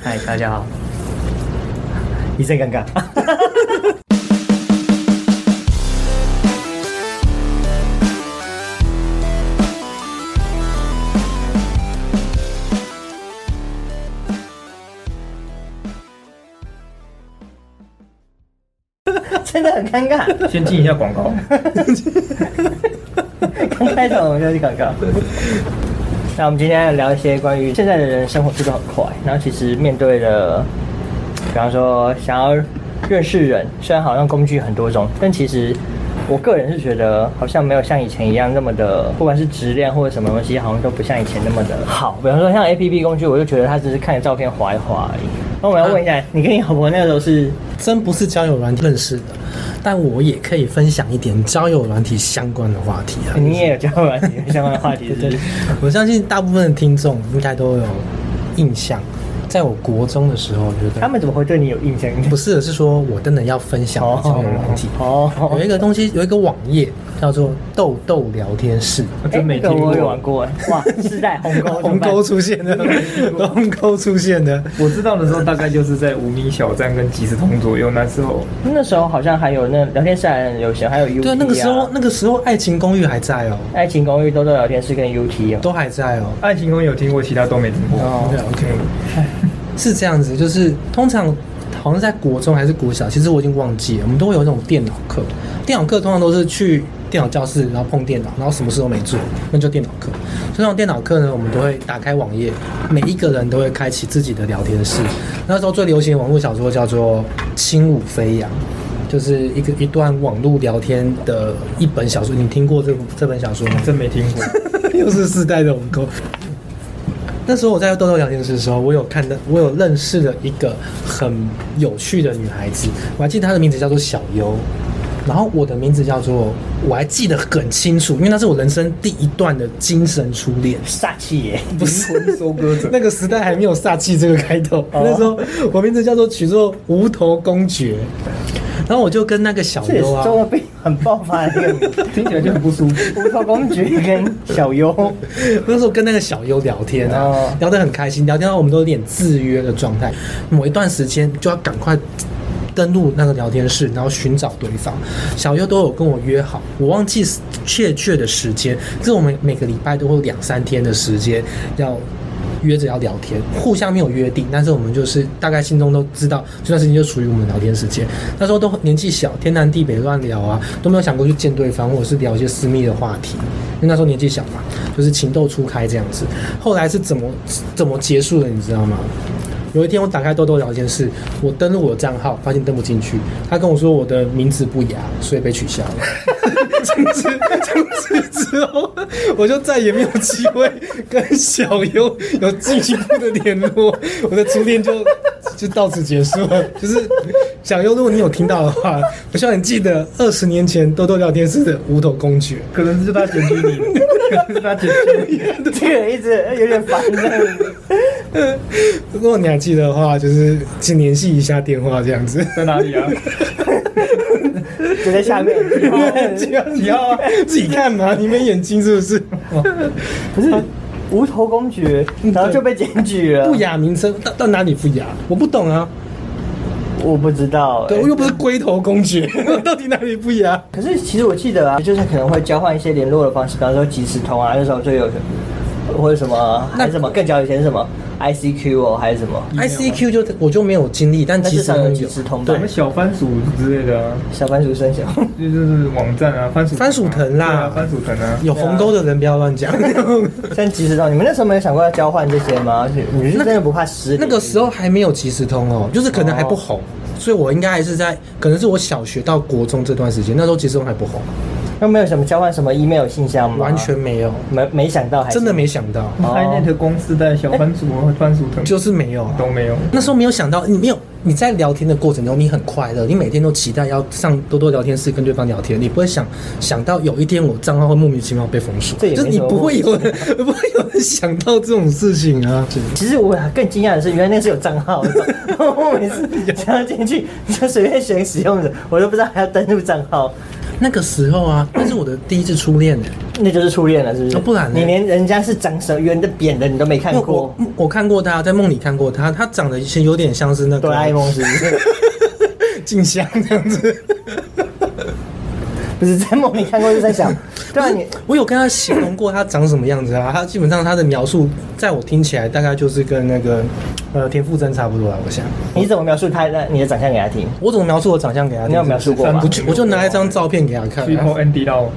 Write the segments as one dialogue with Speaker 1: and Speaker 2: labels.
Speaker 1: 嗨，大家好，一阵尴尬。 真的很尴尬，
Speaker 2: 先进一下广告，
Speaker 1: 刚开场我们就是广告。那我们今天要聊一些关于现在的人生活速度很快，然后其实面对的，比方说想要认识人，虽然好像工具很多种，但其实我个人是觉得好像没有像以前一样那么的，不管是质量或者什么东西，好像都不像以前那么的好。比方说像 A P P 工具，我就觉得它只是看着照片划一划而已。那我们要问一下，你跟你老婆那个时候是
Speaker 3: 真不是交友软体认识的，但我也可以分享一点交友软体相关的话题啊。
Speaker 1: 你也有交友软件相关的话题，是 不是？
Speaker 3: 我相信大部分的听众应该都有印象，在我国中的时候，我觉
Speaker 1: 他
Speaker 3: 得
Speaker 1: 们怎么会对你有印象？
Speaker 3: 不是是说我真的要分享的交友软体，
Speaker 1: 哦，
Speaker 3: 有一个东西有一个网页叫做豆豆聊天室，
Speaker 2: 我
Speaker 1: 哎
Speaker 2: 啊真没
Speaker 1: 这个
Speaker 2: 听
Speaker 1: 我有
Speaker 2: 过
Speaker 1: 玩。 过哎，哇，是在鸿沟，
Speaker 3: 鸿沟出现的， 鸿沟出现的，
Speaker 2: 我知道的时候大概就是在无名小站跟即时通左右那时候，
Speaker 1: 那时候好像还有那聊天室还很流行，还有 UT、啊。
Speaker 3: 对，那个 时候那个时候《爱情公寓》还在哦，
Speaker 1: 爱情公寓、豆豆聊天室跟 UT 哦。
Speaker 3: 都还在哦。
Speaker 2: 爱情公有听过，其他都没听过。
Speaker 1: 哦
Speaker 3: OK OK，是这样子，就是通常好像在国中还是国小，其实我已经忘记了，我们都会有那种电脑课。电脑课通常都是去电脑教室，然后碰电脑，然后什么事都没做，那就电脑课。所以那种电脑课呢，我们都会打开网页，每一个人都会开启自己的聊天室。那时候最流行的网络小说叫做《轻舞飞扬》。就是一个一段网络聊天的一本小说，你听过这这本小说吗？
Speaker 2: 真没听过，
Speaker 3: 又是世代的鸿沟。那时候我在豆豆聊天室的时候，我有看到，我有认识了一个很有趣的女孩子，我还记得她的名字叫做小优，然后我的名字叫做，我还记得很清楚，因为那是我人生第一段的精神初恋。
Speaker 1: 煞气耶！
Speaker 2: 不
Speaker 3: 啊
Speaker 2: 是魂收割者，
Speaker 3: 那个时代还没有煞气这个开头，
Speaker 1: 哦
Speaker 3: 那时候我名字叫做取作无头公爵，然后我就跟那个小
Speaker 1: 这也是
Speaker 3: 优啊，
Speaker 1: 中二病 很爆发的一个名字
Speaker 2: 听起来就很不舒服。
Speaker 1: 无头公爵跟小 优，
Speaker 3: 那时候跟那个小优聊天啊，
Speaker 1: 哦
Speaker 3: 聊得很开心，聊天到我们都有点制约的状态。某一段时间就要赶快登录那个聊天室，然后寻找对方。小优都有跟我约好，我忘记确切的时间，这我们每个礼拜都会有两三天的时间要。约着要聊天，互相没有约定，但是我们就是大概心中都知道这段时间就属于我们的聊天时间。那时候都年纪小，天南地北乱聊啊，都没有想过去见对方，或者是聊一些私密的话题。因为那时候年纪小嘛，就是情窦初开这样子。后来是怎么怎么结束的，你知道吗？有一天我打开豆豆聊天室，我登录我的账号，发现登不进去。他跟我说我的名字不雅，所以被取消了。 从此从此之后，我就再也没有机会跟小优有进一步的联络，我的初恋就就到此结束了。就是小优，如果你有听到的话，我希望你记得二十年前豆豆聊天室的无头公爵。
Speaker 2: 可能是他检举你，可能是他检举你。
Speaker 1: 这个人一直有点烦的。
Speaker 3: 如果你还记得的话，就是请联系一下电话这样子。
Speaker 2: 在哪里啊？
Speaker 1: 就在 下面。
Speaker 3: 哦你要啊自己看 嘛，你没眼睛是不是？
Speaker 1: 不是无头公爵，然后就被检举了。
Speaker 3: 不，雅名称到到哪里不雅？我不懂啊，
Speaker 1: 我不知道哎。
Speaker 3: 对我又不是龟头公 爵，到底哪里不雅？
Speaker 1: 可是其实我记得啊，就是可能会交换一些联络的方式，比方说即时通啊，那时候就有，或者什么，啊还是什么更早以前是什么 ICQ 哦，还是什么
Speaker 3: ICQ 就我就没有经历，但
Speaker 1: 那
Speaker 3: 其
Speaker 1: 至
Speaker 3: 实
Speaker 1: 少有
Speaker 3: 我
Speaker 1: 即时通吧
Speaker 2: 什么小番薯之类的啊，
Speaker 1: 小番薯声响。
Speaker 2: 就是网站啊，番薯
Speaker 3: 番薯藤啦
Speaker 2: 对啊番薯藤啊。
Speaker 3: 有鸿沟的人不要乱 讲。啊
Speaker 1: 像即时通，你们那时候没有想过要交换这些吗？你是真的不怕失联？
Speaker 3: 那个时候还没有即时通哦，就是可能还不红，所以我应该还是在，可能是我小学到国中这段时间，那时候即时通还不红，
Speaker 1: 又没有什么交换什么 email 信箱吗？
Speaker 3: 完全没有，
Speaker 1: 没没想到，还是
Speaker 3: 真的没想到，
Speaker 1: 哦
Speaker 2: iNet 公司带小番薯和番薯藤
Speaker 3: 就是没有啊。
Speaker 2: 都没有。
Speaker 3: 那时候没有想到，你没有你在聊天的过程中，你很快乐，你每天都期待要上多多聊天室跟对方聊天，你不会想想到有一天我账号会莫名其妙被封锁，
Speaker 1: 这也没
Speaker 3: 就是你
Speaker 1: 什么
Speaker 3: 不会有 人不会有人想到这种事情啊。
Speaker 1: 其实我更惊讶的是，原来那是有账号 的，我每次想要进去就随便选使用者，我都不知道还要登录账号。
Speaker 3: 那个时候啊，那是我的第一次初恋呢、欸
Speaker 1: 那就是初恋了，是不是？
Speaker 3: 啊不然呢
Speaker 1: 你连人家是长什么圆的、扁的，你都没看
Speaker 3: 我
Speaker 1: 过
Speaker 3: 我。我看过他，在梦里看过他，他长得其实有点像是那个
Speaker 1: 哆啦 A 梦是不是？
Speaker 3: 静香这样子。
Speaker 1: 不是在梦里看过，是在 想，对啊，你
Speaker 3: 我有跟他形容过他长什么样子啊，他基本上他的描述，在我听起来大概就是跟那个呃田馥甄差不多啊，我想。
Speaker 1: 你怎么描述他的你的长相给他听？
Speaker 3: 我怎么描述我长相给他听？
Speaker 1: 你有描述过吗
Speaker 3: 我就我就拿一张照片给他看、
Speaker 2: 去碰
Speaker 3: 啊。
Speaker 2: ND 到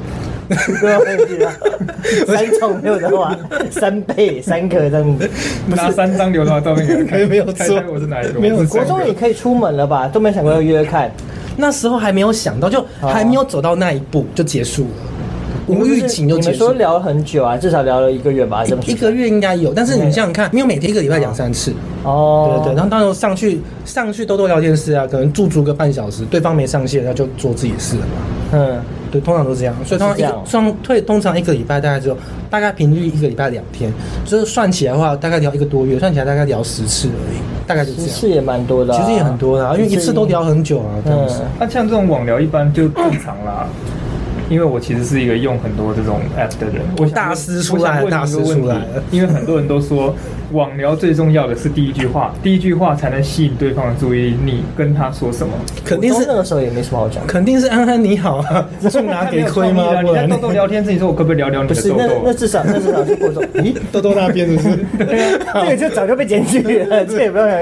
Speaker 1: 对啊，我也 是啊三重六的话，三倍三个这样子。
Speaker 2: 拿三张刘德华照片给他看，
Speaker 3: 没有错
Speaker 2: 猜猜我是哪一个？
Speaker 3: 没有
Speaker 2: 我是
Speaker 1: 国
Speaker 2: 三个
Speaker 1: 中也可以出门了吧？都没想过要约看，
Speaker 3: 那时候还没有想到，就还没有走到那一步就结束了，无预警就
Speaker 1: 你
Speaker 3: 结
Speaker 1: 们
Speaker 3: 束
Speaker 1: 说
Speaker 3: 了。
Speaker 1: 聊了很久啊，至少聊了一个月吧，这么
Speaker 3: 一个月啊应该有，但是你想想看，没有每天一个礼拜两三次，对
Speaker 1: 哦，
Speaker 3: 对对。啊然后到时候上去上去多多聊天室啊，可能驻足个半小时，对方没上线，那就做自己的事了嘛。
Speaker 1: 嗯，
Speaker 3: 对，啊通常都这样，所以通常一
Speaker 1: 是这样
Speaker 3: 个
Speaker 1: 哦
Speaker 3: 双退通常一个礼拜大概只有大概频率一个礼拜两天，就是算起来的话，大概聊一个多月，算起来大概聊十次而已，大概就这
Speaker 1: 其
Speaker 3: 样。
Speaker 1: 实也蛮多的啊，
Speaker 3: 其实也很多啦，因为一次都聊很久啊，这样子。
Speaker 1: 嗯
Speaker 2: 那像这种网聊一般就正常啦，因为我其实是一个用很多这种 app 的人，我想
Speaker 3: 大师出来
Speaker 2: 我想问
Speaker 3: 大师
Speaker 2: 一个问题
Speaker 3: 出来了
Speaker 2: 因为很多人都说网聊最重要的是第一句话，第一句话才能吸引对方的注意，你跟他说什么？
Speaker 3: 肯定
Speaker 1: 我
Speaker 3: 是
Speaker 1: 那个时候也没什么好讲的。
Speaker 3: 肯定是安安你好啊，送拿给亏 吗？
Speaker 2: 太没有创意了
Speaker 3: 不
Speaker 2: 你跟
Speaker 3: 然
Speaker 2: 豆豆聊天是你说我可不可以聊聊你
Speaker 1: 不
Speaker 2: 的
Speaker 1: 是，
Speaker 2: 痘
Speaker 1: 那
Speaker 3: 啊
Speaker 1: 那
Speaker 2: 痘？
Speaker 1: 至少那至少是 国中，咦，
Speaker 3: 豆豆那边是不是？
Speaker 1: 这个就早就被检举 了，这也不用讲。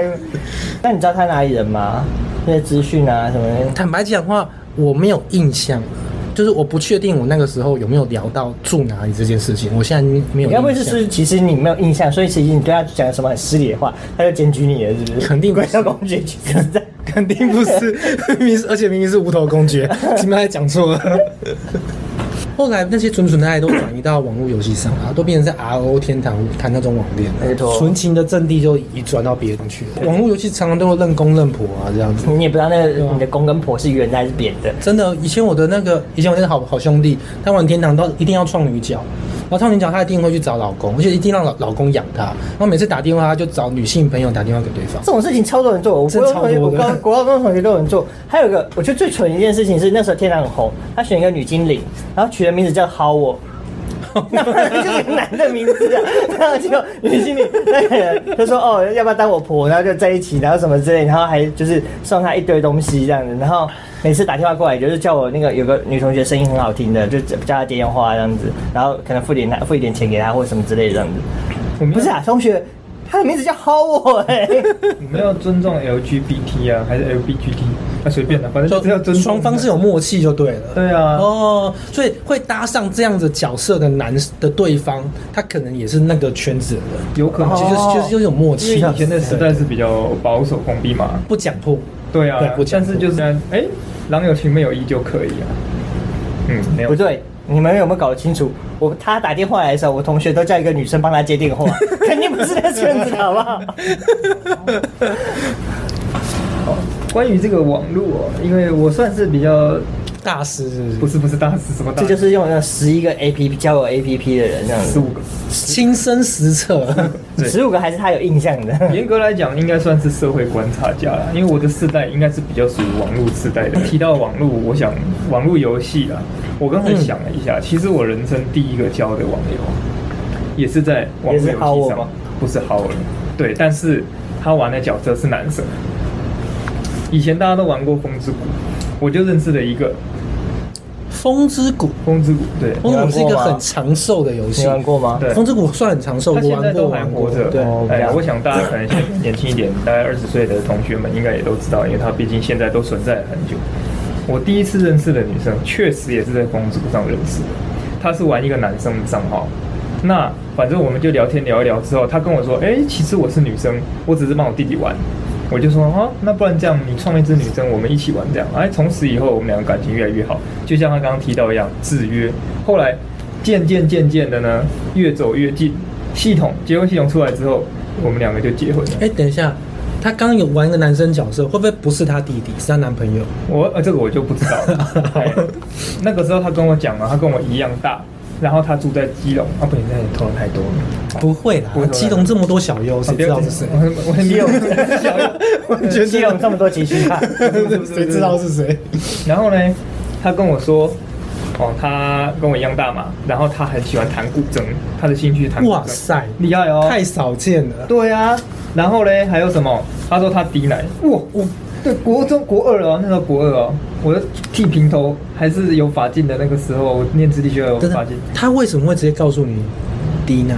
Speaker 1: 那你知道他哪里人吗？那些资讯啊什么的，
Speaker 3: 坦白讲话，我没有印象，啊就是我不确定我那个时候有没有聊到住哪里这件事情，我现在没有
Speaker 1: 你该不会是
Speaker 3: 印
Speaker 1: 是
Speaker 3: 象。
Speaker 1: 其实你没有印象，所以其实你对他讲了什么很失礼的话，他就检举你了，是不是？
Speaker 3: 肯定不
Speaker 1: 怪
Speaker 3: 是
Speaker 1: 到公检局，是这样
Speaker 3: 肯定不是， 明明是而且明明是无头公爵， 前面还讲错了。后来那些纯纯的爱都转移到网络游戏上啊，都变成是 RO 天堂谈那种网恋
Speaker 1: 没
Speaker 3: 了
Speaker 1: 错，
Speaker 3: 纯情的阵地就移转到别地方去了。网络游戏常常都会认公认婆啊，这样子。
Speaker 1: 你也不知道那个
Speaker 3: 啊
Speaker 1: 你的公跟婆是圆的还是扁的。
Speaker 3: 真的，以前我的那个，以前我那个好好兄弟，他玩天堂都一定要创女角，然后创女角他一定会去找老公，而且一定让老老公养他。然后每次打电话，他就找女性朋友打电话给对方
Speaker 1: 这。种事情超多人做，我
Speaker 3: 真
Speaker 1: 国中
Speaker 3: 超
Speaker 1: 同学，
Speaker 3: 多
Speaker 1: 我
Speaker 3: 的
Speaker 1: 高国高中同学都有人做。还有一个，我觉得最蠢一件事情是那时候天堂很红，他选一个女精灵，然后取的名字叫 How 我。那就是个男的名字啊，然后就女经理那个人就说哦，要不要当我婆？然后就在一起，然后什么之类，然后还就是送她一堆东西这样子，然后每次打电话过来就是叫我那个有个女同学声音很好听的，就叫她接电话这样子，然后可能付点她付一点钱给她或什么之类的这样
Speaker 2: 我
Speaker 1: 子。
Speaker 2: 没有
Speaker 1: 不是啊，同学，她的名字叫 How 哎、
Speaker 2: 我们要尊重 LGBT 啊，还是 LGBT？那随便的，反正只要尊重
Speaker 3: 双方是有默契就对了。
Speaker 2: 对啊
Speaker 3: 哦，所以会搭上这样子角色的男的对方，他可能也是那个圈子的人，
Speaker 2: 有可能，
Speaker 3: 其
Speaker 2: 其
Speaker 3: 实
Speaker 2: 实
Speaker 1: 哦
Speaker 3: 就是就是有默
Speaker 2: 因
Speaker 3: 契。
Speaker 2: 为以前的时代是比较保守封闭嘛，
Speaker 3: 不讲破，
Speaker 2: 对啊
Speaker 3: 对不，讲
Speaker 2: 但是就是哎，郎有情妹有意就可以啊。嗯，没有
Speaker 1: 不对，你们有没有搞清楚？我他打电话来的时候，我同学都叫一个女生帮他接电话，肯定不是那圈子的好不好？
Speaker 2: 好。关于这个网络、哦，因为我算是比较
Speaker 3: 大师是不
Speaker 2: 不
Speaker 3: 是
Speaker 2: 是不是大师什么大
Speaker 1: 这
Speaker 2: 师，
Speaker 1: 就是用那十一个 A P P 交友 A P P 的人这样
Speaker 2: 十
Speaker 1: 子，
Speaker 2: 五个。
Speaker 3: 亲身实测。
Speaker 2: 对
Speaker 1: 十五个还是他有印象的。
Speaker 2: 严格来讲，应该算是社会观察家了，因为我的世代应该是比较属于网络世代的。 提到网络，我想网络游戏啊，我刚才想了一
Speaker 1: 嗯
Speaker 2: 下，其实我人生第一个交的网友，也是在网络
Speaker 1: 也是
Speaker 2: 游戏
Speaker 1: Howard 吗
Speaker 2: 上，不是 Howard，对，但是他玩的角色是男生。以前大家都玩过《风之谷》，我就认识了一个《
Speaker 3: 风之谷，
Speaker 2: 风之谷》，对，
Speaker 3: 风之谷是一
Speaker 1: 你玩
Speaker 3: 个
Speaker 1: 过吗
Speaker 3: 很长寿的游戏
Speaker 1: 你。玩过吗？
Speaker 2: 对
Speaker 3: 风之谷算很长寿，
Speaker 2: 他
Speaker 3: 我
Speaker 2: 现在
Speaker 3: 玩
Speaker 2: 都
Speaker 3: 过
Speaker 2: 还
Speaker 3: 玩
Speaker 2: 活
Speaker 3: 过。
Speaker 2: 着。
Speaker 3: 对，
Speaker 1: 哦
Speaker 2: 哎
Speaker 1: 这
Speaker 2: 呀
Speaker 1: 样，
Speaker 2: 我想大家可能现在年轻一点，大概二十岁的同学们应该也都知道，因为他毕竟现在都存在了很久。我第一次认识的女生，确实也是在公主上认识的。她是玩一个男生的账号，那反正我们就聊天聊一聊之后，她跟我说：“哎、其实我是女生，我只是帮我弟弟玩。”我就说：“啊，那不然这样，你创一只女生，我们一起玩这样。”哎，从此以后我们两个感情越来越好，就像她刚刚提到一样，制约。后来渐渐渐渐的呢，越走越近。系统结婚系统出来之后，我们两个就结婚了。
Speaker 3: 哎，等一下，他刚刚有玩一个男生角色，会不会不是他弟弟，是他男朋友？
Speaker 2: 我呃，这个我就不知道 了。哎那个时候他跟我讲了，他跟我一样大，然后他住在基隆，啊，不行，那你偷了太多了。
Speaker 3: 不会啦
Speaker 2: 不会，
Speaker 3: 基隆这么多小优，哦谁知道是谁？
Speaker 2: 我 我基隆，
Speaker 3: 完全
Speaker 1: 基隆这么多集训啊，
Speaker 2: 谁知道
Speaker 3: 是谁？
Speaker 2: 然后呢，他跟我说，哦，他跟我一样大嘛，然后他很喜欢弹古筝，他的兴趣是弹 古
Speaker 3: 哇
Speaker 2: 筝，
Speaker 3: 塞，
Speaker 2: 厉害哦。
Speaker 3: 太少见了。
Speaker 2: 对啊，然后嘞还有什么？他说他低奶，哇，我对国中国二哦，那时候国二哦，我的剃平头还是有发髻的那个时候，我念直立学有
Speaker 3: 真
Speaker 2: 发
Speaker 3: 的
Speaker 2: 髻，，
Speaker 3: 他为什么会直接告诉你低奶？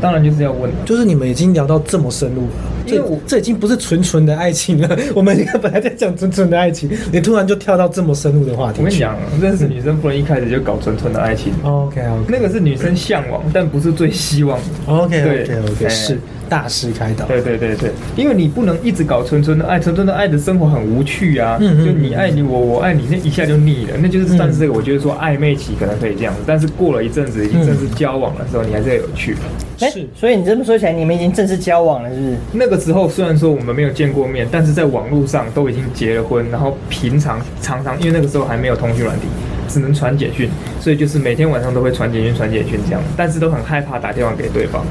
Speaker 2: 当然就是要问了。
Speaker 3: 就是你们已经聊到这么深入了，
Speaker 2: 因为
Speaker 3: 这
Speaker 2: 我
Speaker 3: 这已经不是纯纯的爱情了。 我们本来在讲纯纯的爱情，你突然就跳到这么深入的话题。
Speaker 2: 我跟你讲，认识女生不能一开始就搞纯纯的爱情，
Speaker 3: ，OK OK
Speaker 2: 那个是女生向往，但不是最希望的。
Speaker 3: OK
Speaker 2: 对
Speaker 3: OK OK，
Speaker 2: 哎
Speaker 3: 是大师开导。
Speaker 2: 对对对对，因为你不能一直搞纯纯的爱，纯纯的爱的生活很无趣啊。
Speaker 3: 嗯嗯
Speaker 2: 就你爱你我，我爱你，那一下就腻了。那就是但是这个，我觉得说暧昧期可能可以这样子，但是过了一阵
Speaker 3: 嗯
Speaker 2: 子，已经正式交往的时候，你还是要有趣。
Speaker 1: 哎、
Speaker 3: 是
Speaker 1: 所以你这么说起来，你们已经正式交往了，是不是？
Speaker 2: 那个时候虽然说我们没有见过面，但是在网络上都已经结了婚，然后平常常常因为那个时候还没有通讯软体，只能传简讯，所以就是每天晚上都会传简讯传简讯这样，但是都很害怕打电话给对方，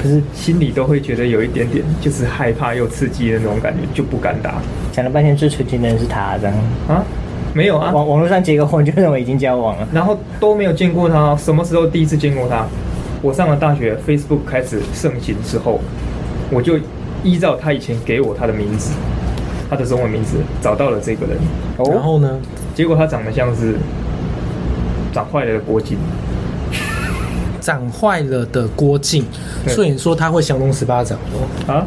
Speaker 1: 可是
Speaker 2: 心里都会觉得有一点点就是害怕又刺激的那种感觉，就不敢打
Speaker 1: 讲了半天，最纯情的人是他，这样。
Speaker 2: 啊，没有啊，
Speaker 1: 网网络上结个婚就认为已经交往了，
Speaker 2: 然后都没有见过他，什么时候第一次见过他？我上了大学，Facebook 开始盛行之后，我就依照他以前给我他的名字，他的中文名字找到了这个人。
Speaker 1: 哦
Speaker 3: 然后呢？
Speaker 2: 结果他长得像是长坏了的郭靖，
Speaker 3: 长坏了的郭靖，
Speaker 2: 对
Speaker 3: 所以你说他会降龙十八掌哦？
Speaker 2: 啊，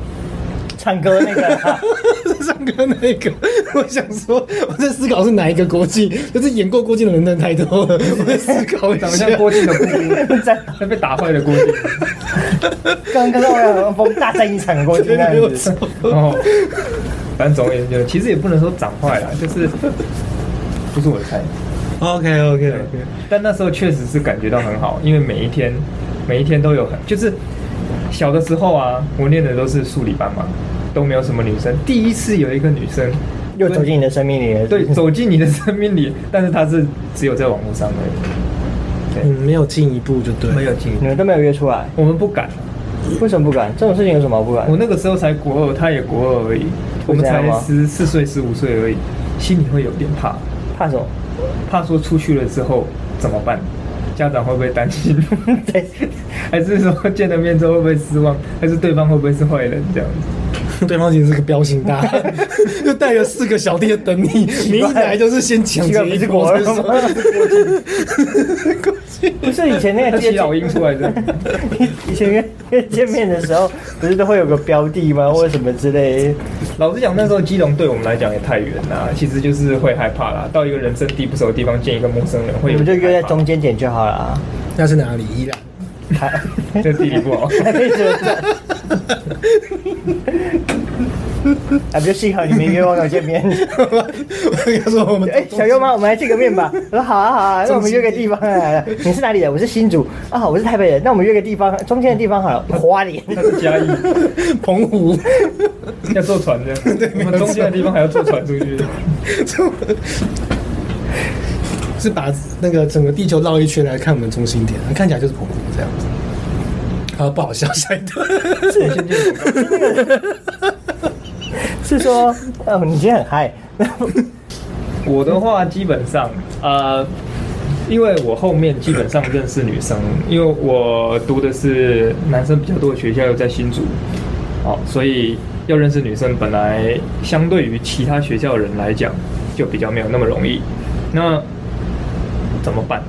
Speaker 1: 唱歌那个、啊
Speaker 3: 上哥那个，我想说，我在思考是哪一个郭靖，就是演过郭靖的人真的太多了， 我在思考一
Speaker 2: 长得
Speaker 3: 下
Speaker 2: 像。郭靖的姑姑，
Speaker 1: 在
Speaker 2: 他被打坏的郭靖。
Speaker 1: 刚刚欧阳龙风大战一场的过去
Speaker 3: 真的
Speaker 1: 那
Speaker 3: 没有
Speaker 1: 样子
Speaker 3: 错。
Speaker 2: 哦，反正总而言之，其实也不能说长坏了，就是不是我的菜。
Speaker 3: OK OK
Speaker 2: 对
Speaker 3: OK，，
Speaker 2: 但那时候确实是感觉到很好，因为每一天每一天都有很就是小的时候啊，我念的都是数理班嘛，都没有什么女生。第一次有一个女生
Speaker 1: 又走进你的生命里了。
Speaker 2: 对，走进你的生命里，但是她是只有在网络上而
Speaker 3: 嗯，没有进一步就对
Speaker 2: 已，
Speaker 3: 了。
Speaker 2: 没有进
Speaker 1: 你们都没有约出来，
Speaker 2: 我们不敢。
Speaker 1: 为什么不敢？这种事情有什么好不敢
Speaker 2: 我？那个时候才国二，她也国二而已，我们才
Speaker 1: 这样吗
Speaker 2: 十四岁、十五岁而已，心里会有点怕，
Speaker 1: 怕 什么？
Speaker 2: 怕说出去了之后怎么办，家长会不会担心？
Speaker 1: 对，
Speaker 2: 还是说见了面之后会不会失望？还是对方会不会是坏人这样 子？
Speaker 3: 对方其实是个彪形大汉，就带了四个小弟在等你，你一来就是先抢
Speaker 1: 这个
Speaker 3: 劫
Speaker 1: 不
Speaker 3: 一
Speaker 1: 是
Speaker 3: 波
Speaker 1: 国二吗？ 不是以前那
Speaker 2: 他
Speaker 1: 个
Speaker 2: 骑
Speaker 1: 街
Speaker 2: 老鹰出来 的，
Speaker 1: 以前约约见面的时候，不是都会有个标的 吗，或者什么之类？
Speaker 2: 老实讲，那时候基隆对我们来讲也太远啦，其实就是会害怕啦。到一个人生地不熟的地方见一个陌生人，会
Speaker 1: 你
Speaker 2: 有
Speaker 1: 们就
Speaker 2: 点
Speaker 1: 约在
Speaker 2: 害怕
Speaker 1: 中，间点就好了啊。
Speaker 3: 那是哪里？依然。
Speaker 1: 台
Speaker 2: 这地理不 好。
Speaker 1: 为什么这样？啊，不就幸好你没约网友见面。
Speaker 3: 我跟他说我们
Speaker 1: 哎、小优吗？我们来见个面吧。我说好啊好 啊，那我们约个地方啊。你是哪里人？我是新竹啊，我是台北人。那我们约个地方，中间的地方好了，花莲。
Speaker 2: 他是嘉义，
Speaker 3: 澎湖，
Speaker 2: 要坐船的， 我们中间的地方还要坐船出去。
Speaker 3: 是把那个整个地球绕一圈来看我们中心点，看起来就是澎湖这样子。好，不好笑，下一段。
Speaker 1: 是说， 哦，你今天很嗨。
Speaker 2: 我的话基本上，呃，因为我后面基本上认识女生，因为我读的是男生比较多的学校，又在新竹，哦，所以要认识女生本来相对于其他学校的人来讲，就比较没有那么容易。那怎么办？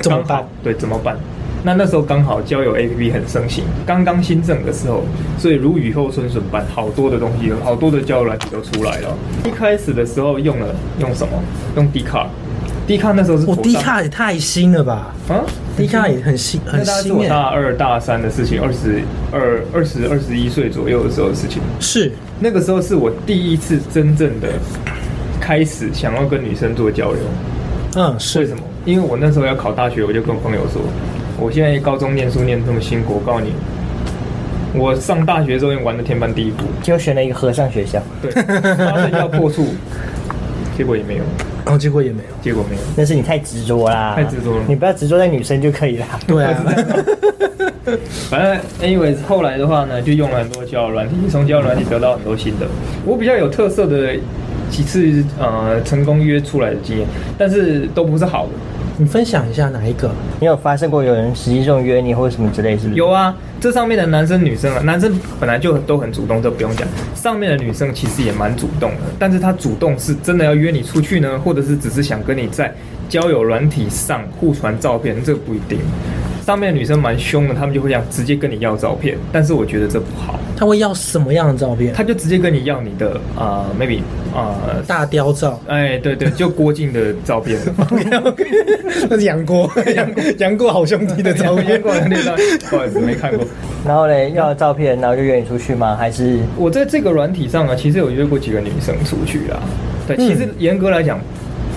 Speaker 3: 怎么办
Speaker 2: 刚好？对，怎么办？那那时候刚好交友 APP 很盛行，刚刚新政的时候，所以如雨后春笋般，好多的东西，好多的交友软体都出来了。一开始的时候用了用什么？用 d 卡，d 卡那时候是
Speaker 3: 我
Speaker 2: 火
Speaker 3: 低
Speaker 2: 上
Speaker 3: 哦卡也太新了吧！
Speaker 2: 啊，
Speaker 3: 低卡也很新，
Speaker 2: 那
Speaker 3: 很
Speaker 2: 大概是
Speaker 3: 新
Speaker 2: 我
Speaker 3: 耶、
Speaker 2: 大二大三的事情，二十二、二十二十一岁左右的时候的事情。
Speaker 3: 是
Speaker 2: 那个时候是我第一次真正的开始想要跟女生做交流。
Speaker 3: 嗯
Speaker 2: 为
Speaker 3: 是
Speaker 2: 什么？因为我那时候要考大学，我就跟朋友说，我现在高中念书念这么辛苦，我告诉你，我上大学之后已经玩的天翻地覆，
Speaker 1: 就选了一个和尚学校，
Speaker 2: 对，发现要破 处，结果也没有，
Speaker 3: 然哦后结果也没有。
Speaker 2: 结果没有。
Speaker 1: 那是你太执着啦，
Speaker 2: 太执着了
Speaker 1: 你不要执着在女生就可以 啦。
Speaker 3: 对啊，
Speaker 2: 反正 anyways，后来的话呢，就用了很多交友软体，从交友软体得到很多新的。我比较有特色的几次呃成功约出来的经验，但是都不是好的，
Speaker 3: 你分享一下哪一个？
Speaker 1: 你有发生过有人实际上约你或者什么之类，是不
Speaker 3: 嗯
Speaker 1: 是？
Speaker 2: 有啊，这上面的男生女生啊，男生本来就都很主动，这不用讲。上面的女生其实也蛮主动的，但是她主动是真的要约你出去呢，或者是只是想跟你在交友软体上互传照片，这不一定。上面的女生蛮凶的，她们就会想直接跟你要照片，但是我觉得这不好，
Speaker 3: 他会要什么样的照片？
Speaker 2: 她就直接跟你要你的啊、呃、，maybe 啊、，
Speaker 3: 大雕照
Speaker 2: 哎，对对，就郭靖的照片，
Speaker 3: 那是杨过，杨 杨过好兄弟的 照 片。
Speaker 2: 过来那张，不好意思没看过。
Speaker 1: 然后嘞，要照片，然后就约你出去吗？还是
Speaker 2: 我在这个软体上啊，其实有约过几个女生出去啦。
Speaker 3: 嗯
Speaker 2: 对，其实严格来讲，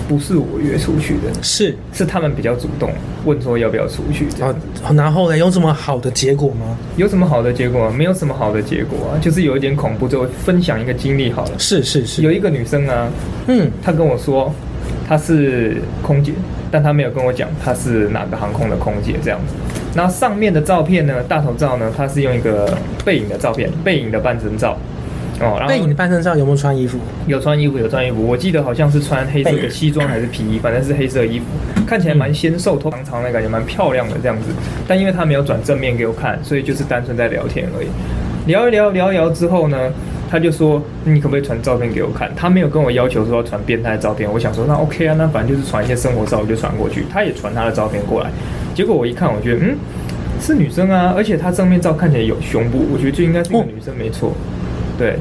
Speaker 2: 不是我约出去的，
Speaker 3: 是
Speaker 2: 是他们比较主动问说要不要出去这
Speaker 3: 啊
Speaker 2: 样子。，
Speaker 3: 然后呢？有什么好的结果吗？
Speaker 2: 有什么好的结果啊？没有什么好的结果啊，就是有一点恐怖。就分享一个经历好了，
Speaker 3: 是是
Speaker 2: 有
Speaker 3: 是，
Speaker 2: 一个女生啊，
Speaker 3: 嗯，
Speaker 2: 她跟我说她是空姐，但她没有跟我讲她是哪个航空的空姐这样子。那上面的照片呢，大头照呢，她是用一个背影的照片，背影的半身照。哦，然后
Speaker 3: 背影的半身照有没有穿衣服？
Speaker 2: 有穿衣服，有穿衣服。我记得好像是穿黑色的西装还是皮衣，反正是黑色衣服，看起来蛮纤瘦、头长长的感觉，蛮漂亮的这样子。但因为他没有转正面给我看，所以就是单纯在聊天而已。聊一聊，聊一聊之后呢，他就说：“你可不可以传照片给我看？”他没有跟我要求说要传变态照片，我想说那 OK 啊，那反正就是传一些生活照，我就传过去。他也传他的照片过来，结果我一看，我觉得嗯。是女生啊，而且她正面照看起来有胸部，我觉得就应该是一个
Speaker 3: 哦
Speaker 2: 女生没错。对，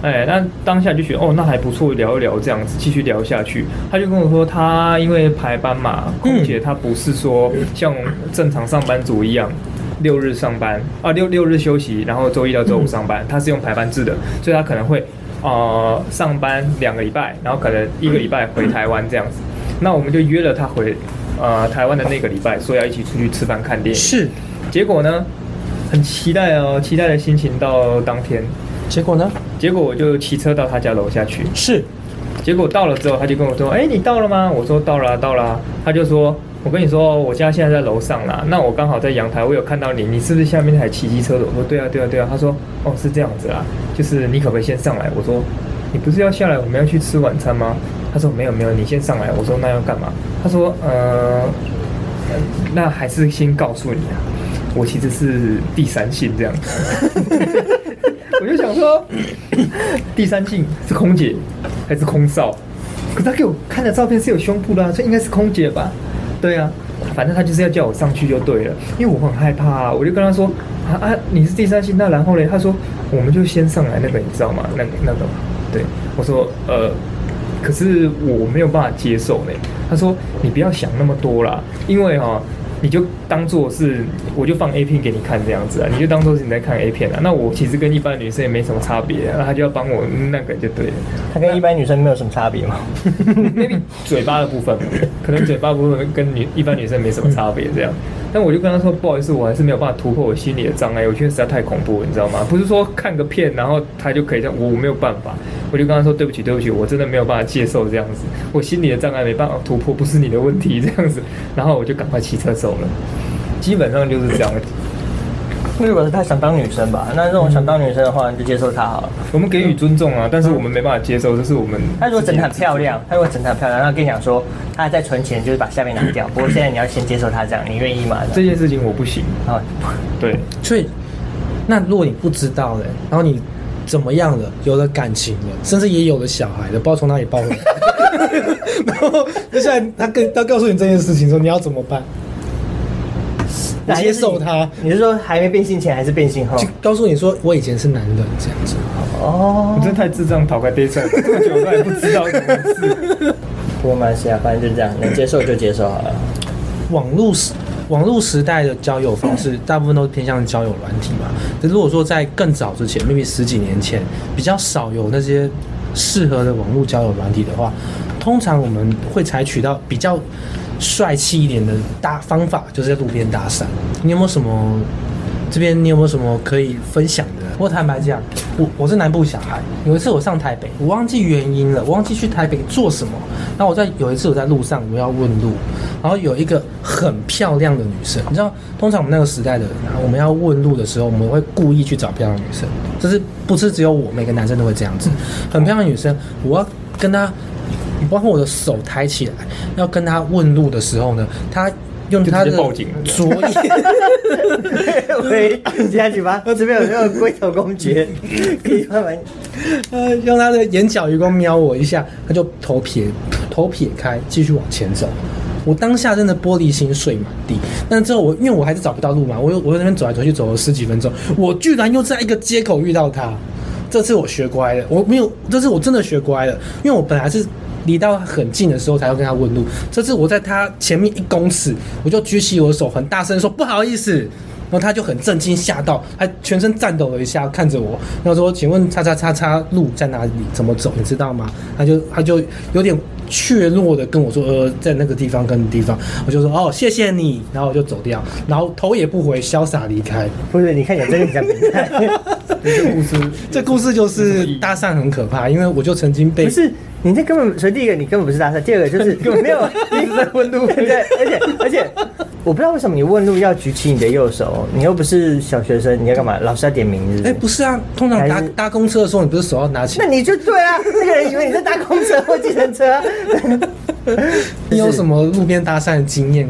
Speaker 2: 哎，那当下就觉得哦，那还不错，聊一聊这样子，继续聊下去。他就跟我说，他因为排班嘛，空姐她不是说像正常上班族一样。六日上班啊，六六日休息，然后周一到周五上班，她是用排班制的，所以她可能会呃上班两个礼拜，然后可能一个礼拜回台湾这样子。那我们就约了她回呃台湾的那个礼拜，说要一起出去吃饭看电影。
Speaker 3: 是，
Speaker 2: 结果呢，很期待哦，期待的心情到当天。
Speaker 3: 结果呢？
Speaker 2: 结果我就骑车到他家楼下去。
Speaker 3: 是
Speaker 2: 结果到了之后，他就跟我说：“哎、你到了吗？”我说：“到了啊、到了啊、他就说：“我跟你说，我家现在在楼上啦。那我刚好在阳台，我有看到你，你是不是下面那台骑机车的？”我说：“对啊，对啊，对啊。”他说：“哦，是这样子啊，就是你可不可以先上来？”我说：“你不是要下来，我们要去吃晚餐吗？”他说：“没有，没有，你先上来。”我说：“那要干嘛？”他说：“呃，那还是先告诉你啊，我其实是第三性这样。” 我就想说， 第三性是空姐还是空少？可他给我看的照片是有胸部的、啊，所以应该是空姐吧？对啊，反正他就是要叫我上去就对了，因为我很害怕、啊，我就跟他说啊啊，你是第三性，那然后嘞？他说我们就先上来那个，你知道吗？那个那个，对我说呃。可是我没有办法接受呢。他说：“你不要想那么多啦，因为哈、哦你就当做是我就放 A 片给你看这样子啊，你就当做是你在看 A 片啊。那我其实跟一般女生也没什么差别、啊，那他就要帮我那个就对了。
Speaker 1: 他跟一般女生没有什么差别吗？
Speaker 2: maybe 嘴巴的部分，可能嘴巴部分跟女一般女生没什么差别这样。但我就跟他说，不好意思，我还是没有办法突破我心里的障碍，我觉得实在太恐怖了，你知道吗？不是说看个片然后他就可以这样，我我没有办法。我就跟他说，对不起，对不起，我真的没有办法接受这样子，我心里的障碍没办法突破，不是你的问题这样子。 然后我就赶快骑车走了，基本上就是这样。
Speaker 1: 如果是他想当女生吧，那这种想当女生的话，你就接受他好了。
Speaker 2: 我们给予尊重啊，但是我们没办法接受，这是我们。
Speaker 1: 他如果整得很漂 亮，他如果整得很漂亮，然后跟你讲说他还在存钱，就是把下面拿掉。不过现在你要先接受他这样，哦你愿意吗？
Speaker 2: 这件事情我不行，
Speaker 1: 然后
Speaker 2: 对。
Speaker 3: 所以，那如果你不知道嘞，然后你怎么样了，有了感情了，甚至也有了小孩了，不知道从哪里抱回来，然后接下来他跟他告诉你这件事情的时候，你要怎么办？
Speaker 1: 那还是
Speaker 3: 接受他
Speaker 1: 你你是说还没变性前还是变性后
Speaker 3: 就？告诉你说我以前是男人这样子。
Speaker 1: 哦
Speaker 2: 我，真的太智障，逃开地上这么久我都还不知道怎么回事。
Speaker 1: 我蛮喜啊，反正就这样，能接受就接受好了。
Speaker 3: 网络时网络时代的交友方式，大部分都偏向交友软体嘛。可是如果说在更早之前，maybe 十几年前，比较少有那些适合的网络交友软体的话，通常我们会采取到比较帅气一点的搭方法，就是在路边搭讪。你有没有什么？这边你有没有什么可以分享的？我坦白讲，我我是南部小孩。有一次我上台北，我忘记原因了，我忘记去台北做什么。然后我在有一次我在路上我要问路，然后有一个很漂亮的女生，你知道，通常我们那个时代的人啊，我们要问路的时候，我们会故意去找漂亮的女生，就是不是只有我，每个男生都会这样子。很漂亮的女生，我要跟她包括我的手抬起来要跟他问路的时候呢，他用
Speaker 2: 就直
Speaker 3: 他
Speaker 2: 接
Speaker 3: 的
Speaker 2: 报警了这
Speaker 3: 左眼。
Speaker 1: 喂，这样子吧，我这边有那个龟头公 爵，可以慢慢。
Speaker 3: 呃，用他的眼角余光瞄我一下，他就头撇头撇开，继续往前走。我当下真的玻璃心碎满地，但之后我因为我还是找不到路嘛，我又我在那边走来走去走了十几分钟，我居然又在一个街口遇到他。这次我学乖了，我没有，这次我真的学乖了，因为我本来是离到很近的时候才要跟他问路，这次我在他前面一公尺，我就举起我的手，很大声说不好意思，然后他就很震惊吓到，他全身颤抖了一下，看着我，然后说：“请问叉叉叉叉路在哪里？怎么走？你知道吗？”他就他就有点怯弱的跟我说：“呃，在那个地方跟地方。”我就说：“哦，谢谢你。”然后我就走掉，然后头也不回，潇洒离开。
Speaker 1: 不是，你看有这个你讲变态，
Speaker 2: 这个故事
Speaker 3: 这故事就是搭讪很可怕，因为我就曾经 被
Speaker 1: 不是你这根本，所以第一个你根本不是搭讪，第二个就是 根本没有一直在问路。 对，而且而且我不知道为什么你问路要举起你的右手，你又不是小学生，你要干嘛？老师在点名是不
Speaker 3: 哎、
Speaker 1: 是？
Speaker 3: 不是啊，通常搭
Speaker 1: 还是
Speaker 3: 搭公车的时候，你不是手要拿起
Speaker 1: 那
Speaker 3: 来？
Speaker 1: 你就对啊，那个人以为你在搭公车或计程车啊。
Speaker 3: 你有什么路边搭讪的经验？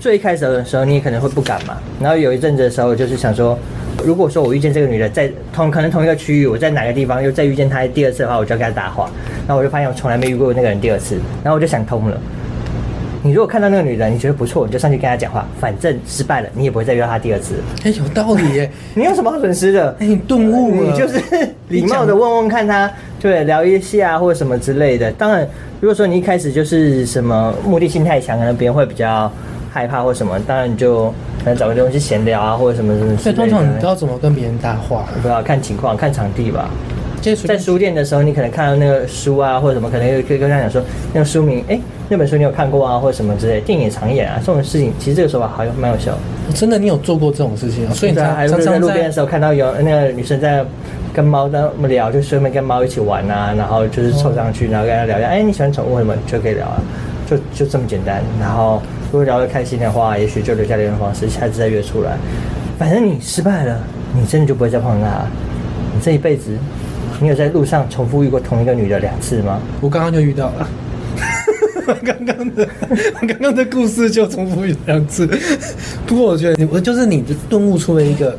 Speaker 1: 最开始的时候，你可能会不敢嘛。然后有一阵子的时候，我就是想说，如果说我遇见这个女的在同可能同一个区域，我在哪个地方又再遇见她第二次的话，我就要跟她搭话。然后我就发现我从来没遇过那个人第二次，然后我就想通了。你如果看到那个女人，你觉得不错，你就上去跟她讲话，反正失败了，你也不会再遇到她第二次。
Speaker 3: 哎、有道理耶、
Speaker 1: 你有什么好损失的？
Speaker 3: 哎、你顿悟了，
Speaker 1: 你 就是啊礼貌的
Speaker 3: 你讲
Speaker 1: 问问看他，对，聊一下或者什么之类的。当然，如果说你一开始就是什么目的性太强，可能别人会比较害怕或什么。当然，你就可能找个地方去闲聊啊，或者什么什么之
Speaker 3: 所以
Speaker 1: 类的。
Speaker 3: 通常你知道怎么跟别人搭话，
Speaker 1: 不要看情况，看场地吧。
Speaker 3: 接触
Speaker 1: 在书店的时候，你可能看到那个书啊，或者什么，可能可以跟他讲说那个书名，哎、那本书你有看过啊，或者什么之类的。电影常演啊，这种事情其实这个时候好像蛮有效的。
Speaker 3: 真的你有做过这种事情啊？所以你
Speaker 1: 对啊，
Speaker 3: 常
Speaker 1: 还是
Speaker 3: 常
Speaker 1: 在
Speaker 3: 常
Speaker 1: 路边的时候看到有那个女生在跟猫在那么聊，就顺便跟猫一起玩啊，然后就是凑上去，然后跟她聊一下，哎，你喜欢宠物什么就可以聊啊，就就这么简单。然后如果聊得开心的话，也许就留下联络方式，下次再约出来。反正你失败了，你真的就不会再碰到她。你这一辈子，你有在路上重复遇过同一个女的两次吗？
Speaker 3: 我刚刚就遇到了。 我刚刚的，我刚刚的故事就重复一两次。不过我觉得你，我就是你顿悟出了一个，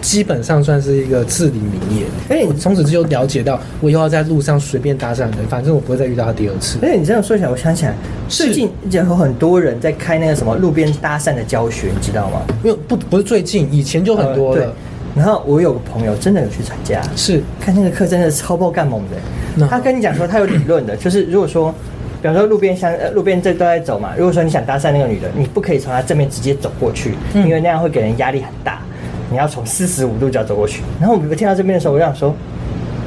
Speaker 3: 基本上算是一个至理名言。
Speaker 1: 哎
Speaker 3: 我从此就了解到，我以后要在路上随便搭讪人，反正我不会再遇到他第二次。
Speaker 1: 而哎且你这样说起来，我想起来，
Speaker 3: 是
Speaker 1: 最近有很多人在开那个什么路边搭讪的教学，你知道吗？
Speaker 3: 因为不不是最近，以前就很多
Speaker 1: 呃
Speaker 3: 了。
Speaker 1: 对然后我有个朋友真的有去参加，
Speaker 3: 是
Speaker 1: 看那个课真的超爆干猛的
Speaker 3: 那。
Speaker 1: 他跟你讲说他有理论 的，就是如果说，比方说路边相呃路边这都在走嘛，如果说你想搭讪那个女的，你不可以从她正面直接走过去，
Speaker 3: 嗯
Speaker 1: 因为那样会给人压力很大。你要从四十五度角走过去。然后我听到这边的时候，我就想说。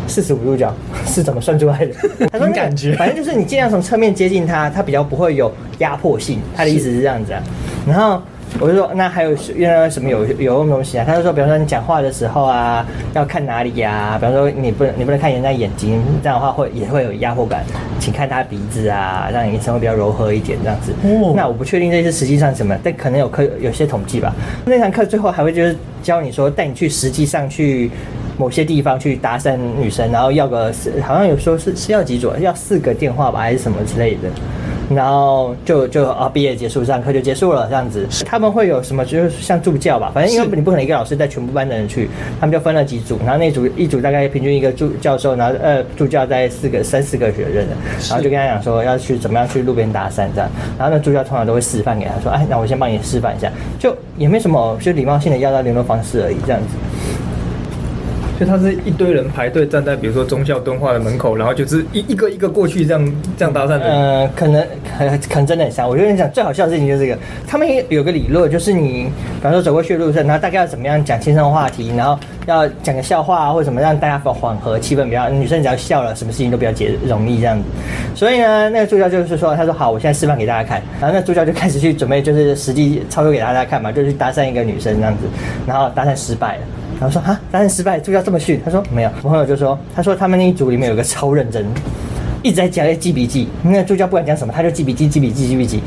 Speaker 1: 四十五度角 是怎么算出来 的？他说那个
Speaker 3: 凭感觉
Speaker 1: 反正就是你尽量从侧面接近他，他比较不会有压迫性。他的意思是这样子啊。然后我就说，那还有那什么有有用东西啊？他就说，比方说你讲话的时候啊，要看哪里呀、比方说你不能你不能看人家眼睛，这样的话会也会有压迫感。请看他鼻子啊，让你眼神会比较柔和一点这样子。
Speaker 3: 哦
Speaker 1: 那我不确定这是实际上什么，但可能有科有些统计吧。那堂课最后还会就是教你说带你去实际上去某些地方去搭讪女生，然后要个四好像有说是是要几组，要四个电话吧还是什么之类的。然后就就啊，毕业结束，上课就结束了，这样子。他们会有什么？就是像助教吧，反正因为
Speaker 3: 是
Speaker 1: 你不可能一个老师带全部班的人去，他们就分了几组，然后那组一组大概平均一个助教授，然后呃助教在四个三四个学生，然后就跟他讲说要去怎么样去路边搭讪这样，然后那助教通常都会示范给他说，哎，那我先帮你示范一下，就也没什么，就礼貌性的要到联络方式而已这样子。
Speaker 2: 就他是一堆人排队站在比如说中校敦化的门口，然后就是一一个一个过去这样这样搭讪的。
Speaker 1: 呃，可能可可能真的很像。我觉得你讲最好笑的事情就是这个，他们也有个理论，就是你比方说走过去的路上，然后大概要怎么样讲轻松话题，然后要讲个笑话啊，或者怎么让大家缓和气氛比较。女生只要笑了，什么事情都比较解容易这样子。所以呢，那个助教就是说，他说好，我现在示范给大家看。然后那助教就开始去准备，就是实际操作给大家看嘛，就去搭讪一个女生这样子，然后搭讪失败了。然后说啊，搭讪失败，助教这么训？他说没有，我朋友就说，他说他们那一组里面有个超认真，一直在讲记笔记，那助教不管讲什么，他就记笔记，记笔记，记笔记。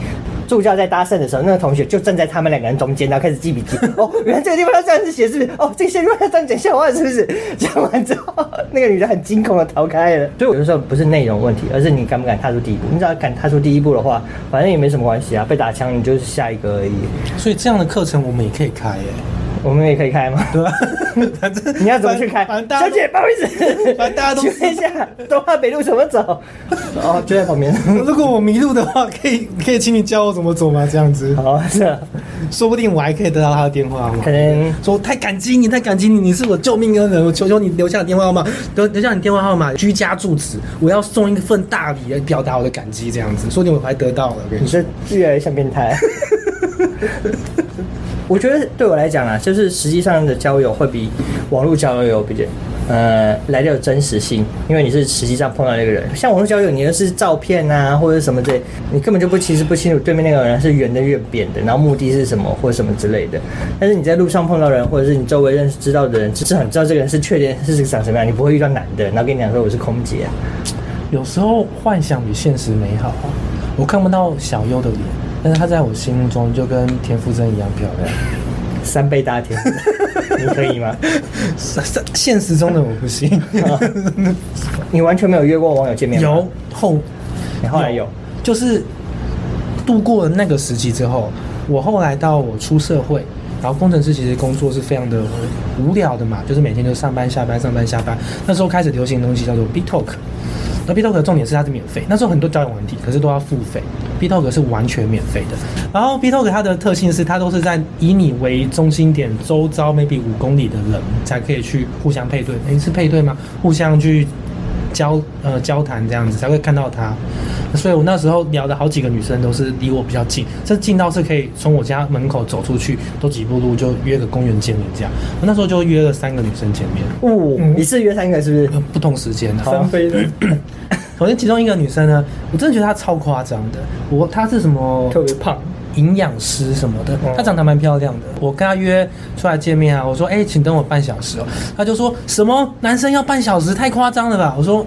Speaker 1: 助教在搭讪的时候，那个同学就站在他们两个人中间，然后开始记 笔记。哦，原来这个地方要这样子写，是不是？哦，这个线路要这样剪下弯，是不 是？讲完之后，那个女的很惊恐的逃开了。所以有的时候不是内容问题，而是你敢不敢踏出第一步。你只要敢踏出第一步的话，反正也没什么关系啊，被打枪你就是下一个而已。
Speaker 3: 所以这样的课程我们也可以开耶、
Speaker 1: 我们也可以开吗？
Speaker 3: 对吧？反正
Speaker 1: 你要怎么去开？
Speaker 3: 反正大家
Speaker 1: 小
Speaker 3: 都
Speaker 1: 姐，不好意思，
Speaker 3: 反正大家都
Speaker 1: 请问一 下，东华北路怎么走？哦，就在旁边。
Speaker 3: 如果我迷路的话，可以 可以请你教我怎么走吗？这样子，
Speaker 1: 好，是啊，
Speaker 3: 说不定我还可以得到他的电话号码
Speaker 1: 可。能
Speaker 3: 说太感激你，太感激你，你是我救命恩人，我求求你留下电话号码，留留下你电话号码、居家住址，我要送一份大礼来表达我的感激，这样子，说不定我还得到了。我跟你
Speaker 1: 你
Speaker 3: 说，
Speaker 1: 这越来越像变态。我觉得对我来讲啊，就是实际上的交友会比网络交友比较呃来的有真实性，因为你是实际上碰到那个人。像网络交友，你又是照片啊或者什么之类，你根本就不其实不清楚对面那个人是圆的越扁的，然后目的是什么或者什么之类的。但是你在路上碰到人，或者是你周围认识知道的人，是很知道这个人是确定是长什么样，你不会遇到男的，然后跟你讲说我是空姐、啊。
Speaker 3: 有时候幻想比现实美好啊。我看不到小优的脸，但是她在我心目中就跟田馥甄一样漂亮。
Speaker 1: 三倍大天，你可以吗？
Speaker 3: 现实中的我不行，
Speaker 1: 你完全没有约过网友见面吗？
Speaker 3: 有后
Speaker 1: 你后来有，
Speaker 3: 就是度过了那个时期之后，我后来到我出社会，然后工程师其实工作是非常的无聊的嘛，就是每天就上班下班上班下班。那时候开始流行的东西叫做 BitTalk，那 BitTalk 的重点是它是免费，那时候很多交友软体可是都要付费，BitTalk 是完全免费的。然后 BitTalk 它的特性是它都是在以你为中心点，周遭 maybe 五公里的人才可以去互相配对，诶是配对吗？互相去交呃交谈这样子才会看到她。所以我那时候聊的好几个女生都是离我比较近，这近到是可以从我家门口走出去多几步路就约个公园见面这样。我那时候就约了三个女生见面，
Speaker 1: 哦，你是约三个是不？
Speaker 3: 呃不同时间的。
Speaker 2: 三飞的，
Speaker 3: 首先其中一个女生呢，我真的觉得她超夸张的，我她是什么
Speaker 2: 特别胖，
Speaker 3: 营养师什么的
Speaker 2: 哦，
Speaker 3: 她长得蛮漂亮的。我跟她约出来见面啊，我说哎、请等我半小时哦。她就说什么男生要半小时，太夸张了吧？我说。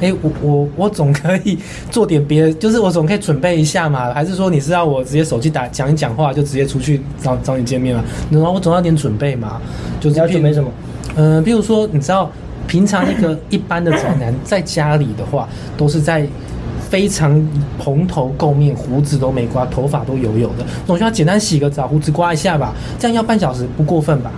Speaker 3: 哎、我我我总可以做点别的，就是我总可以准备一下嘛，还是说你是要我直接手机打讲一讲话就直接出去找找你见面嘛？然后我总要点准备嘛，就是
Speaker 1: 你要
Speaker 3: 譬
Speaker 1: 准备什么？
Speaker 3: 嗯，比如说，你知道，平常一个一般的宅男在家里的话，都是在非常蓬头垢面，胡子都没刮，头发都油油的，总需要简单洗个澡，胡子刮一下吧，这样要半小时不过分吧？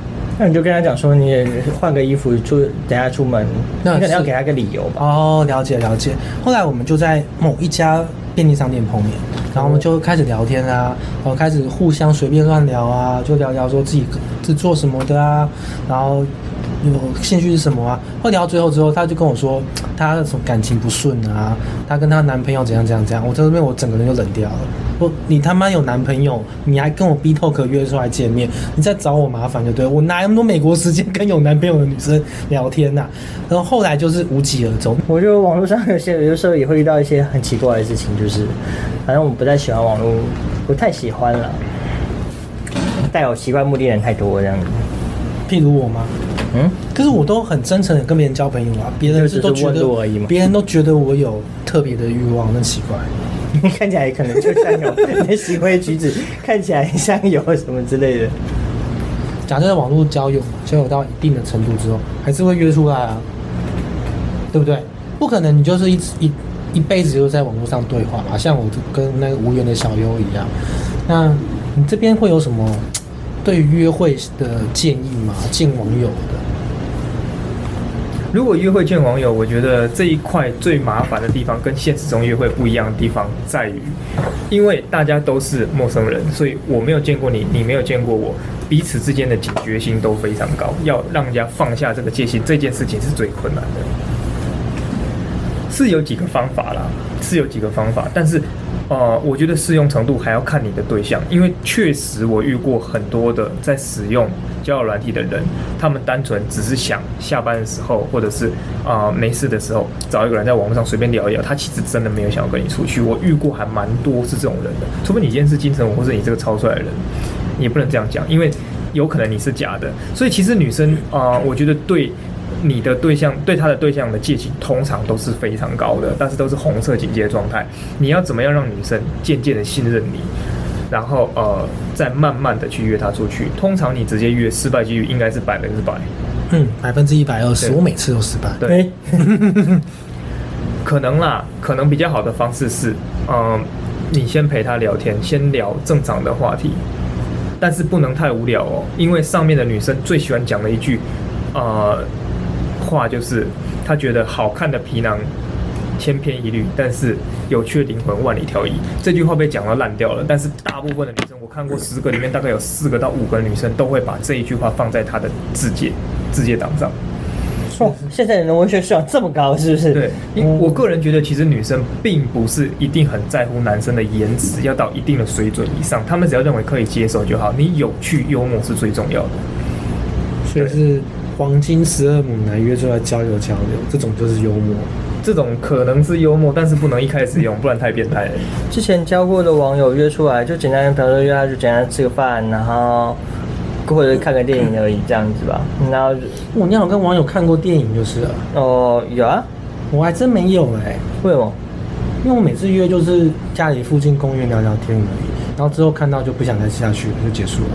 Speaker 1: 那你就跟他讲说，你换个衣服出，等下出门，你
Speaker 3: 那
Speaker 1: 可能
Speaker 3: 是
Speaker 1: 要给他个理由吧。
Speaker 3: 哦，了解了解。后来我们就在某一家便利商店碰面，然后我们就开始聊天啊，然后开始互相随便乱聊啊，就聊聊说自己是做什么的啊，然后有兴趣是什么啊。后聊到最后之后，她就跟我说她什么感情不顺啊，她跟她男朋友怎样怎样怎样。我在这边我整个人就冷掉了。我你他妈有男朋友，你还跟我 B talk 约出来见面，你在找我麻烦就对了。我哪有那么多美国时间跟有男朋友的女生聊天呐、然后后来就是无疾而终。
Speaker 1: 我觉得网络上有些有时候也会遇到一些很奇怪的事情，就是反正我不太喜欢网络，不太喜欢了。带有奇怪目的的人太多，这样子。
Speaker 3: 譬如我吗？
Speaker 1: 嗯，
Speaker 3: 可是我都很真诚的跟别人交朋友啊，别人
Speaker 1: 就只是
Speaker 3: 都觉
Speaker 1: 问路而已
Speaker 3: 得
Speaker 1: 嘛
Speaker 3: 别人都觉得我有特别的欲望，那奇怪。
Speaker 1: 你看起来可能就像有你的行为举止 看起来像有什么之类的。
Speaker 3: 假设在网络交友嘛，交友到一定的程度之后，还是会约出来啊，对不对？不可能你就是一直一一辈子就在网络上对话嘛，像我就跟那个无缘的小优一样。那你这边会有什么对于约会的建议吗？见网友的，
Speaker 2: 如果约会见网友，我觉得这一块最麻烦的地方跟现实中约会不一样的地方在于，因为大家都是陌生人，所以我没有见过你，你没有见过我，彼此之间的警觉心都非常高，要让人家放下这个戒心，这件事情是最困难的。是有几个方法啦，是有几个方法，但是，呃，我觉得适用程度还要看你的对象，因为确实我遇过很多的在使用交友软体的人，他们单纯只是想下班的时候，或者是啊、呃没事的时候找一个人在网络上随便聊一聊，他其实真的没有想要跟你出去。我遇过还蛮多是这种人的，除非你今天是精神，或者你这个超帅的人，也不能这样讲，因为有可能你是假的。所以其实女生啊、呃我觉得对你的对象对他的对象的戒心通常都是非常高的，但是都是红色警戒状态。你要怎么样让女生渐渐的信任你？然后呃再慢慢的去约她出去。通常你直接约失败几率应该是百分之百，
Speaker 3: 嗯，百分之一百二十，
Speaker 2: 对
Speaker 3: 我每次都失败。
Speaker 2: 对
Speaker 1: 哎，
Speaker 2: 可能啦，可能比较好的方式是，嗯，你先陪她聊天，先聊正常的话题，但是不能太无聊哦，因为上面的女生最喜欢讲的一句，呃，话就是她觉得好看的皮囊千篇一律，但是有趣的灵魂万里挑一。这句话被讲到烂掉了，但是大部分的女生，我看过十个里面大概有四个到五个女生都会把这一句话放在她的字界字界档上。
Speaker 1: 哦，现在人的文学素养这么高，是不是？
Speaker 2: 对，因
Speaker 1: 嗯
Speaker 2: 我个人觉得，其实女生并不是一定很在乎男生的颜值，要到一定的水准以上，她们只要认为可以接受就好。你有趣幽默是最重要的。
Speaker 3: 所以是黄金十二母男约出来交流交流，这种就是幽默。
Speaker 2: 这种可能是幽默，但是不能一开始用，不然太变态了。
Speaker 1: 之前交过的网友约出来，就简单，比方说约他就简单吃个饭，然后或者看个电影而已，这样子吧。然后
Speaker 3: 我你好像跟网友看过电影就是了，
Speaker 1: 哦，有啊，
Speaker 3: 我还真没有哎、
Speaker 1: 为什么？
Speaker 3: 因为我每次约就是家里附近公园聊聊天而已，然后之后看到就不想再下去了，就结束了。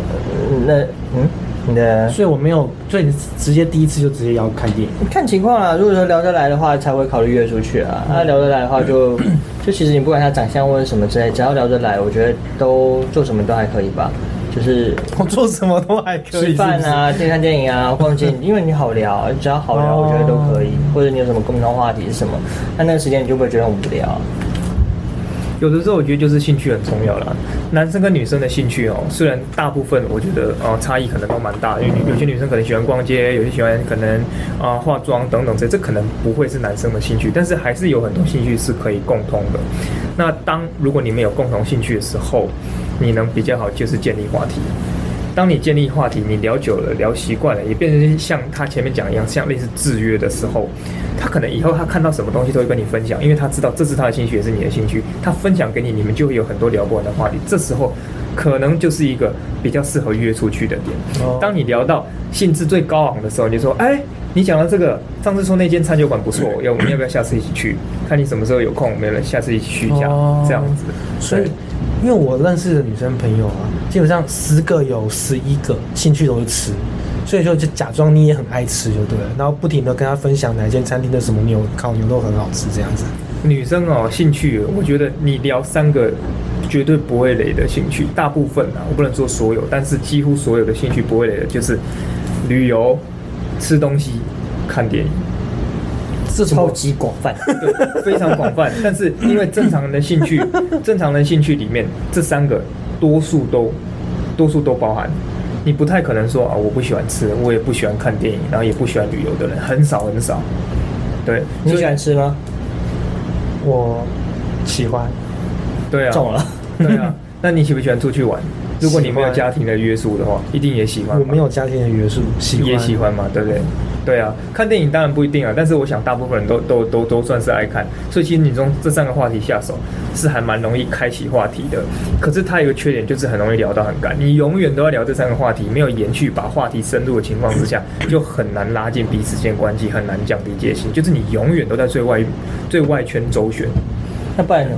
Speaker 1: 嗯那嗯，你的
Speaker 3: 所以我没有，所以直接第一次就直接要看电影。
Speaker 1: 看情况啦。如果说聊得来的话，才会考虑约出去啊。那、聊得来的话就，就其实你不管他长相或者什么之类，只要聊得来，我觉得都做什么都还可以吧。就是
Speaker 3: 我做什么都还可
Speaker 1: 吃
Speaker 3: 以，
Speaker 1: 饭啊，去看电影啊， 逛街，因为你好聊，只要好聊，我觉得都可以。或者你有什么共同话题是什么，那那个时间你就不会觉得很无聊。
Speaker 2: 有的时候我觉得就是兴趣很重要啦。男生跟女生的兴趣哦，虽然大部分我觉得呃差异可能都蛮大，因为有有些女生可能喜欢逛街，有些喜欢可能啊、呃化妆等等这这可能不会是男生的兴趣，但是还是有很多兴趣是可以共通的。那当如果你们有共同兴趣的时候，你能比较好就是建立话题。当你建立话题，你聊久了，聊习惯了，也变成像他前面讲一样，像类似制约的时候，他可能以后他看到什么东西都会跟你分享，因为他知道这是他的兴趣，也是你的兴趣，他分享给你，你们就会有很多聊不完的话题。这时候，可能就是一个比较适合约出去的点。
Speaker 3: 哦
Speaker 2: 当你聊到兴致最高昂的时候，你就说：“哎，你讲到这个，上次说那间餐酒馆不错，要我们要不要下次一起去？看你什么时候有空，我们要不要下次一起去一下？”
Speaker 3: 哦
Speaker 2: 这样子，
Speaker 3: 所以
Speaker 2: 对，
Speaker 3: 因为我认识的女生朋友啊，基本上十个有十一个兴趣都是吃，所以就就假装你也很爱吃就对了，然后不停的跟她分享哪间餐厅的什么牛烤牛肉很好吃这样子。
Speaker 2: 女生哦，兴趣，我觉得你聊三个绝对不会雷的兴趣，大部分啊，我不能说所有，但是几乎所有的兴趣不会雷的，就是旅游、吃东西、看电影，
Speaker 3: 这
Speaker 1: 超级广泛，
Speaker 2: 对，非常广泛。但是因为正常人的兴趣， 正常人兴趣里面这三个多数都多数都包含。你不太可能说啊，我不喜欢吃，我也不喜欢看电影，然后也不喜欢旅游的人很少很少。对，
Speaker 1: 你
Speaker 2: 所以
Speaker 1: 喜欢吃吗？
Speaker 3: 我喜欢，
Speaker 2: 对啊，
Speaker 1: 中了，
Speaker 2: 对啊， 那你喜不喜欢出去玩？如果你没有
Speaker 3: 喜欢
Speaker 2: 家庭的约束的话，一定也喜欢。
Speaker 3: 我没有，家庭的约束，喜欢
Speaker 2: 也喜。欢嘛，对不对？对啊，看电影当然不一定啊，但是我想大部分人都都都都算是爱看，所以其实你从这三个话题下手是还蛮容易开启话题的。可是它有一个缺点就是很容易聊到很干，你永远都要聊这三个话题，没有延续把话题深入的情况之 下，就很难拉近彼此间关系，很难降低戒心，就是你永远都在最外最外圈周旋。
Speaker 1: 那不然呢？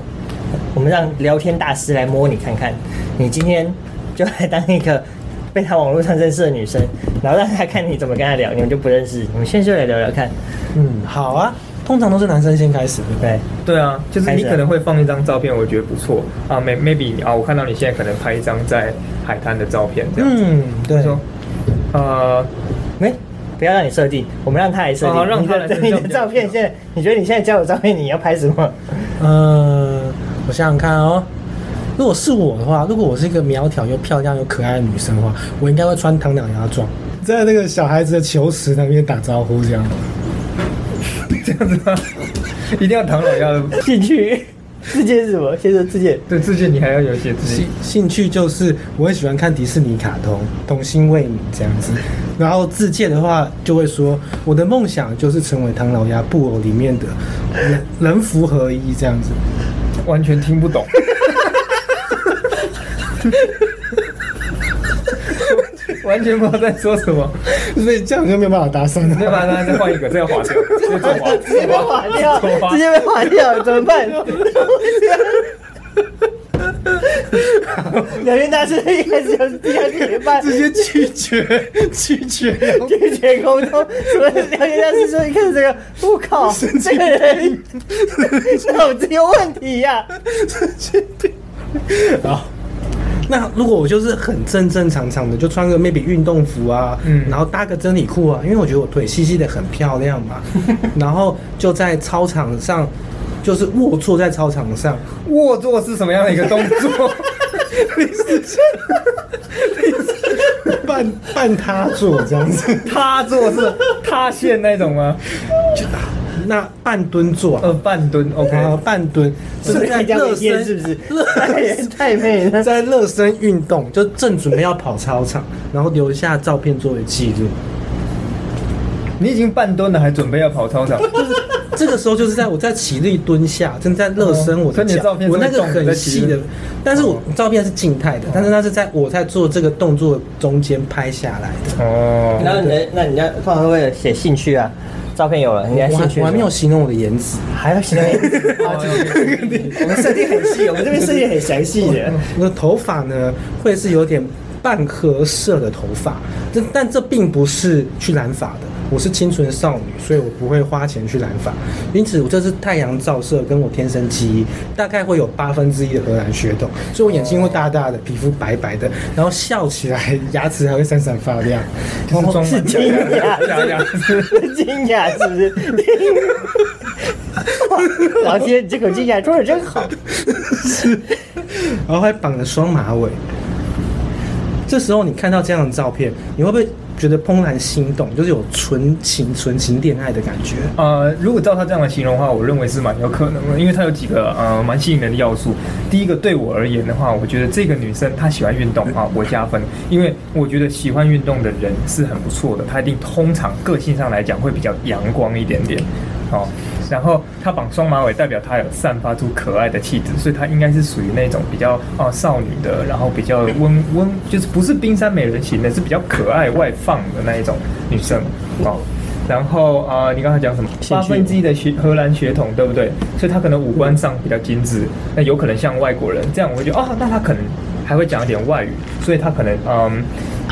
Speaker 1: 我们让聊天大师来摸你看看，你今天就来当一个被他网络上认识的女生，然后让他看你怎么跟他聊，你们就不认识，你们现在就来聊聊看，
Speaker 3: 嗯，好啊，通常都是男生先开始，对不对？
Speaker 1: 对。
Speaker 2: 对啊，就是
Speaker 1: 开
Speaker 2: 你
Speaker 1: 始啊
Speaker 2: 可能会放一张照片，我觉得不错啊。may maybe 啊，我看到你现在可能拍一张在海滩的照片，这样子。
Speaker 3: 嗯，对。
Speaker 2: 说，呃，
Speaker 1: 没，不要让你设定，我们让他来设定。
Speaker 2: 哦让他来
Speaker 1: 你的
Speaker 2: 设定
Speaker 1: 你
Speaker 2: 这样
Speaker 1: 的
Speaker 2: 比较
Speaker 1: 照片
Speaker 2: 好
Speaker 1: 现在，你觉得你现在交我照片，你要拍什么？
Speaker 3: 嗯，我想想看哦。如果是我的话，如果我是一个苗条又漂亮又可爱的女生的话，我应该会穿唐鸟鸭装，在那个小孩子的球池那边打招呼这样。
Speaker 2: 这样子吗？一定要唐老鸭的，
Speaker 1: 进去，自荐是什么？先说自荐。
Speaker 2: 对，自荐你还要有写自
Speaker 3: 兴
Speaker 2: 己。
Speaker 3: 兴趣就是我很喜欢看迪士尼卡通，童心未泯这样子。然后自荐的话就会说，我的梦想就是成为唐老鸭布偶里面的人人符合一这样子。
Speaker 2: 完全听不懂。 完全不知道在说什么，
Speaker 3: 所以这样就没有办法搭讪
Speaker 2: 没
Speaker 3: 了。
Speaker 2: 办法，再换一个，再划掉，再划
Speaker 1: 直 接被划掉，
Speaker 2: 走 吧
Speaker 1: 直接被划掉，怎么办？聊天大师一开始有这样一个陪伴，
Speaker 3: 直接拒绝拒绝，
Speaker 1: 拒绝沟通，什么聊天大师说一开始这个，我靠，这个人脑子有问题呀、
Speaker 3: 好。那如果我就是很正正常常的，就穿个 maybe 运动服啊，
Speaker 2: 嗯
Speaker 3: 然后搭个真理裤啊，因为我觉得我腿细细的很漂亮 嘛，然后就在操场上，就是卧坐在操场上，
Speaker 2: 卧坐是什么样的一个动作？
Speaker 3: 半半塌坐这样子，
Speaker 2: 塌坐是塌陷那种吗？
Speaker 3: 那半蹲坐、
Speaker 2: 呃，
Speaker 3: 啊，
Speaker 2: 半蹲
Speaker 3: 呃，
Speaker 2: ，OK。
Speaker 3: 半蹲
Speaker 1: 是
Speaker 3: 是在热身，
Speaker 1: 是不是？
Speaker 3: 热身
Speaker 1: 太美 了，
Speaker 3: 在热身运动，就正准备要跑操场，然后留下照片作为记录。
Speaker 2: 你已经半蹲了，还准备要跑操场？
Speaker 3: 这个时候就是在我在起立蹲下，正在热身我的
Speaker 2: 哦所以你的
Speaker 3: 脚
Speaker 2: 照片是
Speaker 3: 我那
Speaker 2: 会
Speaker 3: 个
Speaker 2: 动的在
Speaker 3: 很
Speaker 2: 起立
Speaker 3: 细的
Speaker 2: 的，哦
Speaker 3: 但是我照片是静态的，但是那是在我在做这个动作中间拍下来的。
Speaker 1: 然
Speaker 2: 哦，
Speaker 1: 后你的那你要通常会有写兴趣啊，照片有了，你的
Speaker 2: 哎
Speaker 3: 我
Speaker 1: 兴趣
Speaker 3: 还我还没有形容我的颜值，
Speaker 1: 还要写，
Speaker 2: 哎
Speaker 1: 我们设定很细，我们这边设定很详细的。
Speaker 3: 我的头发呢会是有点半褐色的头发，这但这并不是去染发的，我是清纯少女，所以我不会花钱去染发，因此我这是太阳照射跟我天生基因，大概会有八分之一的荷兰血统，所以我眼睛会大大的，皮肤白白的，然后笑起来牙齿还会闪闪发亮，
Speaker 2: 就是啊装
Speaker 1: 是
Speaker 2: 满
Speaker 1: 惊讶，
Speaker 2: 假牙
Speaker 1: 啊 是啊惊讶，是不 是？老爹，你这口惊讶说的真好。
Speaker 3: 然后还绑了双马尾。这时候你看到这样的照片，你会不会觉得怦然心动？就是有纯情、纯情恋爱的感觉。
Speaker 2: 呃，如果照他这样的形容的话，我认为是蛮有可能的，因为他有几个呃蛮吸引人的要素。第一个对我而言的话，我觉得这个女生她喜欢运动啊，我加分，因为我觉得喜欢运动的人是很不错的，她一定通常个性上来讲会比较阳光一点点，哦。然后她绑双马尾，代表她有散发出可爱的气质，所以她应该是属于那种比较啊、呃少女的，然后比较温温，就是不是冰山美人型的，是比较可爱外放的那一种女生哦。然后啊、呃你刚才讲什么？
Speaker 1: 兴
Speaker 2: 八
Speaker 1: 趣
Speaker 2: 分之一的血荷兰血统，对不对？所以他可能五官上比较精致，那有可能像外国人，这样我会觉得哦，那他可能还会讲一点外语，所以他可能嗯，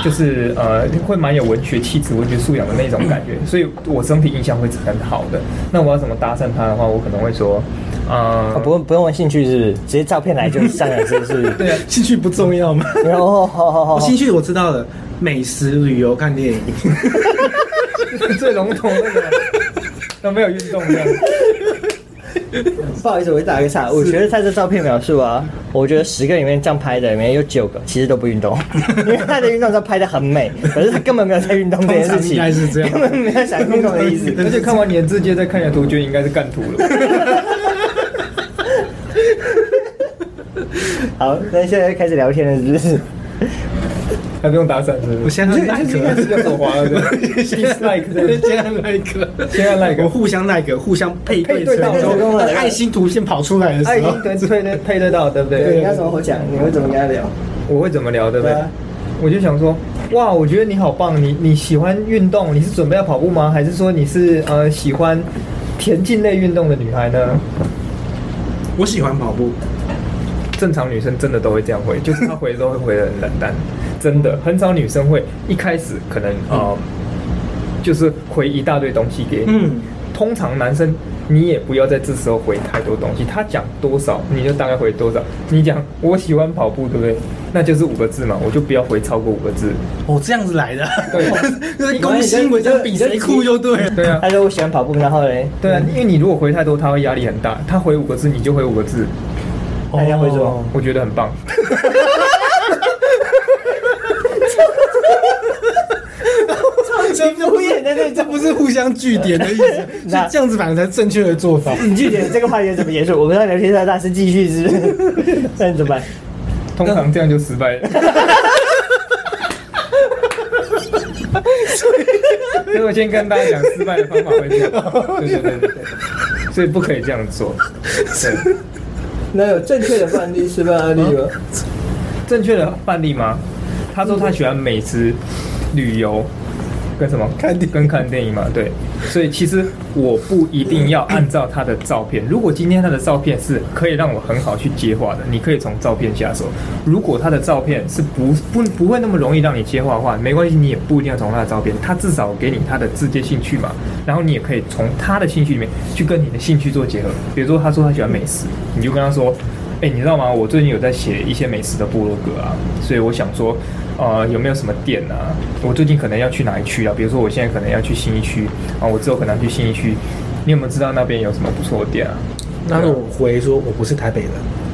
Speaker 2: 就是呃，会蛮有文学气质、文学素养的那种感觉，
Speaker 1: 嗯
Speaker 2: 所以我整体印象会是很好的。那我要怎么搭讪他的话，我可能会说，嗯、
Speaker 1: 哦不用不用问兴趣是不是？直接照片来就上了，是不 是？
Speaker 2: 对啊，
Speaker 3: 兴趣不重要吗？
Speaker 1: 然后好好好
Speaker 3: 我，兴趣我知道了，美食、旅游、看 电影。
Speaker 2: 最笼统 那个，那没有运动这样。
Speaker 1: 不好意思，我打个岔。我觉得他这照片描述啊，我觉得十个里面这样拍的，里面有九个其实都不运 动，因为他的运动照拍的很美，可是他根本没有在运动这件事情，
Speaker 3: 通常应该是这样
Speaker 1: 根本没有想运动的意思。
Speaker 2: 而且看完你的字界，再看你的图，就应该是干图了。
Speaker 1: 好，那现在开始聊天了，是不是？
Speaker 2: 还不用打伞是不
Speaker 3: 我
Speaker 2: 是？
Speaker 3: 先按 like，
Speaker 2: 这个就手滑了，对不 对 dislike 这样
Speaker 3: 先按 like，
Speaker 2: 先按 like
Speaker 3: 我互相 like，互相配对
Speaker 2: 配对
Speaker 3: 成
Speaker 1: 成
Speaker 3: 功，
Speaker 1: 功
Speaker 3: 那
Speaker 1: 了
Speaker 3: 个爱心图片跑出来的
Speaker 2: 爱
Speaker 3: 时候
Speaker 2: 心，跟配对配得到，对不
Speaker 1: 对，
Speaker 2: 对
Speaker 1: 你？要怎么讲？你会怎么跟他聊？
Speaker 2: 我会怎么聊，对不对
Speaker 1: 对啊？
Speaker 2: 我就想说，哇，我觉得你好棒，你你喜欢运动，你是准备要跑步吗？还是说你是呃喜欢田径类运动的女孩呢？
Speaker 3: 我喜欢跑步，
Speaker 2: 正常女生真的都会这样回，就是她回的时候会回的很冷淡，真的很少女生会一开始可能呃，就是回一大堆东西给你。
Speaker 3: 嗯，
Speaker 2: 通常男生你也不要在这时候回太多东西，他讲多少你就大概回多少。你讲我喜欢跑步，对不对？那就是五个字嘛，我就不要回超过五个 字。
Speaker 3: 我哦这样子来的，
Speaker 2: 对，啊
Speaker 3: 就是攻心我在比谁酷就对了。
Speaker 2: 对啊
Speaker 1: 他，说我喜欢跑步，然后嘞，
Speaker 2: 对啊，因为你如果回太多，他会压力很大。他回五个字，你就回五个字，
Speaker 1: 大
Speaker 3: 哎
Speaker 1: 家会
Speaker 3: 哦
Speaker 1: 说
Speaker 2: 我觉得很棒。
Speaker 3: 这
Speaker 1: 敷衍的那种
Speaker 3: 这不是互相据点的意 思，
Speaker 1: 那
Speaker 3: 是这样子反而才正确的做法。
Speaker 1: 你具体这个话题怎么结束？我们让聊天大师继续是不是？ 那你怎么办？
Speaker 2: 通常这样就失败了。所以我先跟大家讲失败的方法会这样，对对对对对，所以不可以这样做。对，
Speaker 1: 那有正确的范例失败案例吗？
Speaker 2: 正确的范例吗？他说他喜欢美食、旅游跟什么？
Speaker 3: 看电影
Speaker 2: 跟看电影嘛，对。所以其实我不一定要按照他的照片。如果今天他的照片是可以让我很好去接话的，你可以从照片下手。如果他的照片是不不不会那么容易让你接话的话，没关系，你也不一定要从他的照片，他至少给你他的直接兴趣嘛。然后你也可以从他的兴趣里面去跟你的兴趣做结合。比如说他说他喜欢美食，你就跟他说。哎、你知道吗？我最近有在写一些美食的部落格啊，所以我想说，呃，有没有什么店啊？我最近可能要去哪一区啊？比如说我现在可能要去新一区啊，我之后可能要去新一区，你有没有知道那边有什么不错的店啊？
Speaker 3: 那如果我回说我不是台北人，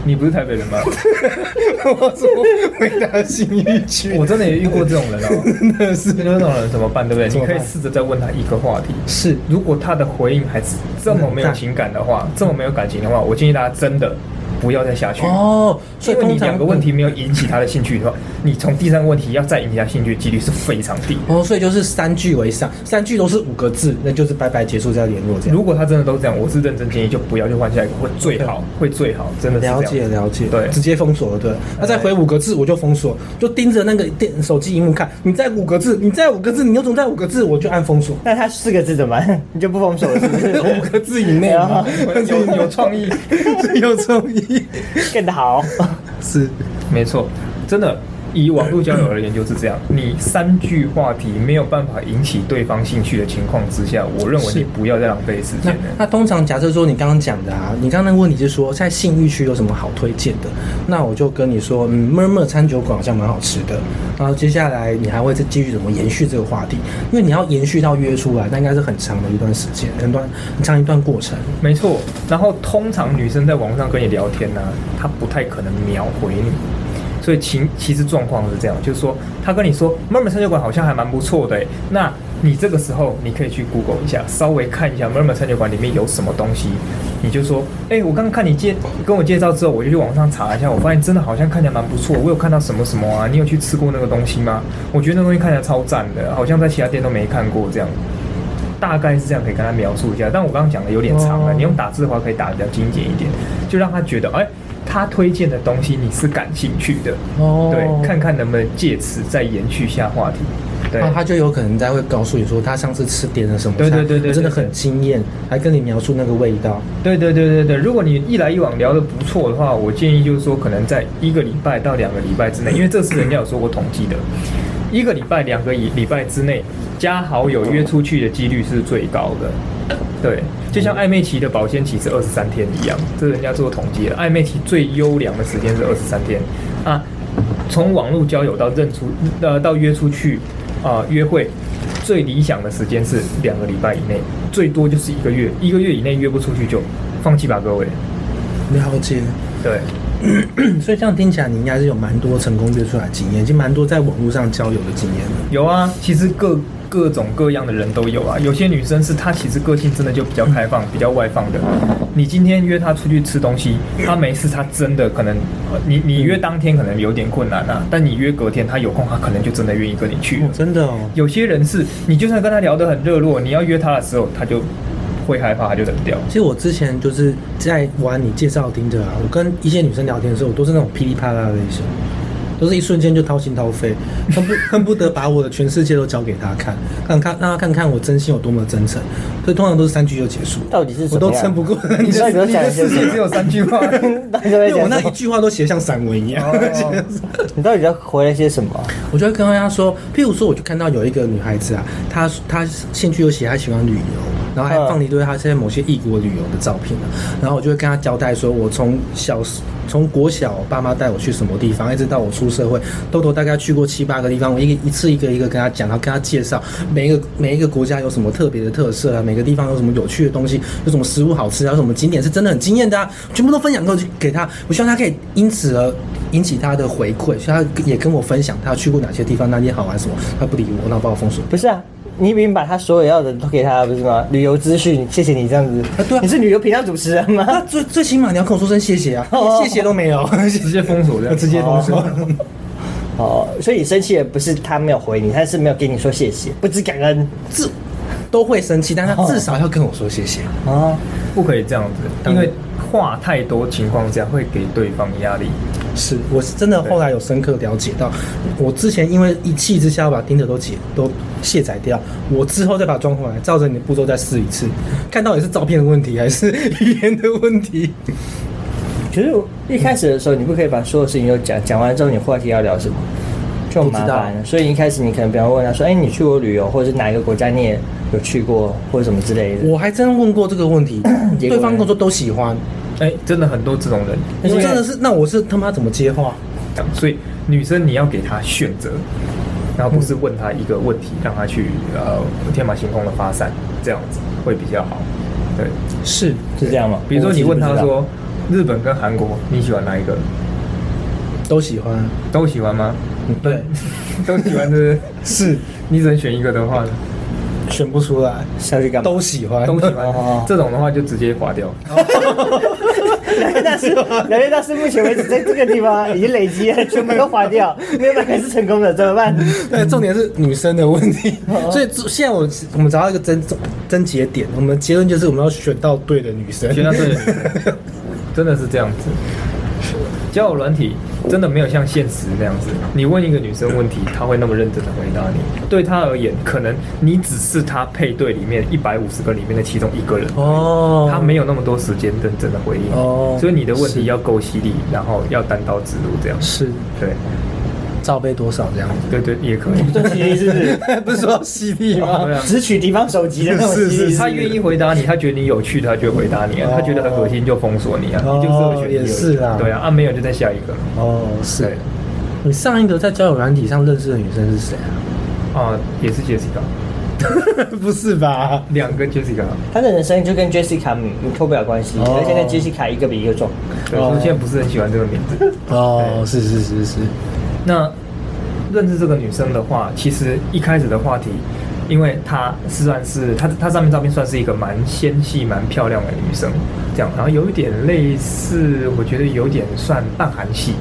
Speaker 2: 你不是台北人吗？
Speaker 3: 我说回答新一区
Speaker 2: 我真的也遇过这种人 哦，
Speaker 3: 真的是
Speaker 2: 遇到这种人怎么办？对不对？
Speaker 3: 怎
Speaker 2: 你
Speaker 3: 么
Speaker 2: 可
Speaker 3: 办
Speaker 2: 以试着再问他一个话题，
Speaker 3: 是
Speaker 2: 如果他的回应还是这么没有情感的
Speaker 3: 嗯
Speaker 2: 话，这么没有感情的话，我建议大家真的不要再下去
Speaker 3: 哦，所
Speaker 2: 因
Speaker 3: 以
Speaker 2: 为
Speaker 3: 通
Speaker 2: 你
Speaker 3: 常
Speaker 2: 两个问题没有引起他的兴趣的话，你从第三个问题要再引起他兴趣的几率是非常低。
Speaker 3: 哦，所以就是三句为上，三句都是五个字，那就是拜拜结束再联络这样。
Speaker 2: 如果他真的都这样，我是认真建议就不要去换下一个，会最好，会最好，真的是这样
Speaker 3: 了解了解，
Speaker 2: 对
Speaker 3: 直接封锁了，对。哎那再回五个字，我就封锁，就盯着那个电手机荧幕看。你再五个字，你再五个字，你又总在五个字，我就按 封锁。
Speaker 1: 那他四个字怎么办？你就不封锁了是不是？
Speaker 3: 五个字以 内嘛，
Speaker 2: 有有创意，
Speaker 3: 最有创意
Speaker 1: 更 好。
Speaker 3: 是
Speaker 2: 没错，真的。以网络交友而言就是这样，你三句话题没有办法引起对方兴趣的情况之下，我认为
Speaker 3: 是
Speaker 2: 你不要再浪费时间
Speaker 3: 那
Speaker 2: 了。
Speaker 3: 那通常假设说你刚刚讲的啊，你刚刚那个问题是说在信义区有什么好推荐的？那我就跟你说，嗯，Murmur 餐酒馆好像蛮好吃的。然后接下来你还会再继续怎么延续这个话题？因为你要延续到约出来，那应该是很长的一段时间，很段很长一段过程。
Speaker 2: 没错，然后通常女生在网上跟你聊天呢、她不太可能秒回你，所以其其实状况是这样，就是说她跟你说妹妹餐酒馆好像还蛮不错的欸，那你这个时候你可以去 Google 一下，稍微看一下妹妹餐酒馆里面有什么东西，你就说，哎、我刚刚看你介跟我介绍之后，我就去网上查一下，我发现真的好像看起来蛮不错，我有看到什么什么啊，你有去吃过那个东西吗？我觉得那东西看起来超赞的，好像在其他店都没看过这样。大概是这样，可以跟他描述一下。但我刚刚讲的有点长了，
Speaker 3: 哦
Speaker 2: 你用打字的话可以打得比较精简一点，就让他觉得，哎、他推荐的东西你是感兴趣的，
Speaker 3: 哦
Speaker 2: 对，看看能不能借此再延续下话题。对，
Speaker 3: 那啊他就有可能再会告诉你说他上次吃点了什么菜，
Speaker 2: 对对对对对
Speaker 3: 真的很惊艳，还跟你描述那个味道。
Speaker 2: 对对对对对，如果你一来一往聊得不错的话，我建议就是说，可能在一个礼拜到两个礼拜之内，因为这是人家有做过统计的，一个礼拜、两个礼拜之内，加好友约出去的几率是最高的。对，就像暧昧期的保鲜期是二十三天一样，这是人家做统计的。暧昧期最优良的时间是二十三天啊。从网络交友到认出呃到约出去啊、呃约会，最理想的时间是两个礼拜以内，最多就是一个月，一个月以内约不出去就放弃吧，各位。
Speaker 3: 了解，
Speaker 2: 对，
Speaker 3: 所以这样听起来你应该是有蛮多成功约出来的经验，已经蛮多在网络上交友的经验了。
Speaker 2: 有啊，其实各各种各样的人都有啊。有些女生是她其实个性真的就比较开放、比较外放的。你今天约她出去吃东西，她没事，她真的可能呃你你约当天可能有点困难啊，但你约隔天她有空，她可能就真的愿意跟你去了
Speaker 3: 哦，。真的哦，
Speaker 2: 有些人是你就算跟他聊得很热络，你要约他的时候，他就会害怕，他就冷掉。
Speaker 3: 其实我之前就是在玩你介绍的 Tinder 啊，我跟一些女生聊天的时候，我都是那种噼里啪啦的类型，都是一瞬间就掏心掏肺，恨不 恨不得把我的全世界都交给她看，看看让她看看我真心有多么真诚，所以通常都是三句就结束，
Speaker 1: 到底是
Speaker 3: 我
Speaker 1: 什么样
Speaker 3: 都撑不过你
Speaker 1: 你
Speaker 3: 的
Speaker 1: 到底都
Speaker 2: 你的
Speaker 1: 讲些
Speaker 2: 世
Speaker 1: 什
Speaker 2: 界只
Speaker 1: 么？
Speaker 2: 有三句话，
Speaker 1: 到底在
Speaker 3: 因为我
Speaker 1: 讲
Speaker 3: 那
Speaker 1: 什
Speaker 3: 一
Speaker 1: 么？
Speaker 3: 句话都写像散文一样。
Speaker 2: 哦
Speaker 1: 你到底在回了些什么？
Speaker 3: 我就会跟她说，譬如说，我就看到有一个女孩子啊，她她兴趣有写她喜欢旅游，然后还
Speaker 1: 嗯
Speaker 3: 放了一堆她现在某些异国旅游的照片啊，然后我就会跟她交代说，我从小从国小爸妈带我去什么地方，一直到我出社会，兜头大概去过七八个地方，我一个一次一个一个跟她讲，然后跟她介绍每一个每一个国家有什么特别的特色啊，每个地方有什么有趣的东西，有什么食物好吃啊，有什么景点是真的很惊艳的啊，全部都分享过去给她，我希望她可以因此而引起她的回馈，所以她也跟我分享她去过哪些地方，哪里好玩什么，她不理我，然后把我封锁。
Speaker 1: 不是啊，你已经把他所有要的都给他了，不是吗？旅游资讯，谢谢你这样子。
Speaker 3: 啊对啊
Speaker 1: 你是旅游频道主持人
Speaker 3: 那
Speaker 1: 吗？
Speaker 3: 最最起码你要跟我说声谢谢啊，
Speaker 1: 哦
Speaker 3: 连谢谢都没有，
Speaker 2: 直接封锁这样，
Speaker 3: 直接封锁。
Speaker 1: 哦，所以你生气的不是他没有回你，他是没有给你说谢谢，不知感恩
Speaker 3: 至哦都会生气，但他至少要跟我说谢谢。
Speaker 1: 哦。
Speaker 2: 不可以这样子，因为话太多情况下会给对方压力。
Speaker 3: 是，我是真的后来有深刻了解到，我之前因为一气之下把 Tinder 都解都卸载掉，我之后再把它装回来，照着你的步骤再试一次，看到底是照片的问题还是语言的问题。
Speaker 1: 可是一开始的时候，你不可以把所有事情都讲，讲完之后你话题要聊什么，就很麻烦了。所以一开始你可能比方问他说：“哎、你去过旅游，或者是哪一个国家你也有去过，或者什么之类
Speaker 2: 嗯
Speaker 1: 的。
Speaker 3: 我还真问过这个问题，
Speaker 1: 结果
Speaker 3: 对
Speaker 1: 呢
Speaker 3: 方跟我说都喜欢，
Speaker 2: 哎、真的很多这种人，
Speaker 3: 我
Speaker 1: 因为
Speaker 3: 真的是，那我是他妈怎么接话？
Speaker 2: 所以女生你要给她选择，然后不是问她一个问题，让她去呃天马行空的发散，这样子会比较好。对，”
Speaker 3: 是，
Speaker 1: 是这样吗？
Speaker 2: 比如说你问她
Speaker 1: 我其实不知道，
Speaker 2: 说，日本跟韩国你喜欢哪一个？
Speaker 3: 都喜欢，
Speaker 2: 都喜欢吗？
Speaker 3: 对，
Speaker 2: 都喜欢的，
Speaker 3: 是
Speaker 2: 你只能选一个的话呢，
Speaker 3: 选不出来，
Speaker 1: 是要去干嘛？
Speaker 3: 都喜欢，
Speaker 2: 都喜
Speaker 1: 哦
Speaker 2: 欢，这种的话就直接划掉。
Speaker 1: 但 是聊天大师目前为止在这个地方已经累积 了，全部都划掉，没有半个是成功的，怎么办？
Speaker 3: 对，重点是女生的问 题
Speaker 1: 哦，
Speaker 3: 所以现在我我们找到一个真真节点，我们结论就是我们要选到对的女生。
Speaker 2: 学到这里，真的是这样子。交友软体真的没有像现实那样子，你问一个女生问题，她会那么认真的回答你。对她而言，可能你只是她配对里面一百五十个里面的其中一个人，
Speaker 3: 哦
Speaker 2: 她没有那么多时间认真的回应你。
Speaker 3: 哦
Speaker 2: 所以你的问
Speaker 3: 是
Speaker 2: 题要够犀利，然后要单刀直入这样。
Speaker 3: 是
Speaker 2: 对，
Speaker 3: 罩杯多少这样？
Speaker 2: 对对，也可以。
Speaker 1: 这其实是不是
Speaker 3: 不是说要犀利吗？
Speaker 2: 对啊
Speaker 1: 只取敌方首级的那 种
Speaker 3: 是是
Speaker 1: 犀利
Speaker 2: 他愿意回答你，他觉得你有趣，他就回答你啊；
Speaker 3: 哦
Speaker 2: 他觉得很恶心，就封锁你啊。
Speaker 3: 哦
Speaker 2: 你就是二选一而
Speaker 3: 也
Speaker 2: 已
Speaker 3: 是啊
Speaker 2: 对啊，啊没有就再下一个。
Speaker 3: 哦，是
Speaker 2: 对。
Speaker 3: 你上一个在交友软体上认识的女生是谁啊？
Speaker 2: 啊，也是 Jessica，
Speaker 3: 不是吧？
Speaker 2: 两个 Jessica，
Speaker 1: 他的人生就跟 Jessica 你你脱不了关系，
Speaker 3: 哦
Speaker 1: 而且跟 Jessica 一个比一个重。
Speaker 2: 所以
Speaker 3: 哦
Speaker 2: 说现在不是很喜欢这个名字。
Speaker 3: 哦，是是是是，
Speaker 2: 那认识这个女生的话，其实一开始的话题，因为她虽然是她她上面照片算是一个蛮纤细、蛮漂亮的女生，这样，然后有一点类似，我觉得有点算半韩系，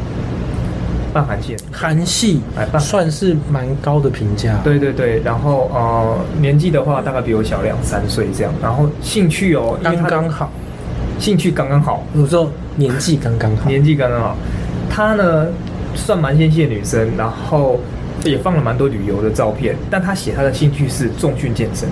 Speaker 2: 半韩系的
Speaker 3: 韩系
Speaker 2: 哎棒
Speaker 3: 算是蛮高的评价。，
Speaker 2: 对对对，然后呃，年纪的话大概比我小两三岁这样，然后兴趣哦，因
Speaker 3: 刚
Speaker 2: 为他的
Speaker 3: 刚好。
Speaker 2: 兴趣刚刚好，
Speaker 3: 有时候年纪刚刚好。
Speaker 2: 年纪刚刚好，她呢算蛮纤细的女生，然后也放了蛮多旅游的照片，但她写她的兴趣是重训健身，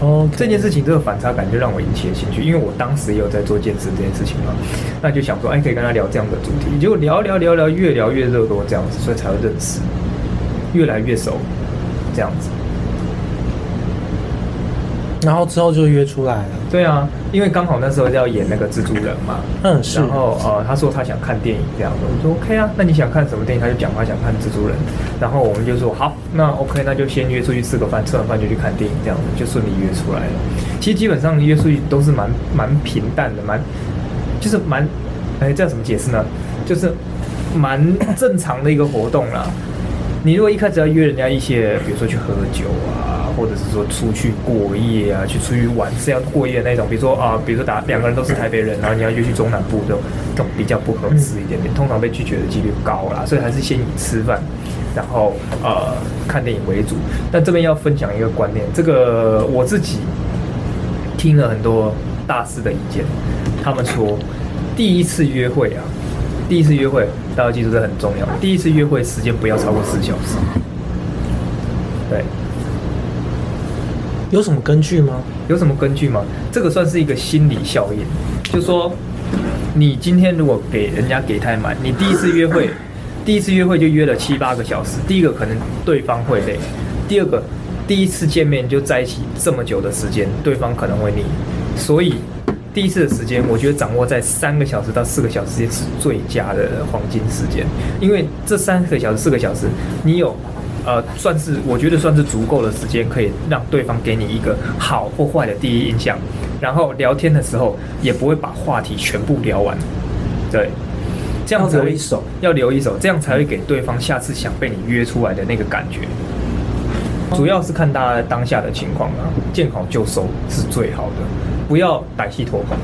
Speaker 3: 哦，
Speaker 2: 这件事情这个反差感就让我引起了兴趣，因为我当时也有在做健身这件事情嘛，那就想说，哎，可以跟她聊这样的主题，结果聊聊聊聊，越聊越热络这样子，所以才会认识，越来越熟，这样子。
Speaker 3: 然后之后就约出来了。
Speaker 2: 对啊，因为刚好那时候要演那个蜘蛛人嘛，
Speaker 3: 嗯，是。
Speaker 2: 然后呃，他说他想看电影这样子，我说 OK 啊，那你想看什么电影？他就讲他想看蜘蛛人，然后我们就说好，那 OK，那就先约出去吃个饭，吃完饭就去看电影这样子，就顺利约出来了。其实基本上约出去都是蛮蛮平淡的，蛮就是蛮哎这样怎么解释呢？就是蛮正常的一个活动啦。你如果一开始要约人家一些，比如说去喝酒啊，或者是说出去过夜啊，去出去玩是要过夜的那种，比如说啊，比如说打两个人都是台北人，然后你要约去中南部这种，这种比较不合适一点点，通常被拒绝的几率高啦，所以还是先以吃饭，然后呃看电影为主。但这边要分享一个观念，这个我自己听了很多大师的意见，他们说第一次约会啊，第一次约会大家记住这很重要，第一次约会时间不要超过四小时。对，
Speaker 3: 有什么根据吗？
Speaker 2: 有什么根据吗？这个算是一个心理效应，就说你今天如果给人家给太满，你第一次约会， 第一次约会就约了七八个小时，第一个可能对方会累，第二个第一次见面就在一起这么久的时间，对方可能会腻，所以。第一次的时间，我觉得掌握在三个小时到四个小时之间是最佳的黄金时间，因为这三个小时、四个小时，你有呃，算是我觉得算是足够的时间，可以让对方给你一个好或坏的第一印象，然后聊天的时候也不会把话题全部聊完，对，这样才
Speaker 3: 要
Speaker 2: 会
Speaker 3: 留一手，
Speaker 2: 要留一手，这样才会给对方下次想被你约出来的那个感觉。主要是看大家当下的情况啊，见好就收是最好的，不要歹戏拖棚。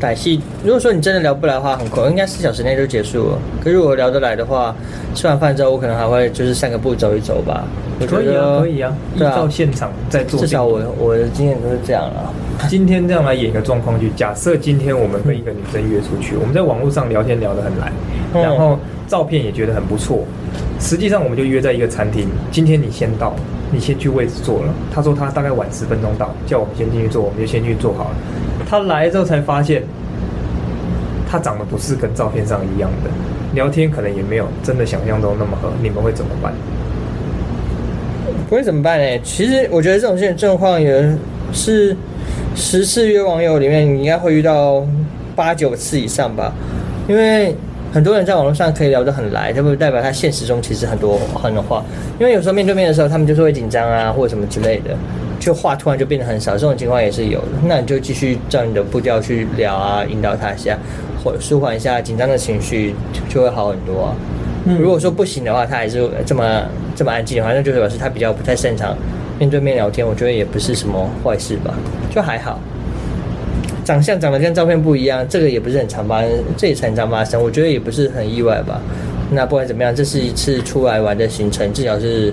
Speaker 1: 歹戏，如果说你真的聊不来的话，很快应该四小时内就结束了。可是如果聊得来的话，吃完饭之后我可能还会就是散个步走一走吧。我觉
Speaker 2: 可以
Speaker 1: 得
Speaker 2: 啊，可以啊，依
Speaker 1: 对啊
Speaker 2: 照现场再做定。
Speaker 1: 至少我我的经验都是这样了。啊
Speaker 2: 今天这样来演一个状况剧，假设今天我们跟一个女生约出去，我们在网络上聊天聊得很来，
Speaker 1: 嗯
Speaker 2: 然
Speaker 3: 哦
Speaker 2: 后照片也觉得很不错，实际上我们就约在一个餐厅，今天你先到，你先去位置坐了。他说他大概晚十分钟到，叫我们先进去坐，我们就先去坐好了。他来之后才发现，他长得不是跟照片上一样的，聊天可能也没有真的想象中那么合，你们会怎么办？
Speaker 1: 不会怎么办呢、其实我觉得这种现状况也是十次约网友里面，你应该会遇到八九次以上吧，因为。很多人在网络上可以聊得很来，这不代表他现实中其实很多很多话，因为有时候面对面的时候，他们就是会紧张啊，或者什么之类的，就话突然就变得很少，这种情况也是有的。那你就继续照你的步调去聊啊，引导他一下，或舒缓一下紧张的情绪，就就会好很多啊、
Speaker 3: 嗯
Speaker 1: 如果说不行的话，他还是这么这么安静的话，那就表示他比较不太擅长面对面聊天。我觉得也不是什么坏事吧，就还好。长相长得跟照片不一样，这个也不是很常发生，这也是很常发生，我觉得也不是很意外吧。那不管怎么样，这是一次出来玩的行程，至少是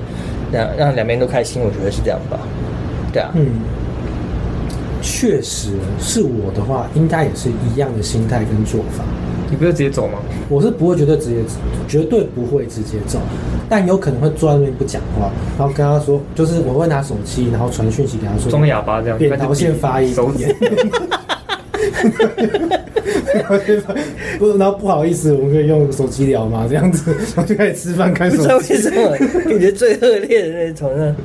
Speaker 1: 让让两边都开心，我觉得是这样吧。对啊，
Speaker 3: 嗯，确实是我的话，应该也是一样的心态跟做法。
Speaker 2: 你不是直接走吗？
Speaker 3: 我是不会绝对直接，绝对不会直接走，但有可能会坐在那边不讲话，然后跟他说，就是我会拿手机，然后传讯息给他说，
Speaker 2: 装哑巴这样，
Speaker 3: 扁桃腺发炎
Speaker 2: 手指。
Speaker 3: 不，然后不好意思，我们可以用手机聊嘛，这样子，然后就开始吃饭看
Speaker 1: 不啊
Speaker 3: 手
Speaker 1: 知道为
Speaker 3: 机，
Speaker 1: 什么感觉最恶劣的那种呢，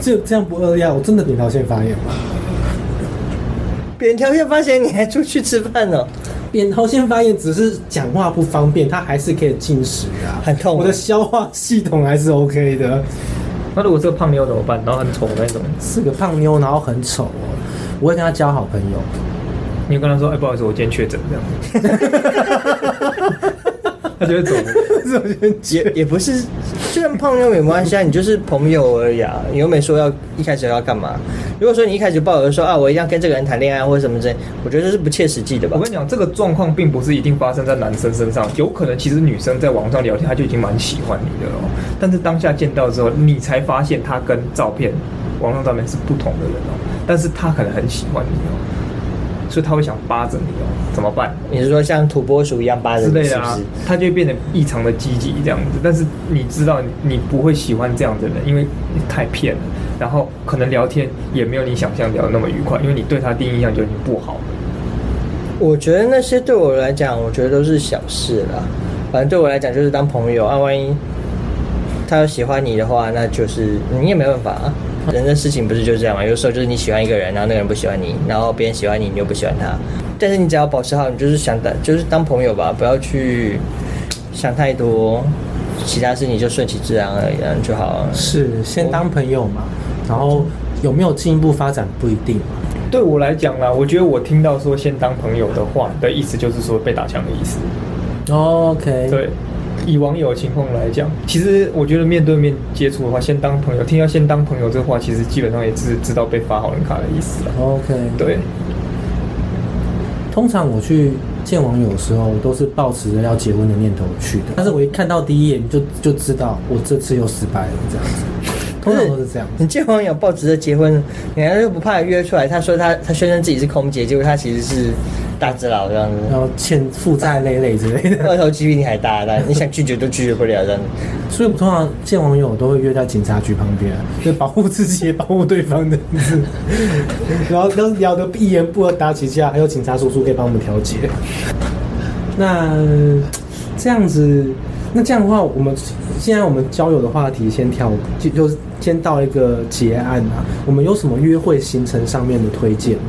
Speaker 3: 这这样不饿呀？我真的扁桃腺发炎吗？
Speaker 1: 扁条线发现你还出去吃饭哦，
Speaker 3: 扁桃腺发炎只是讲话不方便，它还是可以进食啊，
Speaker 1: 很痛吗
Speaker 3: 我的消化系统还是 OK 的。
Speaker 2: 那如果这个胖妞怎么 办？然后很丑的那种，
Speaker 3: 是个胖妞，然后很丑哦，我会跟她交好朋友。
Speaker 2: 你就跟他说：“哎、不好意思，我今天确诊。”这样，他就会走。
Speaker 1: 也也不是，虽然胖妞没关系啊，你就是朋友而已啊，你又没说要一开始要干嘛。如果说你一开始抱有说啊，我一定要跟这个人谈恋爱或者什么之类，我觉得这是不切实际的吧
Speaker 2: 我跟。你讲，这个状况并不是一定发生在男生身上，有可能其实女生在网上聊天，她就已经蛮喜欢你的了哦。但是当下见到之后，你才发现她跟照片、网上照片是不同的人哦。但是她可能很喜欢你哦，所以她会想扒着你哦，怎么办？
Speaker 1: 你是说像土拨鼠一样扒着
Speaker 2: 之
Speaker 1: 你，
Speaker 2: 类
Speaker 1: 是
Speaker 2: 的
Speaker 1: 不
Speaker 2: 啊
Speaker 1: 是？，
Speaker 2: 他就会变得异常的积极这样子。但是你知道你，你不会喜欢这样的人，因为太骗了。然后可能聊天也没有你想象聊的那么愉快，因为你对他第一印象就已经不好了。
Speaker 1: 我觉得那些对我来讲，我觉得都是小事啦。反正对我来讲就是当朋友啊，万一他要喜欢你的话，那就是你也没办法啊。人的事情不是就这样嘛？有时候就是你喜欢一个人，然后那个人不喜欢你，然后别人喜欢你，你又不喜欢他。但是你只要保持好，你就是想当就是当朋友吧，不要去想太多，其他事情就顺其自然而已啊就好了。
Speaker 3: 是先当朋友嘛，然后有没有进一步发展不一定嘛。
Speaker 2: 对我来讲啦，我觉得我听到说先当朋友的话的意思，就是说被打枪的意思。
Speaker 3: OK，，
Speaker 2: 对，以网友情况来讲，其实我觉得面对面接触的话，先当朋友，听到先当朋友这话，其实基本上也是知道被发好人卡的意思了。
Speaker 3: OK，
Speaker 2: 对，
Speaker 3: 通常我去见网友的时候，我都是抱持着要结婚的念头去的。但是我一看到第一眼就就知道我这次又失败了，这样子。通常都是这样子。
Speaker 1: 你见网友报纸在结婚，你还又不怕约出来？他说他他宣称自己是空姐，结果他其实是大只佬这样
Speaker 3: 然
Speaker 1: 子，
Speaker 3: 后欠负债累累之类的，
Speaker 1: 二头肌比你还大，但你想拒绝都拒绝不了这样子。
Speaker 3: 所以我通常见网友都会约在警察局旁边，就保护自己也保护对方的意思。 然后都聊得一言不合打起架，还有警察叔叔可以帮我们调解。 那这样子，那这样的话，我们现在我们交友的话题先跳，就就是先到一个结案啊。我们有什么约会行程上面的推荐吗？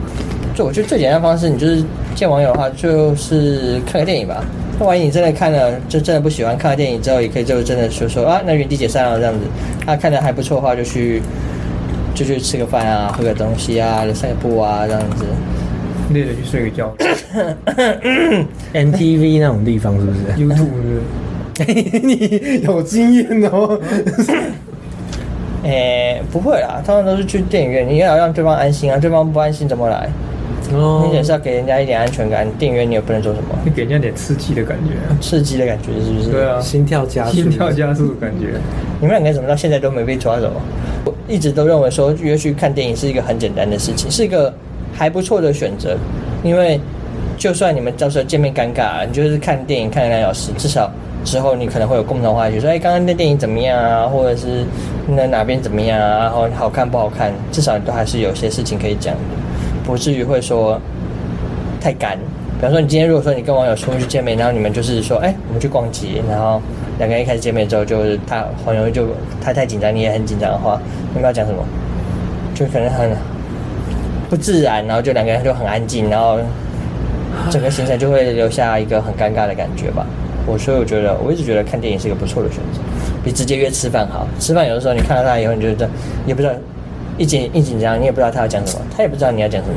Speaker 1: 就我觉得最简单的方式，你就是见网友的话，就是看个电影吧。那万一你真的看了，就真的不喜欢看了电影之后，也可以就真的说说啊，那原地解散了这样子。他、看的还不错的话，就去就去吃个饭啊，喝个东西啊，散个步啊这样子。
Speaker 2: 累了去睡个觉
Speaker 3: MTV 那种地方是不是？
Speaker 2: ，YouTube 是不是
Speaker 3: 你 有经验哦。
Speaker 1: 诶、不会啦，通常都是去电影院，你也要让对方安心啊，对方不安心怎么来？
Speaker 3: 哦
Speaker 1: 你也是要给人家一点安全感，电影院你也不能做什么
Speaker 2: 你给人家点刺激的感觉啊、
Speaker 1: 刺激的感觉，是不是？
Speaker 2: 对啊，
Speaker 3: 心跳加速，
Speaker 2: 心跳加速的感 觉。
Speaker 1: 你们两个怎么到现在都没被抓走？我一直都认为说约去看电影是一个很简单的事情，是一个还不错的选择，因为就算你们到时候见面尴尬了，你就是看电影看两小时，至少之后你可能会有共同话题，说哎，刚刚那电影怎么样啊，或者是那哪边怎么样啊，然后好看不好看，至少你都还是有些事情可以讲的，不至于会说太干。比方说，你今天如果说你跟网友出去见面，然后你们就是说，哎、我们去逛街，然后两个人一开始见面之后，就是他很容易就他太紧张，你也很紧张的话，你们要讲什么？就可能很不自然，然后就两个人就很安静，然后整个行程就会留下一个很尴尬的感觉吧。我所以我觉得，我一直觉得看电影是一个不错的选择，比直接约吃饭好。吃饭有的时候你看到他以后，你就觉得也不知道一紧一紧张，你也不知道他要讲什么，他也不知道你要讲什么。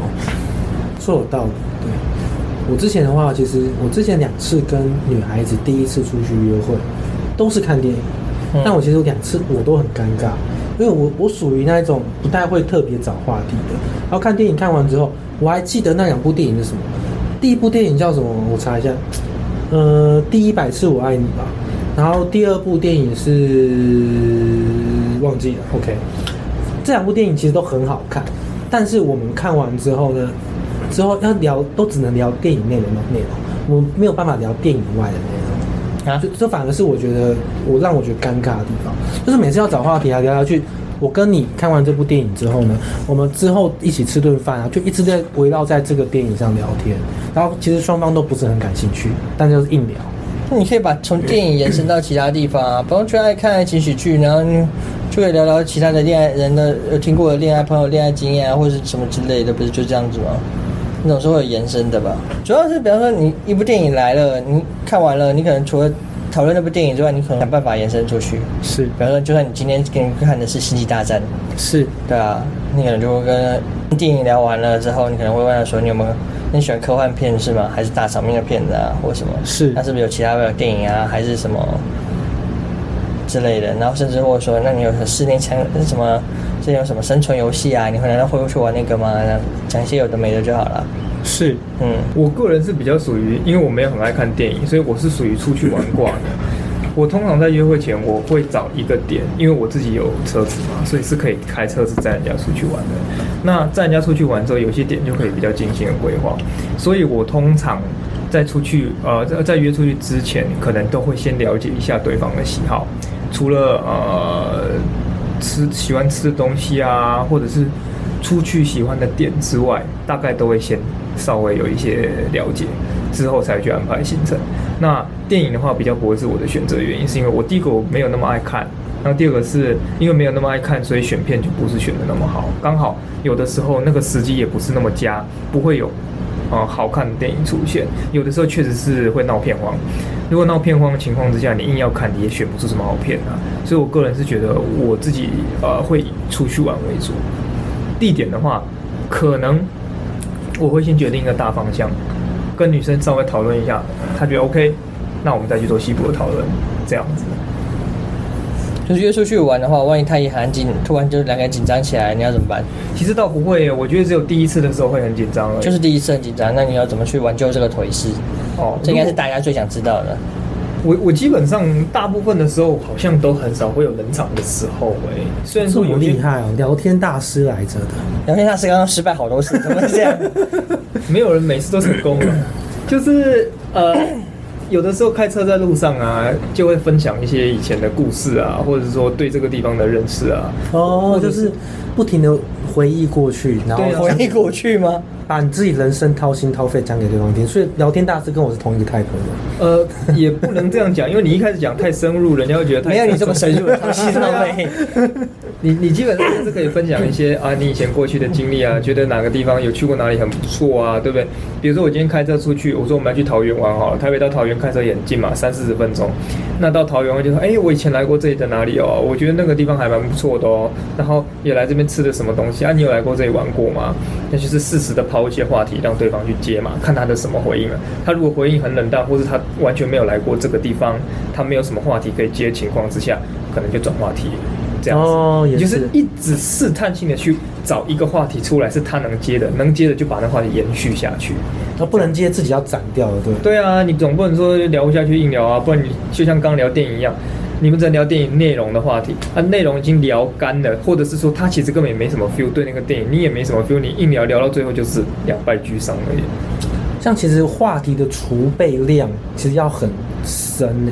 Speaker 3: 说有道理。对，我之前的话，其实我之前两次跟女孩子第一次出去约会，都是看电影，
Speaker 1: 嗯
Speaker 3: 但我其实两次我都很尴尬，因为我我属于那一种不太会特别找话题的。然后看电影看完之后，我还记得那两部电影是什么。第一部电影叫什么？我查一下。呃，第一百次我爱你吧。然后第二部电影是忘记了。OK，这两部电影其实都很好看，但是我们看完之后呢，之后要聊都只能聊电影内容的内容，我没有办法聊电影以外的内容。
Speaker 1: 啊
Speaker 3: 就，这反而是我觉得我让我觉得尴尬的地方，就是每次要找话题啊聊聊去。我跟你看完这部电影之后呢，我们之后一起吃顿饭啊，就一直在围绕在这个电影上聊天，然后其实双方都不是很感兴趣，但就是硬聊。
Speaker 1: 那你可以把从电影延伸到其他地方啊，不用去爱看爱情喜剧，然后你就可以聊聊其他的恋爱人的有听过的恋爱朋友恋爱经验啊，或者是什么之类的，不是就这样子吗？你总是会有延伸的吧？主要是比方说你一部电影来了，你看完了，你可能除了讨论那部电影之外，你可能想办法延伸出去。
Speaker 3: 是
Speaker 1: 比方说，就算你今天给你看的是《星际大战》，
Speaker 3: 是，
Speaker 1: 对啊，你可能就会跟电影聊完了之后，你可能会问他说你有没有你喜欢科幻片是吗？还是大场面的片子啊，或什么？
Speaker 3: 是
Speaker 1: 那是不是有其他的电影啊，还是什么之类的？然后甚至或者说，那你有室内枪什么？这有什么生存游戏啊？你会难道会去玩那个吗？然后讲一些有的没的就好了。
Speaker 3: 是
Speaker 1: 嗯，
Speaker 2: 我个人是比较属于，因为我没有很爱看电影，所以我是属于出去玩挂的。我通常在约会前，我会找一个点，因为我自己有车子嘛，所以是可以开车子载人家出去玩的。那载人家出去玩之后，有些点就可以比较精心的规划。所以我通常在出去，呃，在在约出去之前，可能都会先了解一下对方的喜好，除了呃吃喜欢吃的东西啊，或者是出去喜欢的点之外，大概都会先稍微有一些了解，之后才去安排行程。那电影的话比较不会是我的选择，原因是因为我第一个我没有那么爱看，然后第二个是因为没有那么爱看，所以选片就不是选的那么好。刚好有的时候那个时机也不是那么佳，不会有呃好看的电影出现。有的时候确实是会闹片荒，如果闹片荒的情况之下，你硬要看，你也选不出什么好片啊。所以我个人是觉得我自己呃会以出去玩为主，地点的话，可能我会先决定一个大方向，跟女生稍微讨论一下，她觉得 OK，那我们再去做西部的讨论，这样子。
Speaker 1: 就是约出去玩的话，万一他也很安静，突然就两个人紧张起来，你要怎么办？
Speaker 2: 其实倒不会耶，我觉得只有第一次的时候会很紧张而已。
Speaker 1: 就是第一次很紧张，那你要怎么去挽救这个颓势？
Speaker 2: 哦，
Speaker 1: 这应该
Speaker 2: 如
Speaker 1: 是
Speaker 2: 果
Speaker 1: 大家最想知道的。
Speaker 2: 我我基本上大部分的时候好像都很少会有冷场的时候哎，虽然
Speaker 3: 这
Speaker 2: 说
Speaker 3: 么
Speaker 2: 有些
Speaker 3: 厉害哦，聊天大师来着的，
Speaker 1: 聊天大师刚刚失败好多次，怎么会这样？
Speaker 2: 没有人每次都成 功了，就是呃， 有的时候开车在路上啊，就会分享一些以前的故事啊，或者是说对这个地方的认识啊。
Speaker 3: 哦，就是不停的回忆过去，然后
Speaker 2: 对啊
Speaker 1: 回忆过去吗？
Speaker 3: 把你自己人生掏心掏肺讲给对方听，所以聊天大师跟我是同一个 type 的。
Speaker 2: 呃，也不能这样讲，因为你一开始讲太深入，人家会觉得太
Speaker 1: 没有你这么深入，掏心掏肺。
Speaker 2: 你你基本上就是可以分享一些啊，你以前过去的经历啊，觉得哪个地方有去过哪里很不错啊，对不对？比如说我今天开车出去，我说我们要去桃园玩好了，台北到桃园开车也很近嘛，三四十分钟。那到桃园我就说，哎、我以前来过这里的哪里哦，我觉得那个地方还蛮不错的哦，然后也来这边吃的什么东西啊，你有来过这里玩过吗？那就是适时的抛一些话题让对方去接嘛，看他的什么回应啊。他如果回应很冷淡，或是他完全没有来过这个地方，他没有什么话题可以接的情况之下，可能就转话题。这样子，
Speaker 3: 哦也
Speaker 2: 你就是是一直试探性的去找一个话题出来是他能接的，能接的就把那话题延续下去。
Speaker 3: 那不能接自己要斩掉的，对。
Speaker 2: 对啊，你总不能说聊不下去硬聊啊，不然你就像刚聊电影一样，你们在聊电影内容的话题，啊，内容已经聊干了，或者是说他其实根本也没什么 feel，对那个电影你也没什么 feel，你硬聊聊到最后就是两败俱伤而已。
Speaker 3: 像其实话题的储备量其实要很深欸诶、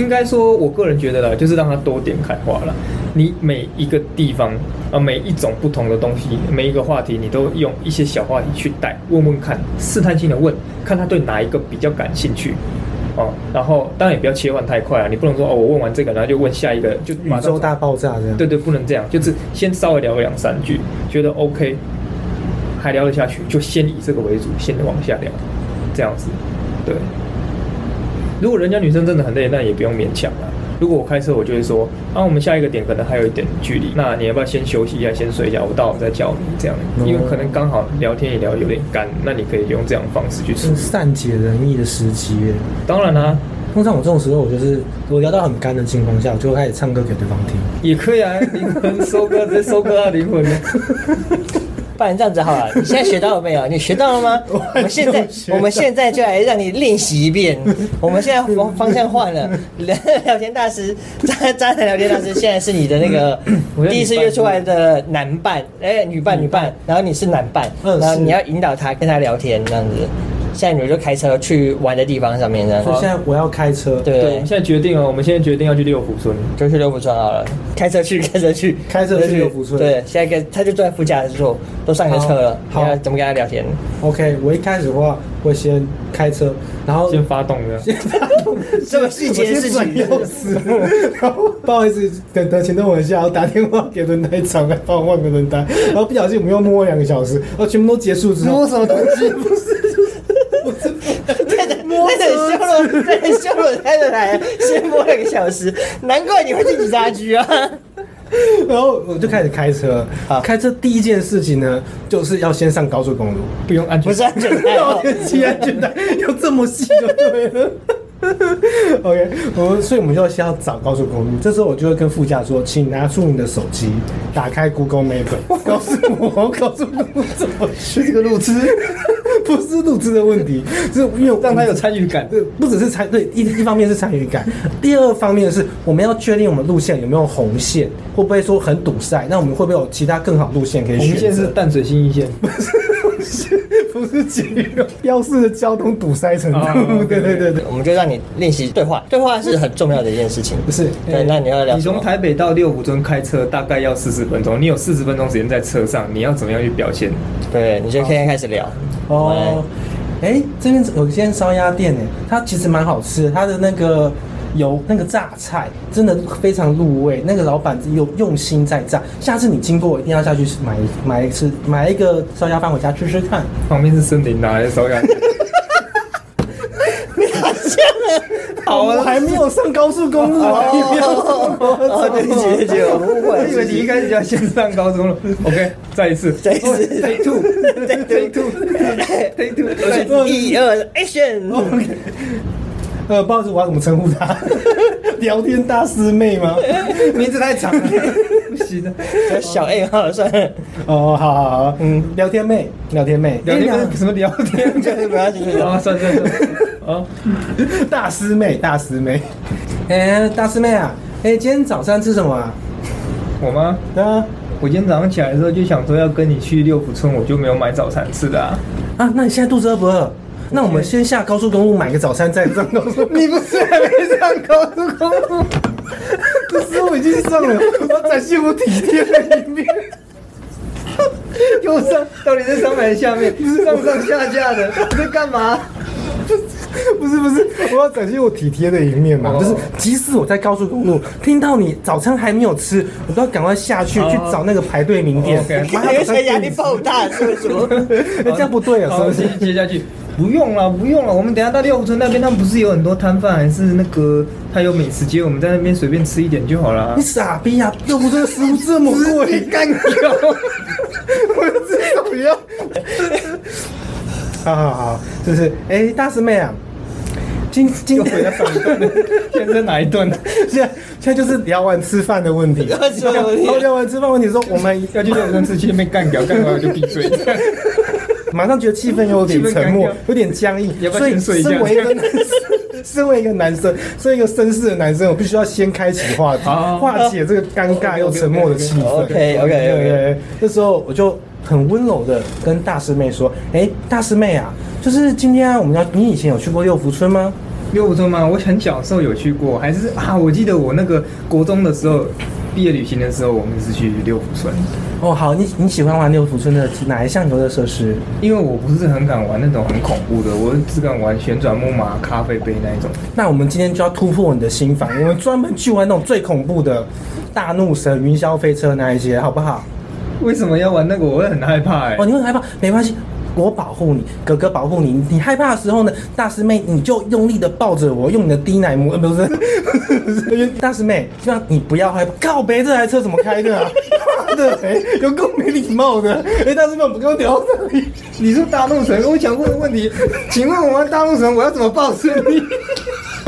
Speaker 2: 应该说，我个人觉得啦，就是让它多点开花啦。你每一个地方啊，每一种不同的东西，每一个话题，你都用一些小话题去带，问问看，试探性的问，看他对哪一个比较感兴趣。哦，然后当然也不要切换太快啊，你不能说哦，我问完这个，然后就问下一个，就马
Speaker 3: 宇
Speaker 2: 上
Speaker 3: 宙大爆炸这样。
Speaker 2: 对对，不能这样，就是先稍微聊个两三句，觉得 OK，还聊得下去，就先以这个为主，先往下聊，这样子，对。如果人家女生真的很累，那也不用勉强了。如果我开车，我就会说，啊，我们下一个点可能还有一点距离，那你要不要先休息一下，先睡一下，我到我再叫你这样，因为可能刚好聊天也聊得有点干，那你可以用这样的方式去处
Speaker 3: 是
Speaker 2: 理。
Speaker 3: 善解人意的时期耶。
Speaker 2: 当然啦、
Speaker 3: 通常我这种时候，我就是我聊到很干的情况下，我就会开始唱歌给对方听。
Speaker 2: 也可以啊，灵魂收割，直接收割啊，灵魂。
Speaker 1: 不然这样子好了，你现在学到了没有？你学到了吗？我们现在我们现在就来让你练习一遍。我们现在方方向换了，聊聊天大师渣渣男聊天大师现在是你的那个
Speaker 2: 我觉得
Speaker 1: 第一次
Speaker 2: 女伴
Speaker 1: 约出来的男伴，哎、女伴女伴，然后你是男伴，
Speaker 3: 嗯
Speaker 1: 然后
Speaker 3: 是
Speaker 1: 你要引导他跟他聊天这样子。现在你们就开车去玩的地方上面这样
Speaker 3: 所以现
Speaker 1: 子，
Speaker 3: 在我要开车，
Speaker 1: 对
Speaker 2: 对，我们现在决定哦，我们现在决定要去六福村。
Speaker 1: 就去六福村好了，开车去，开车去，
Speaker 3: 开车去六福村
Speaker 1: 对，现在跟他就坐在副驾驶座，都上你的车了，
Speaker 3: 好
Speaker 1: 你要怎么跟他聊天？
Speaker 3: ，OK，我一开始的话会先开车，然后
Speaker 2: 哦先发动的，
Speaker 1: 这么细节的事
Speaker 3: 我先
Speaker 1: 情，
Speaker 3: 转钥匙，然后不好意思，等等，请等我一下，我打电话给轮胎厂来帮我换个轮胎，然后不小心我们又摸了两个小时，然后全部都结束之后，
Speaker 1: 摸什么东西？不是，就是。摸着修罗，在修罗开的来，先摸两个小时，难怪你会自己家居啊！
Speaker 3: 然后我就开始开车
Speaker 1: 好。
Speaker 3: 开车第一件事情呢，就是要先上高速公路，
Speaker 2: 不用安全
Speaker 1: 不是安全带
Speaker 3: 绕
Speaker 1: 哦，
Speaker 3: 天系安全带要这么细就对了。OK，我们所以我们就先要找高速公路。这时候我就会跟副驾说：“请拿出你的手机，打开 Google Map，告诉我高速公路怎么去。”这个路痴，不是路痴的问题，是因为
Speaker 2: 让他有参与 感。
Speaker 3: 对，不只是参对一一方面是参与感，第二方面是我们要确定我们路线有没有红线，会不会说很堵塞？那我们会不会有其他更好路线可以
Speaker 2: 我
Speaker 3: 选
Speaker 2: 们
Speaker 3: 择？
Speaker 2: 现在是淡水新一线，
Speaker 3: 不是捷运标示的交通堵塞程
Speaker 2: 啊
Speaker 3: 度？对 对对对，
Speaker 1: 我们就让你练习对话，对话是很重要的一件事情。
Speaker 3: 不是哎
Speaker 1: 对，那你要聊
Speaker 2: 你
Speaker 1: 什
Speaker 2: 从
Speaker 1: 么？
Speaker 2: 台北到六福村开车大概要四十分钟，你有四十分钟时间在车上，你要怎么样去表现？
Speaker 1: 对，你就现在开始聊。
Speaker 3: 哦。哎，这边有一间烧鸭店呢，它其实蛮好吃的，它的那个油那个榨菜真的非常入味，那个老板有用心在榨。下次你经过，一定要下去买买一次买一个烧鸭饭回家吃吃看。
Speaker 2: 旁边是森林，哪来的手感？
Speaker 1: 好
Speaker 2: 啊
Speaker 3: 我还没有上高速公路啊！你不要
Speaker 1: 哦，对不起，对不起，我误
Speaker 2: 我
Speaker 1: 会。
Speaker 2: 以为你一开始就要先上高中了。OK，再 一次，哦
Speaker 1: 再一次
Speaker 2: take two，take two，take two，再 一次
Speaker 1: 一二，action！
Speaker 3: 呃，不好意思，我要怎么称呼她？ 聊天大师妹吗？
Speaker 2: 名字太长了，不行啊的。
Speaker 1: 小 A 好了，算了，
Speaker 3: 哦，好好好，嗯
Speaker 1: 嗯，
Speaker 3: 聊天妹，聊天妹，
Speaker 2: 聊
Speaker 3: 哎
Speaker 2: 天什么聊天？
Speaker 1: 就是不要紧，
Speaker 2: 啊，算算算，啊，
Speaker 3: 聊 大师妹，大师妹，哎、大师妹啊，哎、今天早餐吃什么啊？
Speaker 2: 我吗？
Speaker 3: 啊
Speaker 2: 我今天早上起来的时候就想说要跟你去六福村，我就没有买早餐吃的啊。
Speaker 3: 啊，那你现在肚子饿不饿？那我们先下高速公路买个早餐， 再上高速。你不是还没上高速公路？这时候已经上了，我展现我体贴 的一面。
Speaker 2: 右上到底是上还是下面？ 不是上上下下的，你在干嘛？
Speaker 3: 不是不是，我要展现我体贴的一面嘛，
Speaker 2: 哦
Speaker 3: 就是即使我在高速公路听到你早餐还没有吃，我都要赶快下去
Speaker 2: 哦
Speaker 3: 去找那个排队名店
Speaker 2: 哦，OK，
Speaker 3: 妈
Speaker 1: 你
Speaker 3: 早
Speaker 1: 会
Speaker 3: 餐
Speaker 1: 觉得压力
Speaker 3: 店
Speaker 1: 爆大，是不是？
Speaker 3: 哎这样不对啊，
Speaker 2: 好
Speaker 3: 是不
Speaker 2: 接
Speaker 3: 是？
Speaker 2: 接下去，不用了，不用了。我们等一下到六福村那边，他们不是有很多摊贩，还是那个他有美食街，我们在那边随便吃一点就好了
Speaker 3: 你。傻逼啊！又不是食物这么 贵，干掉！ 我至少不要。好好好，就是哎、大师妹啊，今今
Speaker 2: 回到上一段了，现在在哪一 段呢？
Speaker 3: 现在现在就是聊完吃饭的 问题，哦
Speaker 1: 要吃饭的问题
Speaker 3: 然后聊完吃饭问题说我们
Speaker 2: 要去六福村吃，去那边干掉，干掉我就闭嘴。
Speaker 3: 马上觉得气氛有点沉
Speaker 2: 气氛
Speaker 3: 默
Speaker 2: 尴尬，
Speaker 3: 有点僵硬
Speaker 2: 要。不要
Speaker 3: 所以，
Speaker 2: 先睡一觉
Speaker 3: 身为一个男生， 身为一个男生，身为一个绅士的男生，我必须要先开启话题，
Speaker 2: 好
Speaker 3: 化解这个尴尬又沉默的气 氛。
Speaker 4: OK，OK，OK，OK
Speaker 3: 对那时候我就很温柔的跟大师妹说：“哎，大师妹啊，就是今天啊我们要，你以前有去过六福村吗？”
Speaker 2: 六福村吗？我很小的时候有去过，还是啊，我记得我那个国中的时候，毕业旅行的时候，我们是去六福村，
Speaker 3: 哦，好，你你喜欢玩六福村的哪一项游乐设施？
Speaker 2: 因为我不是很敢玩那种很恐怖的，我只敢玩旋转木马、咖啡杯那一种。
Speaker 3: 那我们今天就要突破你的心房，我们专门去玩那种最恐怖的大怒神、云霄飞车那一些，好不好？
Speaker 2: 为什么要玩那个？我会很害怕哎、
Speaker 3: 哦，你会害怕，没关系，我保护你，哥哥保护你。你害怕的时候呢，大师妹你就用力的抱着我，用你的低奶膜，呃不是，不是 大师妹，让你不要害怕。靠北，这台车怎么开的啊？ 妈的、哎有够没礼貌的！哎、大师妹，我们刚刚聊到这里。
Speaker 2: 你说大怒神，我想问的问题，请问我玩大怒神，我要怎么报胜利？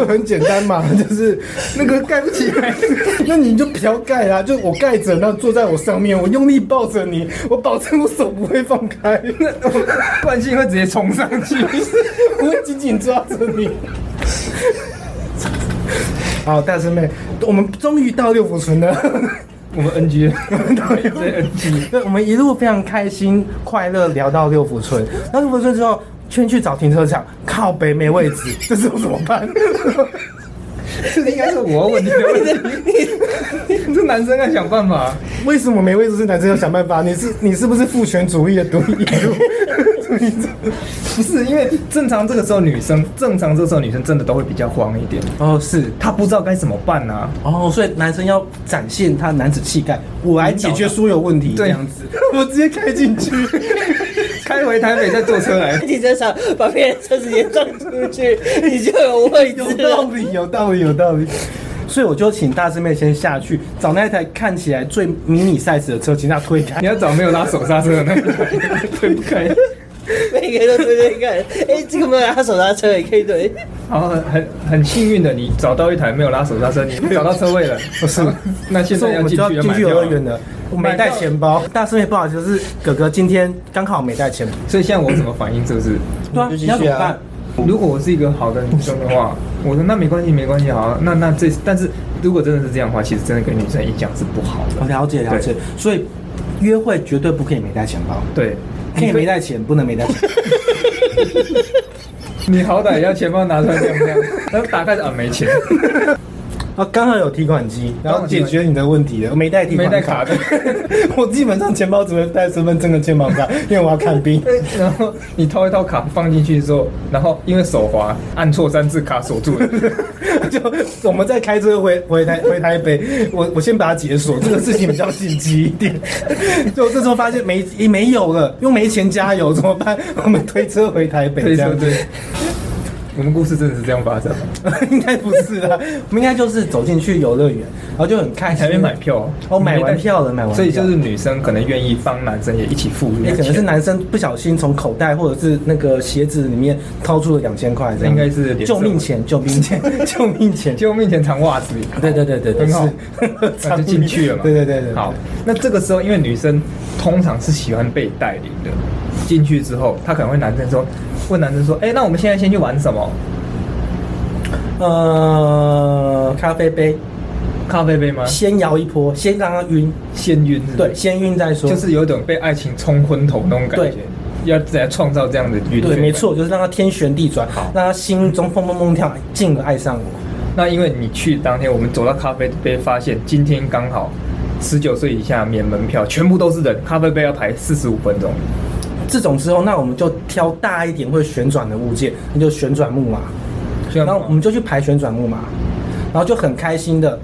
Speaker 3: 很简单嘛， 就是
Speaker 2: 那个盖不起来。
Speaker 3: 那你就不要盖啊，就我盖着，然后坐在我上面，我用力抱着你，我保证我手不会放开，
Speaker 2: 惯性会直接冲上去，
Speaker 3: 我会紧紧抓着你。 好，大师妹，我们终于到六福村了，
Speaker 2: 我们 NG，对 NG，
Speaker 3: 对，我们一路非常开心快乐聊到六福村，到六福村之后，圈去找停车场，靠北没位置，这时候怎么办？
Speaker 2: 这个应该是我问题的问题。这男生要想办法。
Speaker 3: 为什么没位置是男生要想办法？你是你是不是父权主义的独立一路？
Speaker 2: 不是因为正常这个时候女生，正常这个时候女生真的都会比较慌一点，
Speaker 3: 哦，是
Speaker 2: 她不知道该怎么办啊。
Speaker 3: 哦，所以男生要展现他男子气概，我来解决所有问题，
Speaker 2: 对
Speaker 3: 这样子，我直接开进 去，
Speaker 2: 开回台北再坐车来，
Speaker 4: 停车场把别人车直接撞出 去，你就有位置
Speaker 3: 有道
Speaker 4: 了。
Speaker 3: 理，有道理，有道理。所以我就请大师妹先下去找那台看起来最迷你 size 的车，请她推开
Speaker 2: 你。要找没有拉手刹车的那 个人，推不开。
Speaker 4: 每个人都推推看，哎、这个没有拿手刹车也可以 推。
Speaker 2: 然后很很很幸运的，你找到一台没有拉手刹车，你找到车位了。不哦是，那现
Speaker 3: 所
Speaker 2: 在
Speaker 3: 以我
Speaker 2: 要
Speaker 3: 们
Speaker 2: 进
Speaker 3: 就要
Speaker 2: 去要
Speaker 3: 进
Speaker 2: 买
Speaker 3: 去
Speaker 2: 票
Speaker 3: 游乐
Speaker 2: 了
Speaker 3: 园了。我没带钱包，大师妹不好意思，就是哥哥今天刚好没带钱包。
Speaker 2: 所以现在我怎么反应？是不是？
Speaker 3: 对啊，
Speaker 4: 你就继
Speaker 3: 你要怎
Speaker 4: 续啊
Speaker 3: 么办？
Speaker 2: 如果我是一个好的女生的话，我说那没关系，没关系，好，那那这，但是如果真的是这样的话，其实真的给女生影响是不好
Speaker 3: 我
Speaker 2: 的。
Speaker 3: 哦了解了解，所以约会绝对不可以没带钱包，
Speaker 2: 对，
Speaker 3: 可以没带钱，不能没带 钱。
Speaker 2: 你好歹也要钱包拿出来亮亮，然后打开啊没 钱，
Speaker 3: 啊，刚好有提款机，然后解决你的问题了。我没带提
Speaker 2: 没
Speaker 3: 款
Speaker 2: 带卡的，
Speaker 3: 我基本上钱包只会带身份证跟健保 卡，因为我要看病。
Speaker 2: 然后你掏一掏卡放进去之后，然后因为手滑按错三次卡锁住了，
Speaker 3: 就我们再开车回回台回台北，我我先把它解锁，这个事情比较紧急一点。 就这时候发现没没有了，又没钱加油怎么办？ 我们推车回台北，
Speaker 2: 对
Speaker 3: 这
Speaker 2: 对
Speaker 3: 样
Speaker 2: 对，我们故事真的是这样发展吗，
Speaker 3: 应该不是啦，我们应该就是走进去游乐园，然后就很开
Speaker 2: 你
Speaker 3: 心。
Speaker 2: 还没买票
Speaker 3: 哦买完票了买完票
Speaker 2: 所以就是女生可能愿意帮男生也一起付那
Speaker 3: 也
Speaker 2: 个
Speaker 3: 可能是
Speaker 2: 钱，
Speaker 3: 男生不小心从口袋或者是那个鞋子里面掏出了两千块，这样
Speaker 2: 应该是脸色
Speaker 3: 救命钱，救命钱，救命钱。
Speaker 2: 结果面前藏袜子，
Speaker 3: 对对对对对，
Speaker 2: 很好
Speaker 3: 是差
Speaker 2: 那
Speaker 3: 不 多
Speaker 2: 就进去了嘛。
Speaker 3: 对对对对，
Speaker 2: 好，那这个时候，因为女生通常是喜欢被带领的，进去之后，她可能会男生说，问男生说，哎、那我们现在先去玩什么？
Speaker 3: 呃，咖啡杯
Speaker 2: 咖啡杯吗？
Speaker 3: 先摇一波，先让它晕，
Speaker 2: 先晕是不是
Speaker 3: 对，，先晕再说。
Speaker 2: 就是有一种被爱情冲昏头那种感
Speaker 3: 对
Speaker 2: 觉，要再创造这样的晕。
Speaker 3: 对，没。错，就是让它天旋地转，让它心中砰砰砰跳，进而爱上我。
Speaker 2: 那因为你去当天，我们走到咖啡杯，发现今天刚好。十九岁以下免门票，全部都是人。咖啡杯要排四十五分钟，
Speaker 3: 这种之后，那我们就挑大一点会旋转的物件，那就旋转木马。
Speaker 2: 所以
Speaker 3: 然后我们就去排旋转木马，然后就很开心的，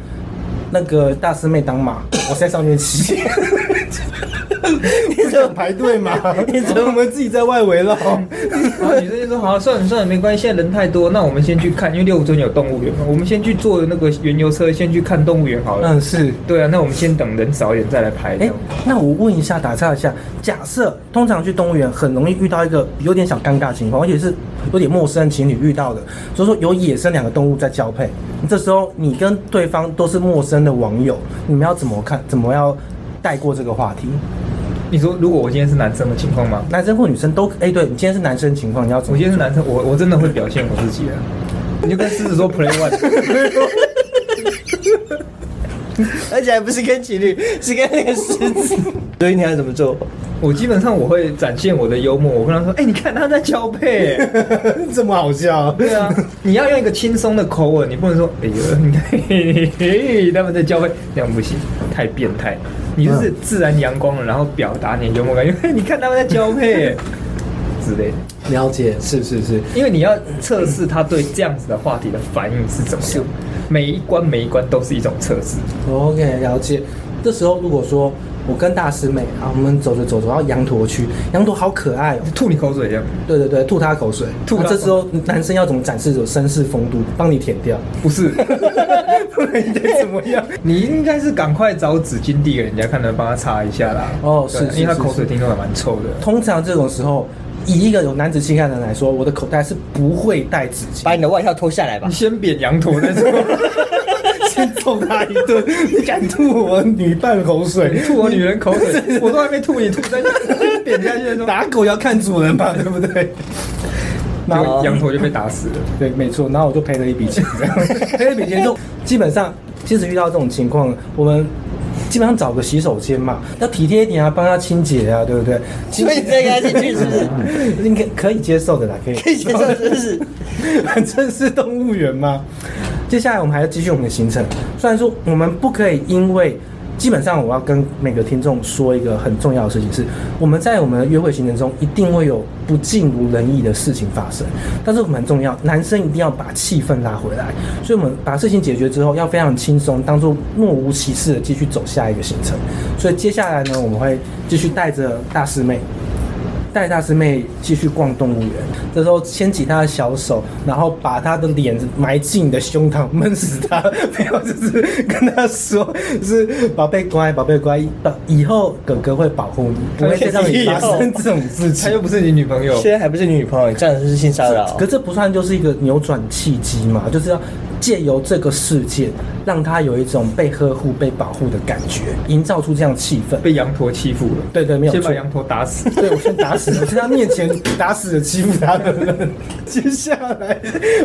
Speaker 3: 那个大师妹当马， 我在上面 骑。你想排队吗？你怎么我们自己在外围绕？
Speaker 2: 然 后女生就说：“好、算了算了，没关系，现在人太多，那我们先去看，因为六五村有动物园嘛，我们先去坐那个原油车，先去看动物园好了。
Speaker 3: 嗯，是。
Speaker 2: 对啊，那我们先等人少一点再来排。
Speaker 3: 哎、那我问一下，打岔一下，假设通常去动物园很容易遇到一个有点小尴尬的情况，而且是有点陌生的情侣遇到的，所以说有野生两个动物在交配，这时候你跟对方都是陌生的网友，你们要怎么看？怎么要带过这个话题？
Speaker 2: 你说如果我今天是男生的情况吗？
Speaker 3: 男生或女生都，哎、对你今天是男生情况，你要怎
Speaker 2: 我
Speaker 3: 么
Speaker 2: 今？天是男生，我我真的会表现我自己啊。你就跟狮子座 play one，
Speaker 1: 而且还不是跟情侣，是跟那个狮 子。所以你要怎么做？
Speaker 2: 我基本上我会展现我的幽默，我跟他说，哎、你看他在交配、
Speaker 3: 这么好笑，
Speaker 2: 对啊，你要用一个轻松的口吻，你不能说哎呦，你看嘿嘿嘿他们在交配，这样不行，太变态。你就是自然阳光了，然后表达你的幽默感，因为你看他们在交 配之类的，
Speaker 5: 了解，是是是，
Speaker 2: 因为你要测试他对这样子的话题的反应是怎么样。每一关每一关都是一种测试，
Speaker 3: OK，了解。这时候如果说我跟大师妹啊，我们走着走着到羊驼区，羊驼好可爱哦。
Speaker 2: 吐你口水这样，
Speaker 3: 对对对，吐他口水。
Speaker 2: 吐
Speaker 3: 那
Speaker 2: 他
Speaker 3: 这时候男生要怎么展示有绅士风度，帮你舔掉？
Speaker 2: 不是？
Speaker 3: 不然你得怎么样？
Speaker 2: 你应该是赶快找纸巾递给人家，看能帮他擦一下啦。
Speaker 3: 哦
Speaker 2: 对啊
Speaker 3: 是是
Speaker 2: 因为他
Speaker 3: 是
Speaker 2: 口水
Speaker 3: 是
Speaker 2: 听说还蛮臭的。
Speaker 3: 通常这种时候，以一个有男子气概的人来说，我的口袋是不会带纸巾。
Speaker 1: 把你的外套脱下来吧
Speaker 2: 你。先扁羊驼 再说。
Speaker 3: 先揍他一顿，你敢吐我女伴口
Speaker 2: 你
Speaker 3: 水？
Speaker 2: 吐我女人口水， 我都还没吐你吐，再扁下去说，
Speaker 3: 打 狗要看主人 吧，对不对？ 然
Speaker 2: 然
Speaker 3: 后
Speaker 2: 后羊驼就被打死了。
Speaker 3: 对，没错，然后我就赔了一笔钱，这样赔了一笔钱之后，基本上即使遇到这种情况，我们基本上找个洗手间嘛，要体贴一点啊，帮他清洁啊，对不对？清
Speaker 1: 所以
Speaker 3: 洁
Speaker 1: 你这个进去是不是？
Speaker 3: 应该可以接受的啦，可以
Speaker 1: 可以接受，是不是？
Speaker 3: 反正是动物园嘛。接下来我们还要继续我们的行程，虽然说我们不可以因为。基本上，我要跟每个听众说一个很重要的事情是，我们在我们的约会行程中一定会有不尽如人意的事情发生，但是我们很重要，男生一定要把气氛拉回来，所以我们把事情解决之后，要非常轻松，当做若无其事的继续走下一个行程。所以接下来呢，我们会继续带着大师妹带大师妹继续逛动物园，这时候牵起她的小手，然后把她的脸埋进你的胸膛，闷死她。没有，就是跟她说，就是宝贝乖，宝贝乖，以后哥哥会保护你，不会再让你发生这种事
Speaker 2: 她
Speaker 3: 情。
Speaker 2: 又不是你女朋友，
Speaker 1: 现在还不是你女朋友，你这样是性骚扰
Speaker 3: 可。这不算就是一个扭转契机嘛？就是要借由这个事件，让她有一种被呵护、被保护的感觉，营造出这样气氛。
Speaker 2: 被羊驼欺负了。
Speaker 3: 对对没有
Speaker 2: 先把
Speaker 3: 错
Speaker 2: 羊驼打死。
Speaker 3: 对，我先打死了，我在他面前打死了欺负他的人。接下来，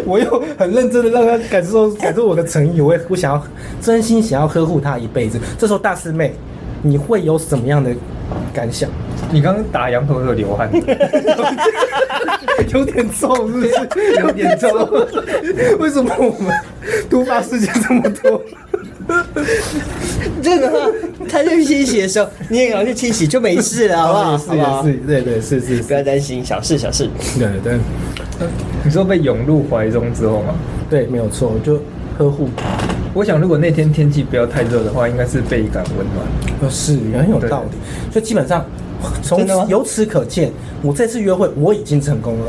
Speaker 3: 我又很认真的让他感受感受我的诚意，我也我想要真心想要呵护他一辈子。这时候，大师妹，你会有什么样的感想？
Speaker 2: 你刚刚打羊驼的时候流汗，
Speaker 3: 有点臭，是不是？
Speaker 2: 有点臭。
Speaker 3: 为什么我们突发事件这么多？
Speaker 1: 这个的话，他去清洗的时候，你也赶快去清洗，就没事了，好不好？
Speaker 3: 是
Speaker 1: 好不好
Speaker 3: 哦也是，对对是是
Speaker 1: 不
Speaker 3: 是，
Speaker 1: 要担心，小事小事。
Speaker 3: 对对
Speaker 2: 你说被涌入怀中之后吗？
Speaker 3: 对，没有错，就呵护。
Speaker 2: 我想，如果那天天气不要太热的话，应该是倍感温暖。
Speaker 3: 呃，是很有道理。所以基本上，从
Speaker 1: 真的吗
Speaker 3: 由此可见，我这次约会我已经成功了，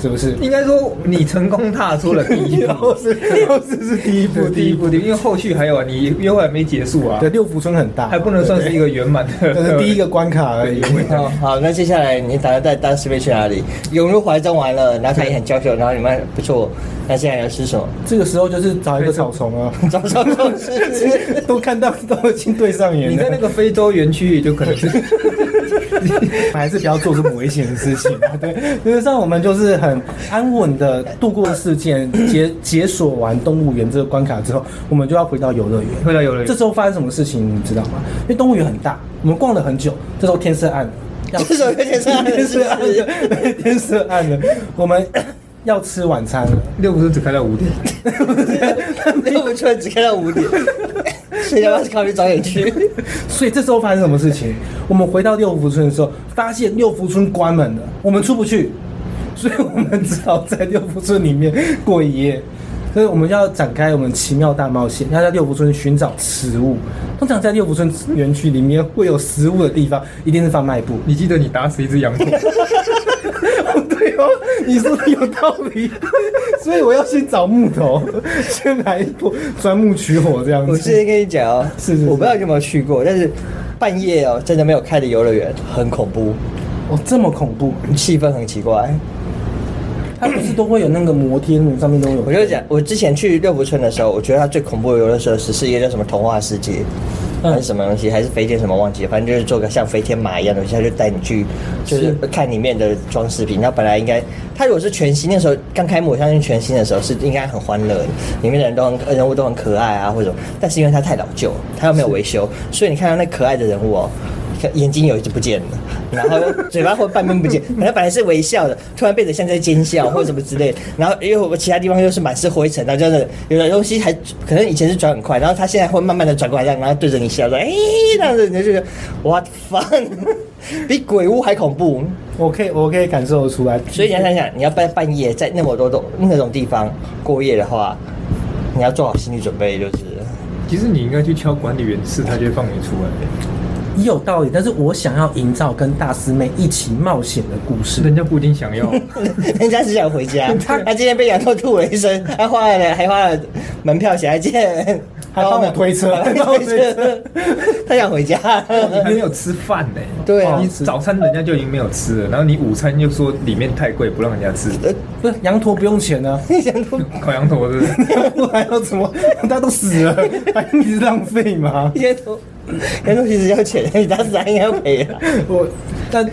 Speaker 3: 是不是？
Speaker 2: 应该说，你成功踏出了第一步，
Speaker 3: 是 又是是第一步，
Speaker 2: 第一步，因为后续还有啊，你约会还没结束啊
Speaker 3: 对，，六福村很大，
Speaker 2: 还不能算是一个圆满的。
Speaker 3: 这是第一 个关卡而已。
Speaker 1: 好，哦好，那接下来你打算带大师妹去哪里？涌入怀中完了，然后他也很娇羞，然后你们不错，那现在要吃什么？
Speaker 3: 这个时候就是找一个草丛啊，
Speaker 1: 早上都吃。
Speaker 3: 都看到都已经对上眼了。
Speaker 2: 你在那个非洲园区也就可能是
Speaker 3: 还是不要做这么危险的事情啊！对，原则上我们就是很安稳的度过事件，解解锁完动物园这个关卡之后，我们就要回到游乐园。
Speaker 2: 回到游 乐园
Speaker 3: 这时候发生什么事情你知道吗？因为动物园很大，我们逛了很久，这时候天色暗了，要
Speaker 1: 这时候天色暗了
Speaker 3: 天色暗
Speaker 1: 是
Speaker 3: 了，对 天色暗了，我们要吃晚餐了。
Speaker 2: 六不是只开到五点。
Speaker 1: 六福村只开到五点， 所以要不要考虑早点 去？
Speaker 3: 所以这时候发生什么事情？我们回到六福村的时候，发现六福村关门了，我们出不去，所以我们只好在六福村里面过一夜。所以我们要展开我们奇妙大冒险，要在六福村寻找食物。通常在六福村园区里面会有食物的地方，一定是贩卖部。
Speaker 2: 你记得你打死一只羊 驼，
Speaker 3: 对 哦，你说的有道理，所以我要先找木头，先来一波钻木取火这样子。
Speaker 1: 我之前跟你讲哦，
Speaker 3: 是是是
Speaker 1: 我不知道你有没有去过，但是半夜哦，真的没有开的游乐园很恐怖，
Speaker 3: 哦，这么恐怖，
Speaker 1: 气氛很奇怪。
Speaker 3: 它不是都会有那个摩天轮上面都有？
Speaker 1: 我就讲，我之前去六福村的时候，我觉得它最恐怖的游乐设施是一个叫什么童话世界，
Speaker 6: 嗯
Speaker 4: 还是什么东西，还是飞天什么忘记了，反正就是做个像飞天马一样的东西，他就带你去就是看里面的装饰品。那本来应该，他如果是全新，那时候刚开幕，我相信全新的时候是应该很欢乐，里面的人都很人物都很可爱啊，或者什么但是因为它太老旧，它又没有维修，所以你看到那可爱的人物哦。眼睛有一只不见了，然后嘴巴或半边不见，本来本来是微笑的，突然变得像在奸笑或者什么之类，然后因为我其他地方又是满是灰尘，然后就是有的东西还可能以前是转很快，然后他现在会慢慢的转过来这样，然后对着你笑说，哎、这样子你就觉得 what fun，比鬼屋还恐怖。
Speaker 3: 我可以我可以感受得出来，
Speaker 4: 所以你要想想，你要半半夜在那么多种那种地方过夜的话，你要做好心理准备，就是
Speaker 2: 其实你应该去敲管理员室，他就会放你出来。
Speaker 3: 也有道理。但是我想要营造跟大师妹一起冒险的故事，
Speaker 2: 人家不一定想要，
Speaker 4: 人家只想回家， 他今天被羊头吐了一身， 他花了还花了门票钱，还借，
Speaker 3: 还帮我推车
Speaker 4: 还帮我推车， 他想回家。
Speaker 2: 你还没有吃饭呢、
Speaker 4: 对啊
Speaker 2: 你早餐人家就已经没有吃了，然后你午餐又说里面太贵，不让人家吃，
Speaker 3: 不是羊驼不用钱啊 呢、
Speaker 2: 烤羊头是不是？
Speaker 3: 不然要怎么？大家都死了，还一直浪费吗？
Speaker 4: 羊头，羊头其实要钱，你当时他应该要赔啊。
Speaker 3: 我但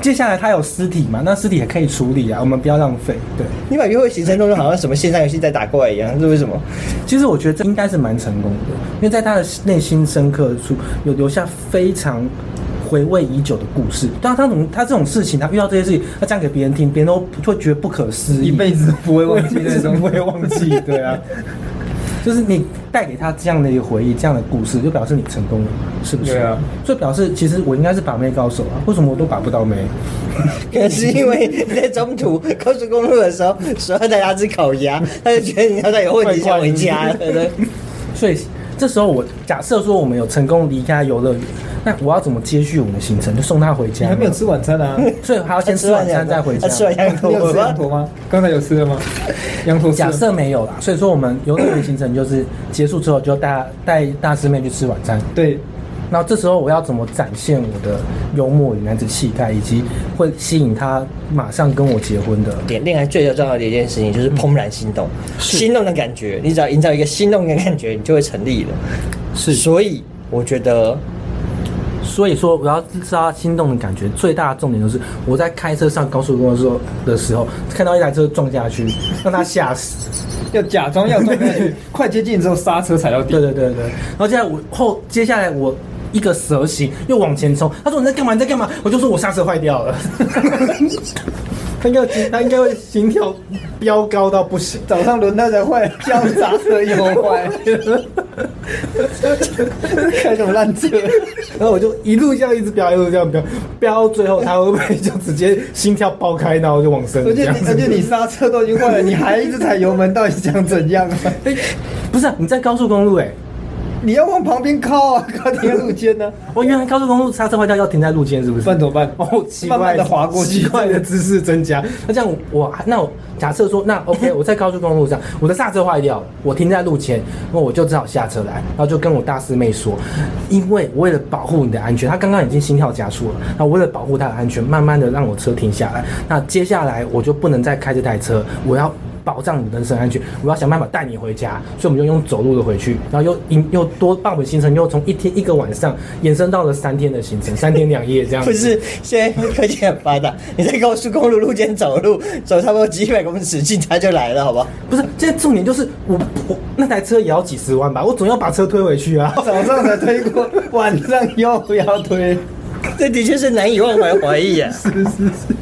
Speaker 3: 接下来他有尸体嘛？那尸体也可以处理啊，我们不要浪费。对，
Speaker 4: 你把约会行程弄得好像什么线上游戏在打怪一样，是为什么？
Speaker 3: 其实我觉得这应该是蛮成功的，因为在他的内心深刻处有留下非常。回味已久的故事，但他怎他这种事情，他遇到这些事情，他讲给别人听，别人都会觉得不可思议，
Speaker 2: 一辈子都不会忘记那种。
Speaker 3: 不会忘记，对啊，就是你带给他这样的一个回忆，这样的故事，就表示你成功了，是不是？
Speaker 2: 对啊，
Speaker 3: 所以表示其实我应该是把妹高手啊，为什么我都把不到妹？
Speaker 4: 可能是因为你在中途高速公路的时候，说要带他吃烤鸭，他就觉得你要他有问题想回家了。对
Speaker 3: 所以这时候我假设说我们有成功离开游乐园，那我要怎么接续我们的行程？就送他回
Speaker 2: 你
Speaker 3: 家。
Speaker 2: 还没有，吃晚餐 啊？
Speaker 3: 所以还要先吃晚餐再回家。
Speaker 4: 他吃完羊头，
Speaker 2: 你有
Speaker 4: 我
Speaker 2: 吃羊头吗？刚才有吃了吗？羊头吃
Speaker 3: 假
Speaker 2: 了
Speaker 3: 设没有啦，所以说我们游乐园行程就是结束之后就带带大师妹去吃晚餐，
Speaker 2: 对，
Speaker 3: 那这时候我要怎么展现我的幽默与男子气概，以及会吸引他马上跟我结婚的？
Speaker 4: 恋恋爱最重要的一件事情就是
Speaker 2: 嗯
Speaker 4: 怦然心动，心动的感觉，你只要营造一个心动的感觉，你就会成立了。
Speaker 3: 是
Speaker 4: 所以我觉得
Speaker 3: 所以说我要知道他心动的感觉，最大的重点就是我在开车上高速公路的时候的时候，看到一台车撞下去，让他吓死。
Speaker 2: 要假装要撞下 去，快接近之后刹车踩到
Speaker 3: 对
Speaker 2: 底。
Speaker 3: 对对对，然后接下来我后接下来我。一个蛇形又往前冲，他说你在干嘛？你在干嘛？我就说我刹车坏掉了。他应该他应该会心跳飙高到不行。
Speaker 2: 早上轮胎才坏，下午刹车又坏，
Speaker 4: 开什么烂车？
Speaker 3: 然后我就一路这样一直飙，一路这样飙，飙到最后他会不会就直接心跳爆开，然后就往生了这样子？
Speaker 2: 你刹车都已经坏了，你还一直踩油门，到底想怎样啊？
Speaker 3: 不是、啊、你在高速公路哎、
Speaker 2: 你要往旁边靠啊，靠停在路肩呢、
Speaker 3: 我原来高速公路刹车坏掉要停在路肩是不
Speaker 2: 不然
Speaker 3: 是？
Speaker 2: 怎么办？
Speaker 3: 哦，奇
Speaker 2: 慢
Speaker 3: 怪
Speaker 2: 慢的滑过去
Speaker 3: 奇，怪的姿势增加。那这样我那我假设说， 那 OK，我在高速公路上，我的刹车坏掉了，我停在路前，那我就只好下车来，然后就跟我大师妹说，因为为了保护你的安全，她刚刚已经心跳加速了，那为了保护她的安全，慢慢的让我车停下来，那接下来我就不能再开这台车，我要。保障你的人身安全，我要想办法带你回家，所以我们就用走路的回去，然后又因又多把我们行程又从一天一个晚上延伸到了三天的行程，三天两夜这样子。
Speaker 4: 不是，现在科技很发达，你在高速公路路肩走路，走差不多几百公尺，警察就来了，好不好？
Speaker 3: 不是，现在重点就是我我那台车也要几十万吧，我总要把车推回去 啊。
Speaker 2: 早上才推过，晚上又要推，
Speaker 4: 这的确是难以忘怀的回忆啊！是是是。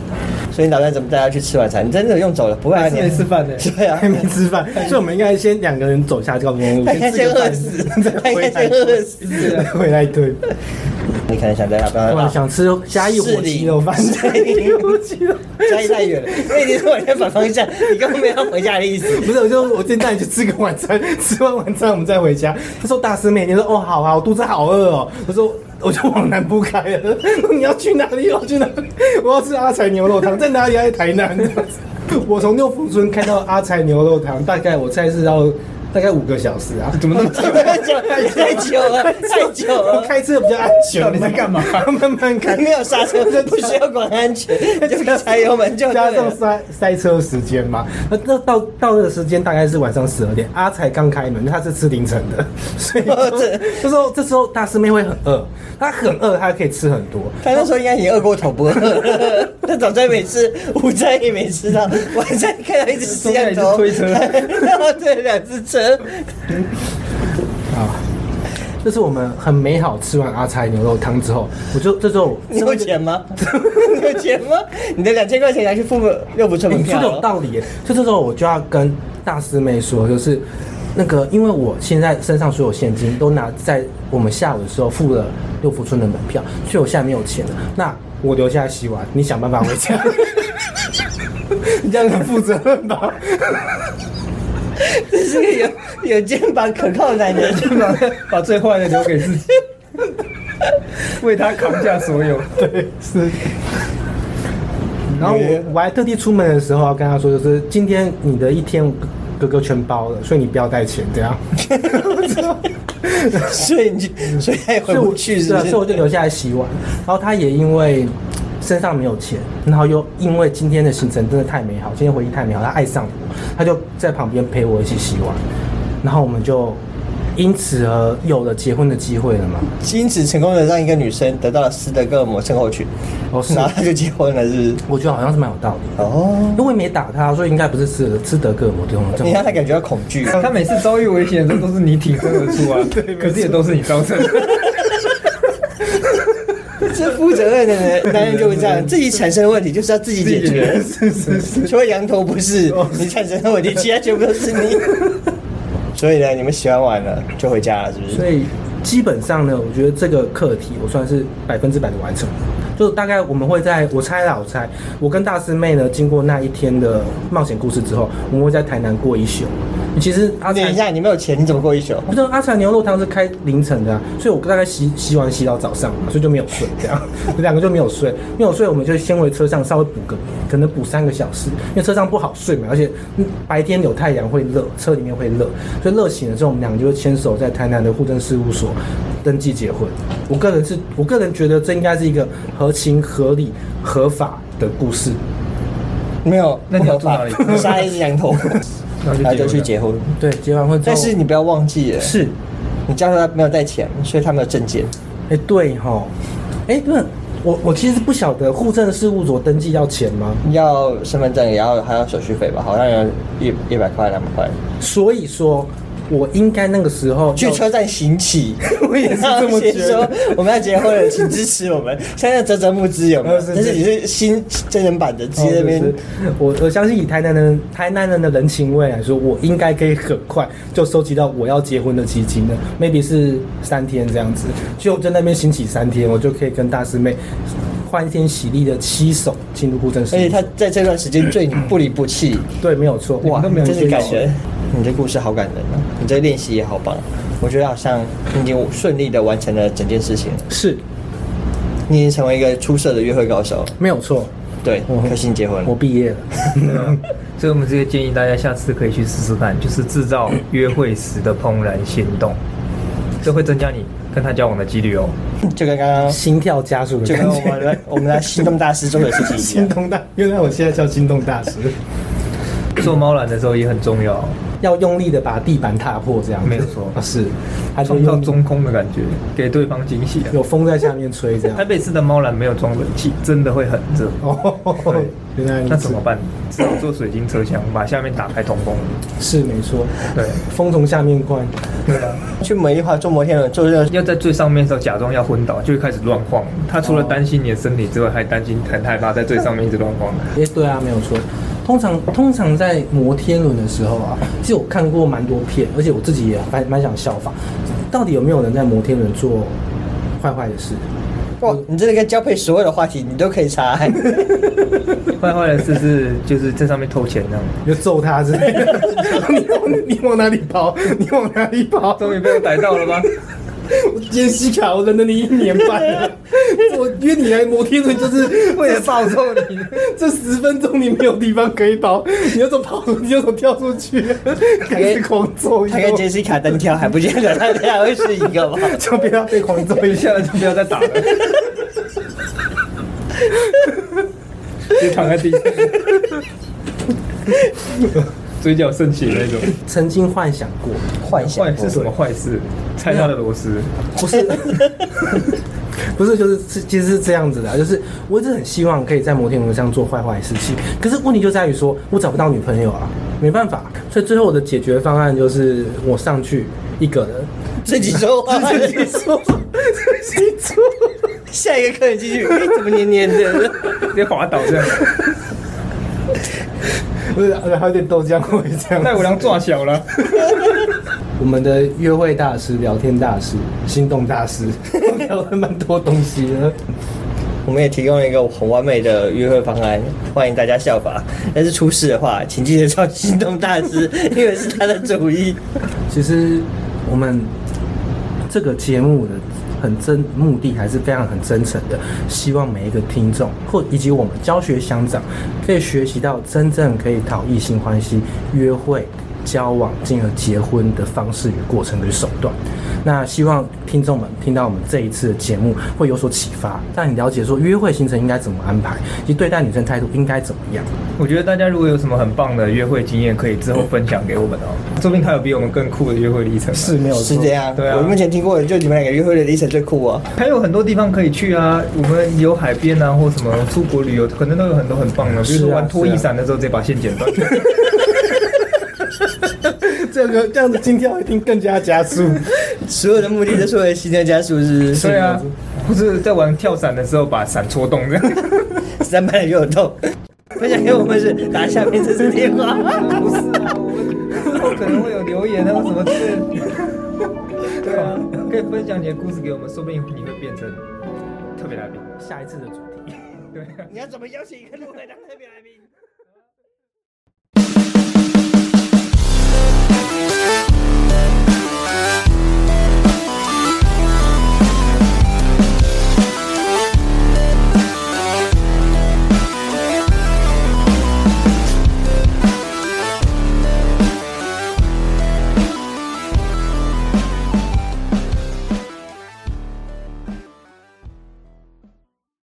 Speaker 4: 所以你打算怎么带他去吃晚 餐？你真的用走了，不会啊？你
Speaker 2: 没吃饭呢、
Speaker 4: 对啊
Speaker 3: 还，没吃饭，所以我们应该先两个人走下高速公路，
Speaker 4: 他应该
Speaker 3: 吃
Speaker 4: 哎先
Speaker 3: 个
Speaker 4: 饿
Speaker 3: 饭
Speaker 4: 死，他
Speaker 3: 再
Speaker 4: 应
Speaker 3: 回
Speaker 4: 该
Speaker 3: 来
Speaker 4: 先饿死。
Speaker 3: 再 回来推。
Speaker 4: 你可能想带他，不然
Speaker 3: 哇，想吃嘉义火鸡肉饭，
Speaker 4: 士林
Speaker 3: 火鸡肉。
Speaker 4: 家里太远了，所以你说我在反方向，你根本没有要回家的意思。
Speaker 3: 不是，我就我先带你去吃个晚餐，吃完晚餐我们再回家。他说大师妹，你说哦好啊，我肚子好饿哦。我说我就往南部开了。你要去哪里？我要去哪里？我要吃阿财牛肉汤，在哪里？在台南。 我从六福村开到阿财牛肉汤，大概我猜是要大概五个小时啊。
Speaker 2: 怎么那么久？
Speaker 4: 久太久了，太久 了。
Speaker 3: 开车比较安全。
Speaker 7: 到底在干嘛？
Speaker 3: 慢慢开，
Speaker 4: 没有刹车，不需要管安全， 就踩油门就对
Speaker 3: 加上
Speaker 4: 了。
Speaker 3: 塞塞车时间嘛，那那到到那个时间大概是晚上十二点，阿才刚开门，他是吃凌晨的， 所以
Speaker 4: 哦这
Speaker 3: 这这时候这时候大师妹会很饿，她很饿，她可以吃很多。
Speaker 4: 他那时候应该已经饿过头不饿，他早餐没吃，午餐也没吃到，晚餐看到一直吃两头，
Speaker 2: 中间一直推车
Speaker 4: 然后推了两只车，
Speaker 3: 这是我们很美好吃完阿才牛肉汤之后，我就这时候
Speaker 4: 你有钱吗？你有钱吗？你的两千块钱拿去付六福车
Speaker 3: 欸
Speaker 4: 门
Speaker 3: 你说
Speaker 4: 票
Speaker 3: 的有
Speaker 4: 了？
Speaker 3: 道理耶，就这时候我就要跟大师妹说，就是那个，因为我现在身上所有现金都拿在我们下午的时候付了六福村的门票，所以我现在没有钱了。那我留下来洗碗，你想办法回家。 你这样很负责任吧？
Speaker 4: 这是个有有肩膀可靠的男人，肩膀
Speaker 2: 把最坏的留给自 己，为他扛下所有。
Speaker 3: 对，是。然后我我还特地出门的时候要跟他说，就是今天你的一天哥哥全包了，所以你不要带钱，这样。
Speaker 4: 所以你就所以他也
Speaker 3: 所
Speaker 4: 回
Speaker 3: 以我
Speaker 4: 不去，是
Speaker 3: 对啊
Speaker 4: 不
Speaker 3: 所以我
Speaker 4: 是？
Speaker 3: 就留下来洗碗。然后他也因为身上没有钱，然后又因为今天的行程真的太美好，今天回忆太美好，他爱上我，他就在旁边陪我一起洗碗，然后我们就因此而有了结婚的机会了嘛。
Speaker 4: 因此成功的让一个女生得到了斯德哥尔摩症候群，
Speaker 3: 哦是
Speaker 4: 然后他就结婚了，是不是？
Speaker 3: 我觉得好像是蛮有道理的，
Speaker 4: 哦，
Speaker 3: 因为我也没打他，所以应该不是吃吃德哥尔摩这种这
Speaker 4: 你让
Speaker 3: 种。
Speaker 4: 他感觉到恐惧。
Speaker 2: 他每次遭遇危险的时候，都是你挺身而出 啊，可是也都是你造成的。
Speaker 4: 这负责任的人男人就会这样，自己产生的问题就是要自己解决， 除了羊头不是
Speaker 3: 哦
Speaker 4: 你产生的问题，其他全部都是你。 所以呢，你们洗完碗了就回家了，是不
Speaker 3: 所
Speaker 4: 是？
Speaker 3: 以基本上呢，我觉得这个课题我算是百分之百的完成了。就大概我们会在我猜啦，我猜，我跟大师妹呢，经过那一天的冒险故事之后，我们会在台南过一宿。其实阿
Speaker 4: 等
Speaker 3: 才
Speaker 4: 一，下，你没有钱，你怎么过一宿？
Speaker 3: 不是阿才牛肉汤是开凌晨的、啊，所以我大概洗洗完洗到早上嘛，所以就没有睡，这样两个就没有睡，没有睡我们就先回车上稍微补个，可能补三个小时，因为车上不好睡嘛，而且嗯白天有太阳会热，车里面会热，所以热醒了之后我们两个就会牵手在台南的户政事务所登记结婚。我个人是我个人觉得这应该是一个合情合理合法的故事。
Speaker 4: 没有，
Speaker 2: 那你要住哪里
Speaker 4: 不合法杀一只羊头，然后就去结婚。
Speaker 3: 对，结完婚之后，
Speaker 4: 但是你不要忘记了，
Speaker 3: 是
Speaker 4: 你加上他没有带钱，所以他没有证件。
Speaker 3: 哎、对哈，哎、不是我我其实不晓得户政事务所登记要钱吗？
Speaker 4: 要身份证，也要还要手续费吧，好像有一一百块、两百块。
Speaker 3: 所以说，我应该那个时候
Speaker 4: 去
Speaker 3: 要
Speaker 4: 车站行乞，
Speaker 3: 我也是这么觉得
Speaker 4: 然后先说我们要结婚了，请支持我们。现在折折募资有没有？
Speaker 3: 呃是
Speaker 4: 但是你是新真人版的，直
Speaker 3: 哦
Speaker 4: 接那边
Speaker 3: 就是我我相信以台南人台南人的人情味来说，我应该可以很快就收集到我要结婚的基金了，maybe 是三天这样子，就在那边行乞三天，我就可以跟大师妹欢天喜地的七手进入户政事
Speaker 4: 而
Speaker 3: 务
Speaker 4: 且哎他
Speaker 3: 所。
Speaker 4: 在这段时间对你不离不弃，
Speaker 3: 对，没有错，
Speaker 4: 哇，
Speaker 3: 你们
Speaker 4: 真是
Speaker 3: 觉
Speaker 4: 感
Speaker 3: 得
Speaker 4: 人。你这故事好感人啊！你这练习也好棒，我觉得好像你已经顺利的完成了整件事情，
Speaker 3: 是
Speaker 4: 你已经成为一个出色的约会高手。
Speaker 3: 没有错，
Speaker 4: 对，
Speaker 2: 嗯
Speaker 4: 可惜你结婚
Speaker 3: 我
Speaker 4: 了。
Speaker 3: 毕业了。
Speaker 2: 对啊所以，我们这个建议大家下次可以去试试看，就是制造约会时的怦然心动，这会增加你跟他交往的几率哦。
Speaker 4: 就跟刚刚，
Speaker 3: 心跳加速的
Speaker 4: 就
Speaker 3: 感
Speaker 4: 跟
Speaker 3: 觉
Speaker 4: 我。们的我们的心动大师做的事情一
Speaker 3: 心
Speaker 4: 样。
Speaker 3: 动大，原来我现在叫心动大师，
Speaker 2: 做猫缆的时候也很重要，
Speaker 3: 要用力的把地板踏破，这样子
Speaker 2: 没有错
Speaker 3: 啊是，还是
Speaker 2: 创造
Speaker 3: 用
Speaker 2: 中空的感觉，给对方惊喜啊。
Speaker 3: 有风在下面吹这样
Speaker 2: 台。北市的猫缆没有装冷气，真的会很热。
Speaker 3: 哦
Speaker 2: 对，
Speaker 3: 原来如此
Speaker 2: 那怎么？办？只好做水晶车厢，把下面打开通风。
Speaker 3: 是没错，
Speaker 2: 对，
Speaker 3: 风从下面灌，
Speaker 2: 对啊，
Speaker 4: 去美丽华坐摩天轮，坐热
Speaker 2: 要在最上面的时候假装要昏倒，就会开始乱晃。他除了担心你的身体之外，还担心很害怕在最上面一直乱晃。
Speaker 3: 哎，对啊，没有错。通常通常在摩天轮的时候啊，其实我看过蛮多片，而且我自己也蛮蛮想效仿。到底有没有人在摩天轮做坏坏的事？
Speaker 4: 哇，你这个交配所有的话题，你都可以 查、
Speaker 2: 坏坏的事是就是在上面偷钱那样。
Speaker 3: 你就揍他之类 的。你往你往哪里跑？你往哪里跑？
Speaker 2: 终于被我逮到了吧？
Speaker 3: 杰西卡，我忍了你一年半了，我约你来摩天轮就是为了
Speaker 4: 暴揍你，
Speaker 3: 这十分钟你没有地方可以跑，你要怎么跑？你要怎么跳出去？开始狂揍一
Speaker 4: 他跟
Speaker 3: 通，
Speaker 4: 杰西卡单挑还不见得他俩会是一个吧？
Speaker 3: 就不要被狂揍一下，就不要再打了。
Speaker 2: 就躺在地上，嘴角渗血那种。
Speaker 3: 曾经幻想过，
Speaker 4: 幻想
Speaker 2: 坏是什么坏事？拆他的螺丝，
Speaker 3: 不是， 不是，就是是其实是这样子的啊，就是我一直很希望可以在摩天轮上做坏坏事情，可是问题就在于说我找不到女朋友啊，没办法，所以最后我的解决方案就是我上去一个人，
Speaker 4: 自己说话，
Speaker 3: 自己做，自己做。
Speaker 4: 下一个客人进 去，哎，怎么黏黏的？
Speaker 2: 直接滑倒这 样。
Speaker 3: 不是，然后有点豆浆味这样。
Speaker 2: 奈我良抓小了，
Speaker 3: 我们的约会大师、聊天大师、心动大师， 聊了蛮多东西的。
Speaker 4: 我们也提供了一个很完美的约会方案，欢迎大家效法。但是出事的话，请记得找心动大师，因为是他的主意。
Speaker 3: 其实我们这个节目的很真目的还是非常很真诚的，希望每一个听众或以及我们教学乡长可以学习到真正可以讨异性欢心、约会、交往进而结婚的方式与过程与手段。那希望听众们听到我们这一次的节目会有所启发，让你了解说约会行程应该怎么安排，以及对待女生态度应该怎么样。
Speaker 2: 我觉得大家如果有什么很棒的约会经验，可以之后分享给我们哦，说不定他有比我们更酷的约会历程。啊
Speaker 3: 是，没有
Speaker 4: 是这样，
Speaker 2: 对啊
Speaker 4: 我目前听过的就你们两个约会的历程最酷啊。
Speaker 2: 还有很多地方可以去啊，我们有海边啊，或什么出国旅游，可能都有很多很棒的，比如说
Speaker 3: 是啊啊
Speaker 2: 玩拖衣伞的时候直接把线剪 断。
Speaker 3: 这个这样子今天一定更加加速。
Speaker 4: 所有的目的都是为了新增加速，是不是？
Speaker 2: 对啊，或是在玩跳伞的时候把伞戳 动这样。
Speaker 4: 三班的就有动。分享给我们是打下面这支电话。
Speaker 2: 不是啊，我们后可能会有留言啊，或什么之类的。 对啊，可以分享你的故事给我们，说不定你会变成特别来宾。
Speaker 3: 下一次的主题。
Speaker 2: 对啊。
Speaker 4: 你要怎么邀请一个路人当特别来宾？